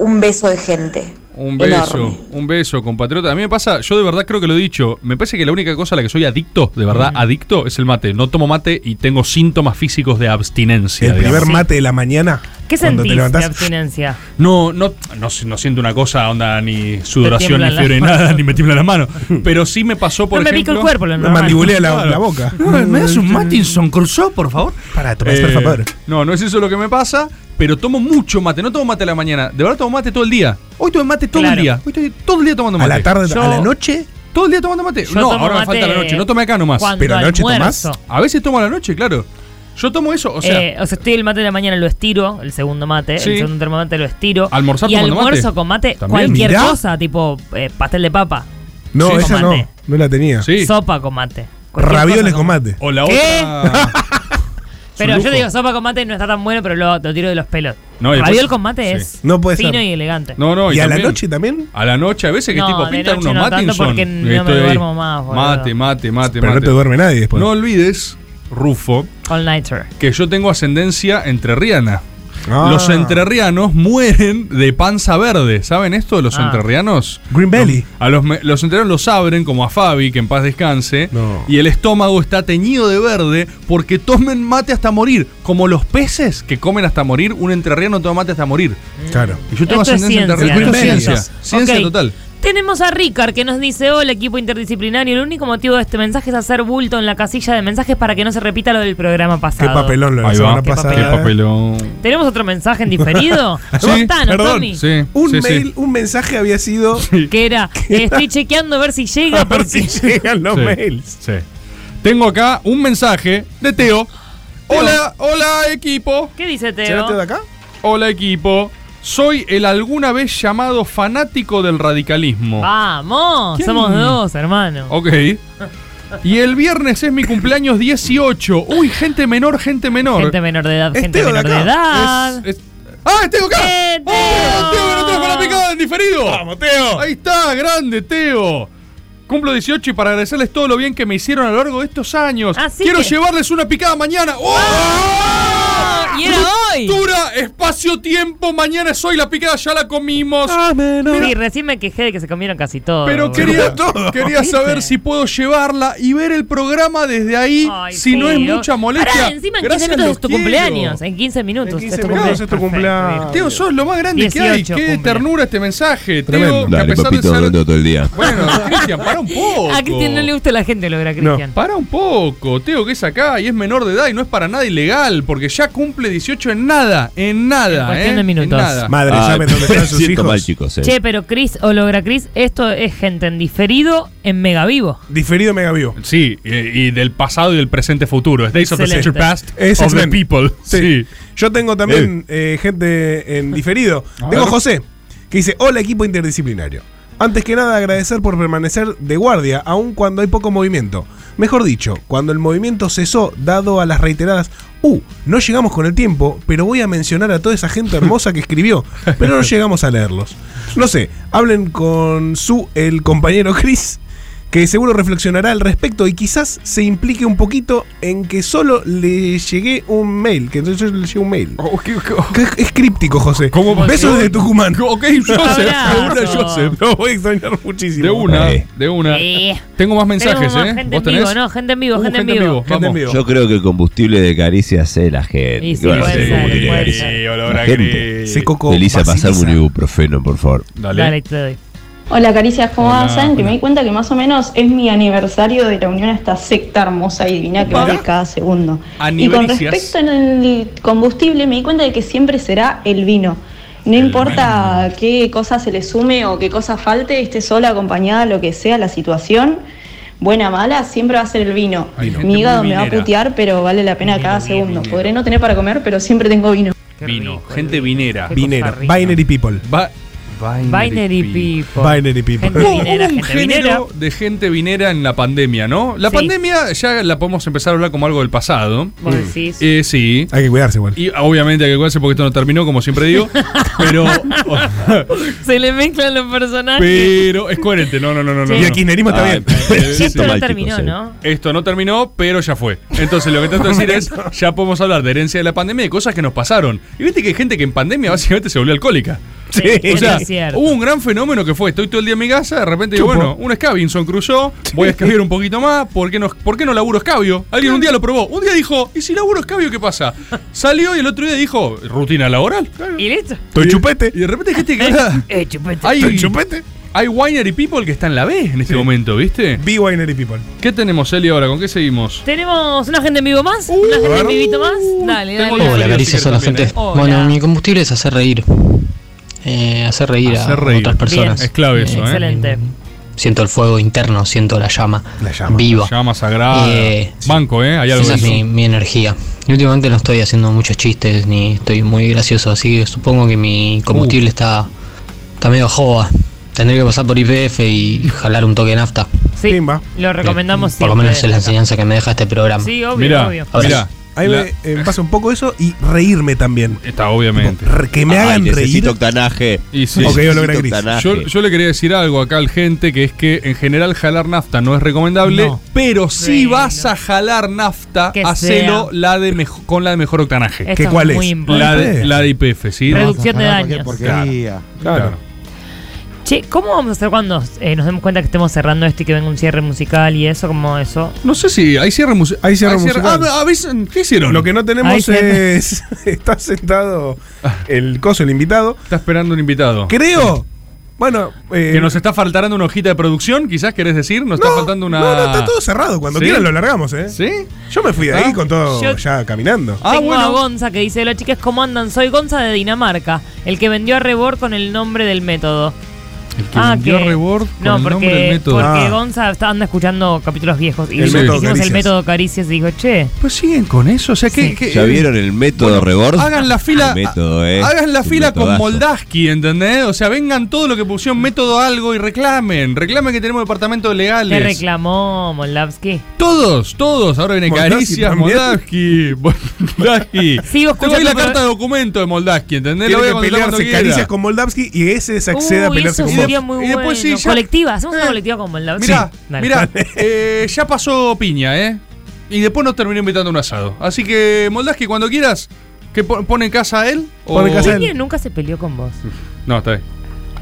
S26: un beso de gente.
S6: Un beso,
S26: Enorme.
S6: un beso, compatriota. A mí me pasa, yo de verdad creo que lo he dicho, me parece que la única cosa a la que soy adicto, de
S11: Mm.
S6: verdad adicto, es el mate. No tomo mate y tengo síntomas físicos de abstinencia.
S13: El
S6: digamos.
S13: primer mate de la mañana.
S7: ¿Qué
S13: cuando
S7: sentís
S13: te
S7: de
S13: levantás.
S7: abstinencia?
S6: No, no, no, no siento una cosa, onda, ni sudoración,
S7: tiemblan
S6: ni
S7: las
S6: fiebre, ni
S7: manos.
S6: nada, ni me tiembla la
S7: [laughs]
S6: mano. Pero sí me pasó, por
S7: No me pica
S6: ejemplo...
S7: el cuerpo, lo No, normal. mandibulea la-
S6: [laughs]
S7: la boca.
S6: No, ¿Me das un Matinson Crusoe, por favor?
S13: Para tomar,
S6: Eh,
S13: por favor.
S6: No, no es eso lo que me pasa, pero tomo mucho mate. No tomo mate a la mañana. De verdad tomo mate todo el día. Hoy tomé mate todo el
S13: Claro.
S6: día. Hoy estoy todo el día tomando
S13: A
S6: mate.
S13: la tarde,
S6: Yo-
S13: a la noche.
S6: Todo el día tomando mate.
S13: Yo
S6: no,
S13: tomo
S6: ahora me falta
S13: mate
S6: la noche. No tomé acá [laughs] nomás.
S7: cuando Pero a la noche almuerzo. tomás.
S6: A veces tomo a la noche, claro. Yo tomo eso, o sea.
S7: Eh, o sea, estoy el mate de la mañana, lo estiro, el segundo mate,
S6: Sí.
S7: el segundo termo mate lo estiro.
S6: ¿Almorzar
S7: y
S6: tomando mate?
S7: almuerzo con mate,
S6: También.
S7: cualquier
S6: Mirá.
S7: cosa, tipo eh, pastel de papa,
S13: No,
S7: Sí.
S13: esa no.
S7: Tomate.
S13: No la tenía.
S7: sopa con mate. cualquier
S13: Ravioles
S7: cosa
S13: con mate.
S6: O la
S7: ¿Qué? Pero
S13: lujo.
S7: yo digo, sopa con mate no está tan bueno, pero lo, lo tiro de los pelos.
S6: No, y después-
S7: Raviol con mate
S6: Sí.
S7: es
S6: No puede
S7: fino
S6: ser.
S7: y elegante.
S6: No, no,
S13: ¿Y, a la
S6: también-
S13: noche también?
S6: A la noche, a veces que
S7: No,
S6: tipo
S7: de
S6: pintan
S7: noche
S6: unos
S7: no tanto
S6: Matinson.
S7: porque no me
S6: Estoy ahí.
S7: duermo más, boludo.
S6: Mate, mate, mate,
S13: Pero no
S6: mate.
S13: te duerme nadie después.
S6: No olvides, Rufo,
S7: All nighter.
S6: que yo tengo ascendencia entre Rihanna.
S13: Ah.
S6: Los entrerrianos mueren de panza verde. ¿Saben esto los
S13: Ah.
S6: entrerrianos?
S13: Green Belly.
S6: A los, me- los entrerrianos los abren, como a Fabi, que en paz descanse. Y el estómago está teñido de verde porque tomen mate hasta morir. Como los peces que comen hasta morir, un entrerriano toma mate hasta morir.
S13: Claro.
S6: Y yo tengo
S7: Esto es
S6: ascendencia
S7: ciencia.
S6: entrerriana.
S7: Esto es
S6: Ciencia,
S7: ciencia.
S6: Ciencia
S7: Ok.
S6: total.
S7: Tenemos a Ricard que nos dice, hola equipo interdisciplinario, el único motivo de este mensaje es hacer bulto en la casilla de mensajes para que no se repita lo del programa
S13: Qué
S7: pasado.
S13: papelón lo de la
S6: Ahí
S13: semana
S6: va.
S13: pasada.
S6: Qué papelón.
S7: ¿Tenemos otro mensaje en diferido?
S13: Sí,
S7: Contanos,
S13: perdón.
S7: Tommy.
S6: Sí,
S13: un
S6: sí, sí.
S13: mail, un mensaje había sido.
S7: Que era, estoy chequeando a ver si llega. por si
S13: llegan los
S6: Sí,
S13: mails.
S6: sí. Tengo acá un mensaje de Teo. Hola, Ah, hola equipo.
S7: ¿Qué dice Teo?
S6: ¿Será Teo de acá? Hola equipo. Soy el alguna vez llamado fanático del radicalismo.
S10: Ah,
S7: Vamos,
S6: ¿Quién?
S7: somos dos, hermano.
S6: Ok. Y el viernes es mi cumpleaños 18. Uy, gente menor, gente menor.
S7: Gente menor de edad,
S6: Es
S7: gente
S6: Teo de
S7: menor de,
S6: acá.
S7: edad.
S6: Es- es- ¡Ah, es Teo acá! ¡Oh, Teo, que no trajo la picada en diferido!
S13: ¡Vamos, Teo!
S6: Ahí está, grande, Teo. Cumplo 18 y para agradecerles todo lo bien que me hicieron a lo largo de estos años.
S7: Así
S6: Quiero
S7: Ah, que-
S6: llevarles una picada mañana. ¡Oh!
S7: Ah, Y era hoy.
S6: Dura espacio-tiempo, mañana es hoy, la picada ya la comimos.
S7: Sí, recién me quejé de que se comieron casi todo.
S6: Pero
S7: boludo.
S6: quería, quería saber si puedo llevarla y ver el programa desde ahí,
S7: Ay,
S6: si no es
S7: Teo.
S6: mucha molestia.
S7: Pará, encima en 15
S6: Gracias,
S7: minutos
S6: los
S7: es tu
S6: quiero.
S7: cumpleaños. eh. En 15 minutos es tu cumpleaños.
S13: minutos es tu cumpleaños.
S6: Teo, sos lo más grande que
S7: 18
S6: hay. Qué
S7: cumple.
S6: ternura este mensaje. Teo,
S11: Tremendo.
S6: que a
S11: Dale,
S6: pesar
S11: papito,
S6: de ser...
S11: hablando todo el día.
S6: Bueno, Cristian, para un poco.
S7: A Cristian no le gusta la gente, lo verá Cristian.
S6: Para un poco, Teo, que es acá y es menor de edad y no es para nada ilegal, porque ya cumple 18 en nada, en nada.
S7: En cuestión
S6: ¿eh?
S7: de minutos.
S6: En nada.
S13: Madre,
S11: Ay,
S13: ¿saben dónde están
S11: me
S13: sus
S11: Ah, [laughs] siento
S13: hijos?
S11: mal, chicos. eh.
S7: Che, pero Cris o logra Cris, esto es gente en diferido en Mega Vivo.
S13: Diferido mega vivo.
S6: Sí, y, y del pasado y del presente futuro. Es Days of the
S7: Excelente.
S6: Future Past
S13: Es
S6: of the
S13: excelente.
S6: People. Sí.
S13: [laughs] Yo tengo también eh, gente en diferido. Tengo
S7: Ah.
S6: ver.
S13: a José, que dice: Hola, equipo interdisciplinario. Antes que nada, agradecer por permanecer de guardia, aun cuando hay poco movimiento. Mejor dicho, cuando el movimiento cesó, dado a las reiteradas. Uh, no llegamos con el tiempo, pero voy a mencionar a toda esa gente hermosa que escribió, pero no llegamos a leerlos. No sé, hablen con su, el compañero Chris, que seguro reflexionará al respecto y quizás se implique un poquito en que solo le llegué un mail, que entonces yo le llegué un mail. Que es- Es críptico, José. Besos desde Tucumán.
S6: [laughs] Ok, Joseph, de una, Joseph.
S13: Lo voy a extrañar muchísimo.
S6: De una, de una.
S7: Eh.
S6: Tengo más mensajes,
S7: Tenemos más
S6: ¿eh?
S7: Gente
S6: ¿Vos
S7: en vivo,
S6: tenés?
S7: no, gente en vivo,
S6: Uh,
S7: gente, en vivo.
S6: Vamos.
S11: Yo creo que el combustible de caricia hace la
S7: Y
S11: gente.
S7: sí,
S11: ¿Qué van a
S7: puede
S11: hacer el
S7: ser,
S11: combustible de
S7: puede
S11: caricia?
S7: ser.
S6: Sí, olor
S11: La
S6: a
S11: gente.
S6: gris. Sí, Coco,
S11: Elisa,
S6: maciza.
S11: pasame un ibuprofeno, por favor.
S6: Dale.
S7: Dale, te doy.
S12: Hola Caricias, ¿cómo
S11: Hola,
S12: van? Saben que
S11: hola.
S12: me di cuenta que más o menos es mi aniversario de la unión a esta secta hermosa y divina que
S6: Opa.
S12: vale cada segundo. Y con
S6: Anivericias.
S12: respecto al combustible, me di cuenta de que siempre será el vino. No importa qué cosa se le sume o qué cosa falte, esté sola, acompañada, lo que sea la situación, buena, mala, siempre va a ser el vino.
S6: Hay gente
S12: Mi hígado
S6: muy
S12: me va a
S6: vinera.
S12: putear, pero vale la pena cada segundo. Podré no tener para comer, pero siempre tengo vino.
S6: Vino, gente vinera.
S13: Vinero. Binary people.
S6: Va-
S7: Binary people.
S13: Binary people.
S7: Gente vinera,
S6: Hubo Uh, un
S7: gente vinera.
S6: género de gente vinera en la pandemia, ¿no? La
S7: Sí.
S6: pandemia ya la podemos empezar a hablar como algo del pasado.
S7: Vos decís.
S6: Eh, sí.
S13: Hay que cuidarse igual.
S6: Y obviamente hay que cuidarse porque esto no terminó, como siempre
S7: [laughs]
S6: digo. pero,
S7: Se le mezclan los personajes.
S6: pero es coherente. No, no, no, no.
S7: Sí.
S6: no,
S7: Y el
S6: no.
S13: kirchnerismo está bien.
S6: eh,
S7: Y esto no
S6: mal,
S7: terminó,
S6: chicos, eh.
S7: ¿no?
S6: Esto no terminó, pero ya fue. Entonces lo que trato de decir es, ya podemos hablar de herencia de la pandemia y de cosas que nos pasaron. Y viste que hay gente que en pandemia básicamente se volvió alcohólica.
S7: Sí.
S6: O sea,
S7: Es cierto.
S6: hubo un gran fenómeno que fue, estoy todo el día en mi casa, de repente digo, bueno, un Scavinson cruzó, voy a escabiar un poquito más, ¿por qué no, por qué no laburo escabio? Alguien un día lo probó, un día dijo, ¿y si laburo escabio qué pasa? Salió y el otro día dijo, rutina laboral.
S7: Y listo.
S13: Estoy chupete.
S6: Y de repente hay gente
S7: [laughs]
S6: que... ahora-
S7: Eh, chupete.
S6: Hay,
S13: chupete.
S6: hay winery people que está en la B en este momento, ¿viste?
S13: Be Binary people.
S6: ¿Qué tenemos, Eli, ahora? ¿Con qué seguimos?
S7: Tenemos una gente en vivo más,
S6: Uh,
S7: una gente en vivito más. Dale, dale.
S6: tengo
S7: dale.
S14: Hola, caricias, hola, gente.
S6: eh.
S7: ¿eh? Hola.
S14: Bueno, mi combustible es hacer reír. Eh, hacer reír
S6: Hacer
S14: a
S6: reír.
S14: otras personas.
S6: Bien. Es clave eso, ¿eh?
S7: Excelente.
S14: Siento el fuego interno, siento la llama, viva.
S6: Llama sagrada.
S14: Eh,
S6: Banco, ¿eh? Hay algo
S14: Esa
S6: de
S14: es mi,
S6: eso.
S14: mi energía. Y últimamente no estoy haciendo muchos chistes ni estoy muy gracioso, así que supongo que mi combustible
S6: Uh.
S14: está, está medio joda. Tendré que pasar por IPF y jalar un toque de nafta.
S7: Sí, lo recomendamos
S14: Por lo
S7: siempre.
S14: menos es la enseñanza que me deja este programa.
S7: Sí, obvio,
S6: Mira,
S7: obvio.
S14: Ahora,
S6: mira,
S13: A mí
S6: La-
S13: me eh, pasa un poco eso y reírme también.
S6: Está, obviamente.
S13: Re- que me hagan reír.
S11: Necesito octanaje.
S6: Y sí.
S13: Ok, yo logré gris.
S6: Yo, yo le quería decir algo acá al gente, que es que en general jalar nafta no es recomendable,
S4: No.
S6: pero si vas a jalar nafta,
S4: Que
S6: hacelo
S4: sea.
S6: la de mejo- con la de mejor octanaje.
S4: Esto ¿Qué es cuál muy es? importante.
S6: La de, la de IPF,
S13: Ah,
S6: ¿sí?
S7: Reducción de
S4: Vamos a jalar
S7: daños.
S4: cualquier porquería.
S6: Claro.
S7: Che, ¿cómo vamos a hacer cuando eh, nos demos cuenta que estemos cerrando esto y que venga un cierre musical y eso, como eso?
S6: No sé si hay cierre musical.
S13: Hay cierre musical.
S6: Ah, ¿ves? ¿Qué hicieron?
S13: Lo que no
S6: Ahí
S13: tenemos
S6: se-
S13: es. [laughs] está sentado el coso, el invitado.
S6: Está esperando un invitado.
S13: Creo. Bueno, eh,
S6: que nos está faltando una hojita de producción, quizás querés decir, nos está faltando una.
S13: No, no, está todo cerrado. Cuando
S6: ¿Sí?
S13: quieran lo largamos, ¿eh?
S6: ¿Sí?
S13: Yo me fui de ahí
S6: Ah.
S13: con todo
S7: Yo-
S13: ya caminando.
S7: Tengo a Gonza que dice, hola chicas, ¿cómo andan? Soy Gonza de Dinamarca, el que vendió a Rebord con el nombre del método. El
S6: que vendió a Rebord con
S7: no,
S6: el
S7: porque,
S6: nombre del método.
S7: Porque
S6: Ah.
S7: Gonza está- anda escuchando capítulos viejos y
S11: El
S7: hicimos
S11: método
S7: el
S11: Caricias.
S7: método Caricias y dijo, che.
S6: Pues siguen con eso, o sea que. que- eh,
S11: ¿Ya vieron el método Rebord?
S6: Hagan la fila.
S11: El método, eh.
S6: Hagan la
S11: Un
S6: fila con
S11: metodazo.
S6: Moldaski, ¿entendés? O sea, vengan todo lo que pusieron método algo y reclamen. Reclamen que tenemos departamento de
S7: Te
S6: legales.
S7: reclamó Moldavsky.
S6: todos, todos. Ahora viene
S4: Moldavsky
S6: Caricias,
S4: también.
S6: Moldaski. [laughs] Moldaski.
S7: [laughs] Sigo
S6: Te doy
S7: escuchando,
S6: la
S7: pero-
S6: carta de documento de Moldaski, ¿entendés? Lo
S13: Tiene
S6: voy a
S13: que
S6: mandar cuando
S13: pelearse
S6: quiera.
S13: caricias con Moldavsky y ese se accede a
S7: Uy,
S13: pelearse
S7: Oh, eso
S13: con Moldavsky.
S7: sería muy
S6: Y después
S7: bueno.
S6: sí, ya- Eh,
S7: Colectiva, hacemos una colectiva con Moldavsky.
S6: Mirá,
S7: Dale.
S6: mirá, eh, ya pasó piña, ¿eh? Y después nos terminó invitando a un asado. Así que, Moldaski, cuando quieras, que po- pone en casa a él.
S7: Piña nunca se peleó con vos.
S6: No, está ahí.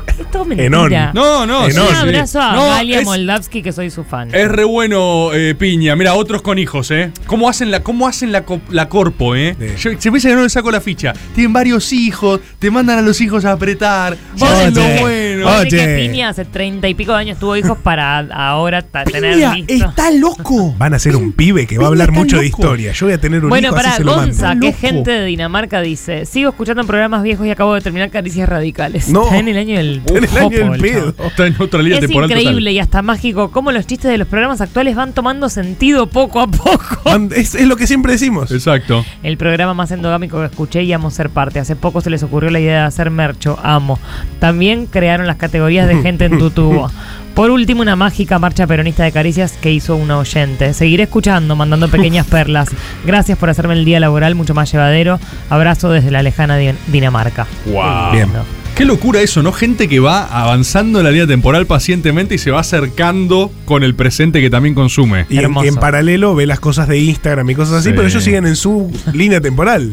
S7: Es todo
S6: Enón.
S7: mentira.
S6: No, no,
S7: Un
S6: Enón, sí.
S7: abrazo a
S6: No,
S7: Amalia
S6: es-
S7: Moldavsky, que soy su fan.
S6: Es re bueno, eh, Piña. Mira, otros con hijos, ¿eh? ¿Cómo hacen la, cómo hacen la, co- la corpo, eh? Yo- se me dice que no le saco la ficha. Tienen varios hijos, te mandan a los hijos a apretar. Hacen lo bueno.
S7: Oye. que Piña hace treinta y pico de años tuvo hijos para ahora ta- tener
S13: Piña
S7: listo.
S13: está loco. Uh, Van a ser un pibe que va a hablar mucho de historia. Yo voy a tener un
S7: Bueno,
S13: hijo
S7: para
S13: así se lo mando.
S7: Gonza, que es gente de Dinamarca, dice: Sigo escuchando programas viejos y acabo de terminar Caricias Radicales.
S6: No.
S7: Está en el año del.
S6: Está en el año del
S7: Popol,
S6: pedo. Está en otra línea
S7: Es
S6: temporal total.
S7: increíble y hasta mágico cómo los chistes de los programas actuales van tomando sentido poco a poco.
S13: [laughs] Man, Es, es lo que siempre decimos.
S6: Exacto.
S7: El programa más endogámico que escuché y amo ser parte. Hace poco se les ocurrió la idea de hacer mercho, amo. También crearon las categorías de gente en
S13: [laughs]
S7: tu tubo. Por último, una mágica marcha peronista de caricias que hizo una oyente. Seguiré escuchando, mandando pequeñas
S13: [laughs]
S7: perlas. Gracias por hacerme el día laboral mucho más llevadero. Abrazo desde la lejana Din- Dinamarca.
S6: Wow.
S7: Bien.
S6: Qué locura eso, ¿no? Gente que va avanzando en la línea temporal pacientemente y se va acercando con el presente que también consume.
S13: Y en, y en paralelo ve las cosas de Instagram y cosas así,
S6: Sí.
S13: pero ellos siguen en su
S6: [laughs]
S13: línea temporal.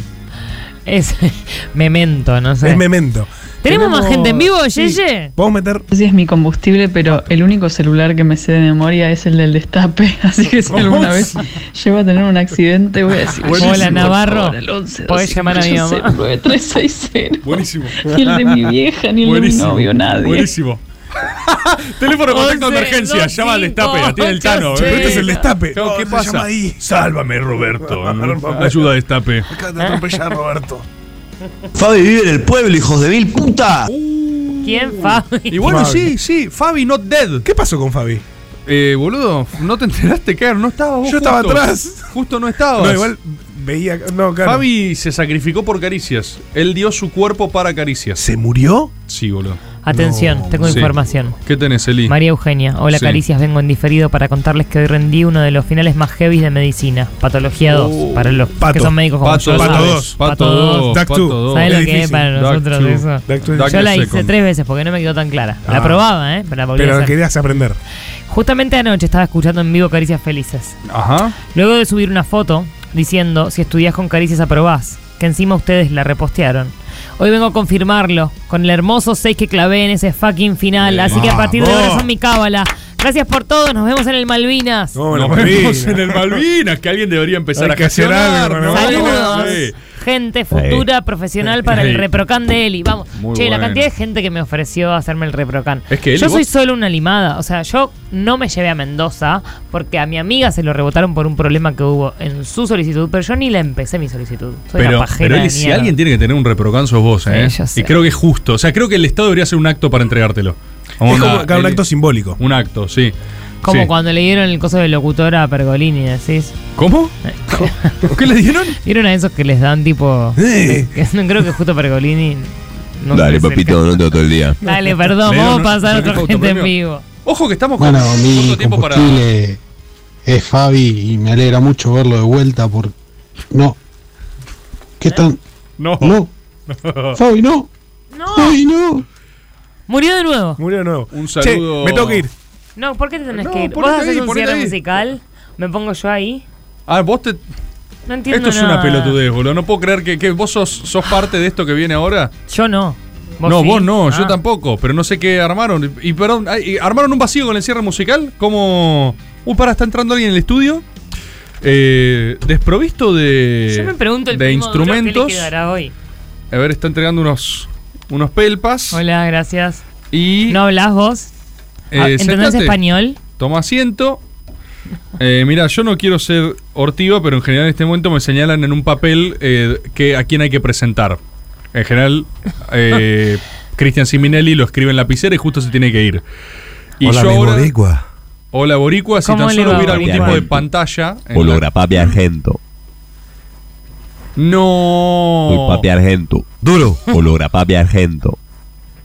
S7: Es [laughs] memento, no sé.
S13: Es memento.
S7: ¿Tenemos, más gente en vivo,
S10: Sí.
S7: Yeye?
S13: ¿Podemos meter?
S10: Sí, es mi combustible, pero el único celular que me sé de memoria es el del destape. [laughs] Así que si alguna vez llego a tener un accidente, voy a decir:
S7: Buenísimo. Hola,
S10: "Por
S7: Navarro.
S10: favor, al 11,
S7: Podés
S10: 12,
S7: llamar a mi mamá.
S10: 09, 360.
S6: Buenísimo.
S10: Ni el de mi vieja, ni el de mi
S6: Buenísimo.
S10: novio, nadie.
S6: Buenísimo. Teléfono de contacto de emergencia, llama al destape, la tiene el Tano. ¿eh?
S13: Pero este es el destape.
S6: Chao, ¿Qué
S13: Oh, se
S6: pasa?
S13: llama ahí.
S6: Sálvame, [laughs] Roberto. Ayuda, destape.
S13: Acá te atropellé
S1: ¿Eh?
S13: a Roberto.
S11: Fabi vive en el pueblo, hijos de mil puta.
S7: ¿Quién, Fabi?
S6: Y bueno, sí, sí, Fabi not dead.
S13: ¿Qué pasó con Fabi?
S6: Eh, boludo, no te enteraste, Car, no estaba vos
S13: Yo estaba
S6: justo.
S13: atrás.
S6: Justo no estabas.
S13: No, igual veía. No, claro.
S6: Fabi se sacrificó por caricias. Él dio su cuerpo para caricias.
S13: ¿Se murió?
S6: Sí, boludo.
S7: Atención, tengo
S6: Sí.
S7: información.
S6: ¿Qué tenés, Eli?
S7: María Eugenia, hola
S6: Sí.
S7: Caricias, vengo en diferido para contarles que hoy rendí uno de los finales más heavy de medicina, Patología 2,
S6: Oh.
S7: para los que
S6: Pato.
S7: son médicos como
S6: Pato
S7: yo.
S6: dos.
S7: ¿sabes?
S6: Pato dos. Duck
S7: Pato
S6: two.
S7: dos. ¿Sabes
S6: Es
S7: lo que es
S6: difícil.
S7: para
S6: Duck
S7: nosotros
S6: two.
S7: eso?
S6: Duck two is
S7: Yo
S6: second.
S7: la hice
S6: second.
S7: tres veces porque no me quedó tan clara. La
S13: Ah.
S7: probaba, ¿eh? Pero la volví a
S13: Pero
S7: hacer.
S13: querías aprender.
S7: Justamente anoche estaba escuchando en vivo Caricias Felices.
S6: Ajá.
S7: Luego de subir una foto diciendo si estudias con caricias aprobás, que encima ustedes la repostearon. Hoy vengo a confirmarlo con el hermoso 6 que clavé en ese fucking final. Así que a partir de ahora
S6: Vamos.
S7: son mi cábala. Gracias por todo, nos vemos en el Malvinas.
S6: Nos vemos en el Malvinas, que alguien debería empezar
S13: Hay
S6: a
S13: que hacer
S6: gestionar,
S13: algo,
S6: ¿no?
S7: Saludos,
S6: Sí.
S7: gente futura profesional para
S6: Ahí.
S7: el reprocan de Eli. Vamos,
S6: Muy
S7: che, la
S6: bueno.
S7: cantidad de gente que me ofreció hacerme el reprocan.
S6: Es que Eli,
S7: yo
S6: vos-
S7: soy solo una limada, o sea, yo no me llevé a Mendoza porque a mi amiga se lo rebotaron por un problema que hubo en su solicitud, pero yo ni la empecé mi solicitud. Soy una
S6: Pero,
S7: pajera
S6: pero
S7: de
S6: Eli, si
S7: mierda.
S6: alguien tiene que tener un reprocanso es vos, ¿eh?
S7: Sí, ya sé.
S6: y creo que es justo. O sea, creo que el Estado debería hacer un acto para entregártelo.
S13: Es como acá un acto simbólico.
S6: Un acto, sí.
S7: Como
S6: Sí.
S7: cuando le dieron el coso de locutora a Pergolini, decís. [laughs]
S6: ¿Cómo? ¿Qué le dieron?
S7: Dieron a esos que les dan tipo.
S11: Eh.
S7: que- [laughs] no creo que justo Pergolini. no
S11: Dale,
S7: es el
S11: papito,
S7: caso.
S11: no tengo todo el día.
S7: Dale, perdón,
S11: Leo,
S7: vamos a
S11: no-
S7: pasar a
S11: no
S7: otra
S11: tengo
S7: gente en
S11: autopremio.
S7: vivo.
S6: Ojo que estamos
S15: [laughs]
S6: con
S15: Bueno, mi
S6: tiempo para-
S15: combustible es Fabi y me alegra mucho verlo de vuelta por No. ¿Qué tan?
S6: No.
S15: No. Fabi, no.
S7: No.
S15: Fabi, no.
S7: Murió de nuevo.
S13: Murió de nuevo.
S6: Un
S13: Che, me tengo que ir.
S7: No, ¿por qué te tenés
S6: No,
S7: que ir? ¿Vos
S6: ponete
S7: haces
S6: ahí,
S7: un
S6: ponete
S7: cierre
S6: ahí.
S7: musical? ¿Me pongo yo ahí?
S6: Ah, vos te.
S7: No
S6: Esto
S7: entiendo
S6: es
S7: nada.
S6: una pelotudez, boludo. No puedo creer que, que vos sos, sos parte de esto que viene ahora.
S7: Yo no.
S6: no,
S7: sí?
S6: vos no, yo
S7: Ah.
S6: tampoco. Pero no sé qué armaron. Y perdón, ay, y ¿armaron un vacío con el cierre musical? ¿Cómo.? Uh, para, está entrando alguien en el estudio. Eh, desprovisto de.
S7: Yo me pregunto el
S6: de
S7: primo duro
S6: instrumentos. Eh,
S7: que le quedará hoy.
S6: A ver, está entregando unos, unos pelpas.
S7: Hola, gracias.
S6: Y
S7: ¿No hablas vos?
S6: Eh,
S7: Ah, ¿Entendés
S6: sentate.
S7: español?
S6: Toma asiento. Eh, mira, yo no quiero ser ortiva, pero en general en este momento me señalan en un papel eh, que, a quién hay que presentar. En general,
S7: [laughs]
S6: eh, Cristian Siminelli lo escribe en lapicera y justo se tiene que ir. Y
S2: Hola,
S6: yo
S2: mi
S6: ahora-
S2: boricua.
S6: Hola Boricua, si
S2: ¿Cómo
S6: tan
S2: le
S6: solo
S2: va,
S6: hubiera algún
S2: Boricua?
S6: tipo de pantalla. eh, en
S11: Polo
S6: la-
S11: papi argento.
S6: No.
S11: papi argento.
S2: Duro.
S11: Polo papi argento.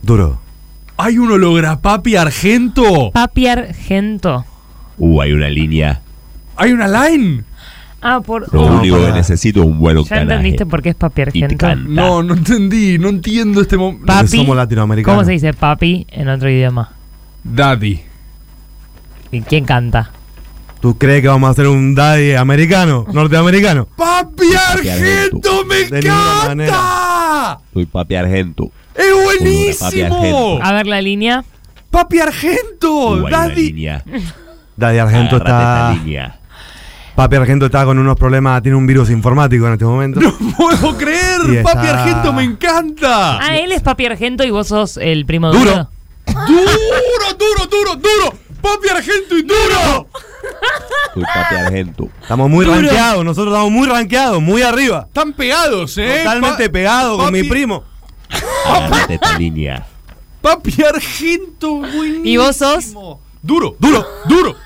S2: Duro.
S6: ¿Hay un holograpapi argento?
S7: Papi Argento.
S11: Uh, hay una línea.
S6: ¿Hay una line?
S7: Ah, por.
S11: Lo
S7: oh,
S11: único que necesito es un buen
S7: ya
S11: octanaje.
S7: entendiste por qué Este, es Papi Argento.
S6: No, no entendí, no entiendo este momento.
S7: Papi.
S2: Somos latinoamericanos.
S7: ¿Cómo se dice papi en otro idioma?
S6: Daddy.
S7: ¿Y quién canta?
S2: ¿Tú crees que vamos a hacer un daddy americano, norteamericano?
S6: ¡Papi
S11: Argento,
S6: me encanta!
S11: Soy papi argento.
S6: ¡Es
S11: Papi argento.
S7: A ver la línea.
S6: ¡Papi Argento!
S11: Uh, hay una
S7: [laughs]
S11: línea.
S2: Daddy Argento
S11: Agarrate esa
S2: está.
S11: línea.
S2: Papi Argento está con unos problemas, tiene un virus informático en este momento.
S6: ¡Puedo creer!
S2: Y
S6: ¡Papi
S2: está-
S6: Argento me encanta!
S7: Ah, él es Papi Argento y vos sos el primo
S6: Duro.
S7: duro.
S6: ¡Duro, duro, duro, duro! ¡Papi Argento y duro!
S11: Soy papi argento.
S2: Estamos muy
S11: Duro.
S2: rankeados, nosotros estamos muy rankeados, muy arriba.
S6: Están pegados, ¿eh?
S2: Totalmente
S6: Pa-
S2: pegados con
S6: papi-
S2: mi primo.
S7: Oh,
S11: Agarrate esta línea.
S6: [laughs] Papi Argento, buenísimo.
S7: ¿Y vos sos?
S6: Duro, duro, duro.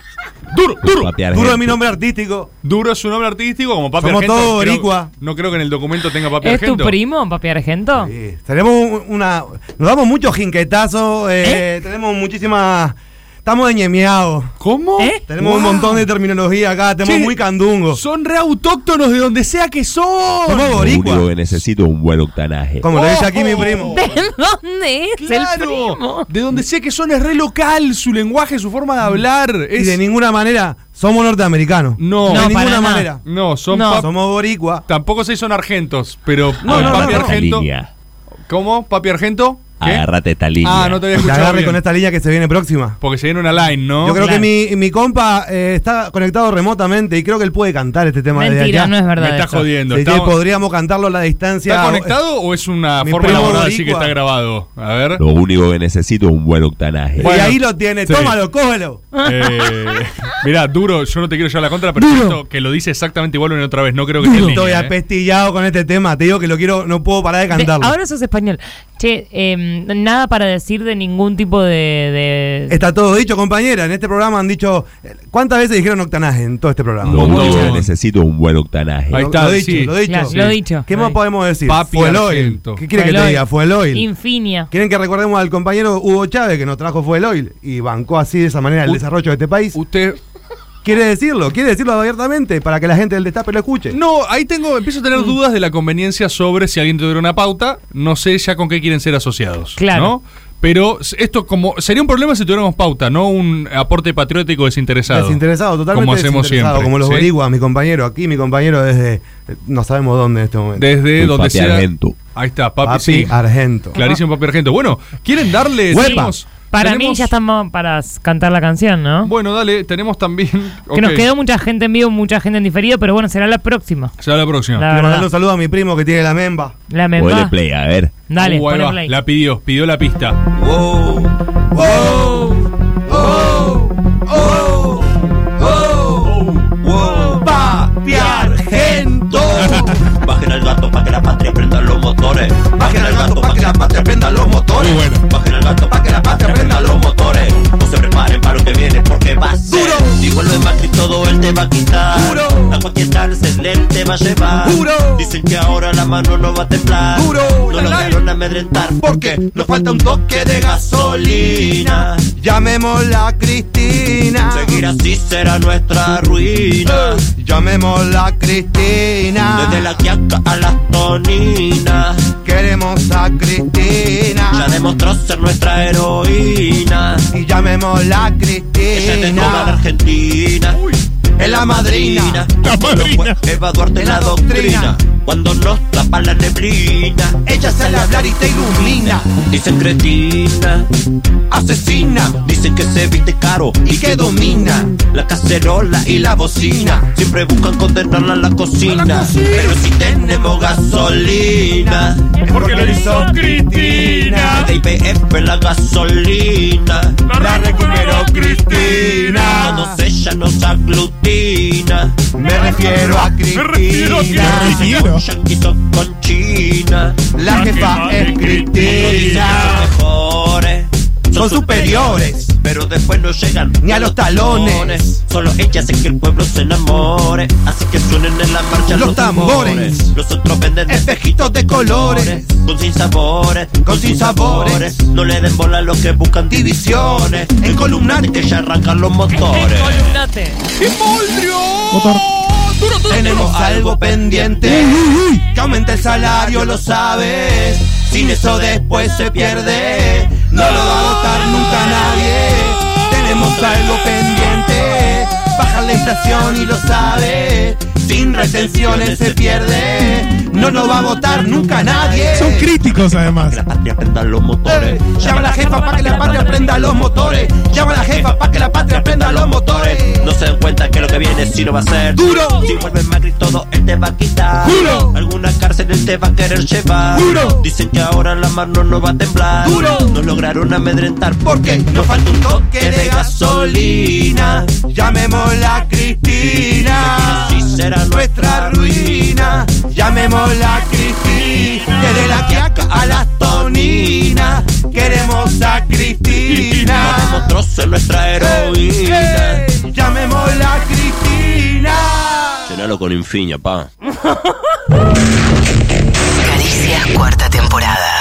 S6: Duro, duro.
S11: Papi argento.
S2: es mi nombre artístico.
S6: Duro es su nombre artístico como Papi
S2: Somos
S6: Argento.
S2: todos
S6: creo-
S2: boricua.
S6: no creo que en el documento tenga Papi
S7: ¿Es tu
S6: Argento.
S7: primo, Papi Argento? Sí.
S2: Tenemos un- una. Nos damos muchos jinquetazos, eh, tenemos muchísimas. Estamos deñemeados. ¿Eh?
S6: ¿Cómo?
S2: Tenemos un
S6: Wow.
S2: montón de terminología acá, tenemos
S6: Che,
S2: muy candungo.
S6: Son re autóctonos de donde sea que son.
S7: Oh,
S2: Somos
S11: Lo
S2: boricua.
S11: único que necesito es un buen octanaje.
S2: Como lo dice aquí mi primo.
S7: [laughs] ¿De dónde es el
S6: Claro,
S7: primo?
S6: de donde sea que son es re local su lenguaje, su forma de hablar.
S2: Y
S6: Es...
S2: de ninguna manera somos norteamericanos.
S6: No,
S2: de ninguna manera.
S6: No, son
S2: No.
S6: pap-
S2: Somos boricua.
S6: Tampoco se son argentos, pero a
S2: No,
S6: ver,
S2: no, no,
S6: papi
S2: no.
S6: argento.
S11: Línea.
S6: ¿Cómo? ¿Papi argento? ¿Qué?
S11: Agarrate esta línea.
S6: Ah, no te había
S2: Que
S6: escuchado.
S2: agarre
S6: bien,
S2: con esta línea que se viene próxima.
S6: Porque se viene una line, ¿no?
S2: Yo creo que mi, mi compa eh, está conectado remotamente y creo que él puede cantar este tema de
S7: Mentira,
S2: allá.
S7: no es verdad.
S6: Me está
S7: eso.
S6: jodiendo.
S2: Sí,
S6: está-
S2: sí, podríamos cantarlo a la distancia.
S6: ¿Está conectado o es una
S2: Mi
S6: forma
S2: primo
S6: elaborada así que
S2: boricua.
S6: está grabado? A
S2: Ah.
S6: ver.
S11: Lo único que necesito es un buen octanaje.
S2: eh, y ahí lo tiene,
S6: sí.
S2: tómalo, cógelo. [laughs]
S6: Eh, [laughs] mirá, duro, yo no te quiero llevar la contra, pero siento que lo dice exactamente igual una y otra vez. No creo que sea en
S2: Estoy
S6: línea, ¿eh?
S2: apestillado con este tema, te digo que lo quiero, no puedo parar de
S7: De-
S2: cantarlo.
S7: ahora sos español. Che, em, nada para decir de ningún tipo de. de-
S2: Está todo dicho, compañera. En este programa han dicho. eh, ¿Cuántas veces dijeron octanaje en todo este programa?
S11: Lo
S2: Lo-
S11: único que necesito es un buen octanaje.
S6: Ahí está,
S2: lo dicho,
S6: sí.
S2: lo dicho.
S7: Claro, lo dicho.
S2: ¿Qué
S7: Lo
S2: más
S7: dicho.
S2: podemos decir?
S6: Papi
S2: fue el oil.
S6: Argento.
S2: ¿Qué quiere
S7: Fue
S2: que
S7: el
S2: te
S7: oil.
S2: diga? Fue el oil.
S7: Infinia.
S2: ¿Quieren que recordemos al compañero Hugo Chávez que nos trajo fue el oil y bancó así de esa manera el
S6: U-
S2: desarrollo de este país?
S6: Usted.
S2: ¿Quiere decirlo? ¿Quiere decirlo abiertamente para que la gente del destape lo escuche?
S6: No, ahí tengo, empiezo a tener
S7: Mm.
S6: dudas de la conveniencia sobre si alguien tuviera una pauta. No sé ya con qué quieren ser asociados.
S7: Claro.
S6: ¿no? Pero s- esto como sería un problema si tuviéramos pauta, no un aporte patriótico desinteresado.
S2: Desinteresado, totalmente.
S6: Como hacemos
S2: desinteresado,
S6: siempre.
S2: Como los
S6: ¿sí?
S2: averigua mi compañero aquí, mi compañero desde. eh, No sabemos dónde en este momento.
S6: Desde
S11: Soy
S6: donde
S11: papi
S6: sea.
S11: argento.
S6: Ahí está, papi.
S2: Papi
S6: sí.
S2: Argento.
S6: Clarísimo papi argento. Bueno, ¿quieren darle?
S2: Huepa.
S6: tenemos-
S7: Para mí
S6: tenemos-
S7: ya estamos para s- cantar la canción, ¿no?
S6: Bueno, dale, tenemos también.
S7: [laughs] Que nos
S6: ok,
S7: quedó mucha gente en vivo, mucha gente en diferido, pero bueno, será la próxima.
S6: será la próxima.
S7: La
S2: Le mando
S7: verdad.
S2: un saludo a mi primo que tiene la memba.
S7: La
S11: Ponele
S7: memba.
S11: play, a ver.
S6: Uh,
S7: Dale,
S6: ahí
S7: ponle
S6: va,
S7: play.
S6: La pidió, pidió la pista.
S24: Papi Argento. [laughs] Bajen al gato para que la patria prenda los motores. Bajen al gato para que la patria prenda los motores. Bajen al gato para que la patria prenda los motores. No se preparen para lo que viene porque va a ser. Digo lo de Macri, todo él te va a quitar. A cualquier cárcel él te va a llevar. Dicen que ahora la mano no va a temblar. No lograron la amedrentar porque nos falta un toque de gasolina. Llamémosla a Cristina. Seguir así será nuestra ruina. Llamémosla a Cristina. Desde la quiaca a las toninas. Queremos a Cristina. Ya demostró ser nuestra heroína. Y llamémosla a Cristina. Ella es de toda la Argentina. Es la madrina. La madrina. Eva Duarte en la doctrina. Cuando nos tapa la neblina, ella sale a hablar y te ilumina. Dicen cretina, asesina. Dicen que se viste caro y que domina. La cacerola y la bocina. Siempre buscan condenarla a la cocina. Pero si tenemos gasolina. Es porque lo hizo Cristina. De IPF la gasolina. La recuperó Cristina. Todos ella nos aglutina. Me refiero a Cristina. Con Yanquito con China. La jefa es Cristina. Los mejores son superiores. Pero después no llegan ni a los talones. Solo ella hace que el pueblo se enamore. Así que suenen en la marcha los, tambores. Los otros venden espejitos de colores. Con sin sabores, con sin sabores. No le den bola a los que buscan divisiones. En columnar que ya arrancan los motores.
S7: Columnate.
S24: Tenemos algo pendiente. Que aumente el salario, lo sabes. Sin eso después se pierde. No lo va a votar nunca nadie. Tenemos algo pendiente. Baja la estación y lo sabes. Sin retenciones se pierde. No lo va a votar nunca nadie.
S13: Son críticos además.
S24: patria prenda los motores. Eh, Llama a la jefa para que la patria prenda los motores. Llama a la jefa para que la patria prenda los motores. No se den cuenta que lo que viene sí no va a ser
S13: Duro.
S24: Si vuelve Macri todo él te va a quitar.
S13: Duro.
S24: Alguna cárcel él te va a querer llevar.
S13: Duro.
S24: Dicen que ahora la mano no va a temblar.
S13: Duro.
S24: Nos lograron amedrentar porque nos falta un toque de gasolina. Llamémosla Cristina. Si será nuestra ruina. Llamémosla Cristina. Desde la quiaca a las toninas. Queremos a Cristina. Demostró ser nuestra heroína. Llamémosla Cristina.
S11: Llenalo con infiña, pa.
S5: Caricias cuarta temporada.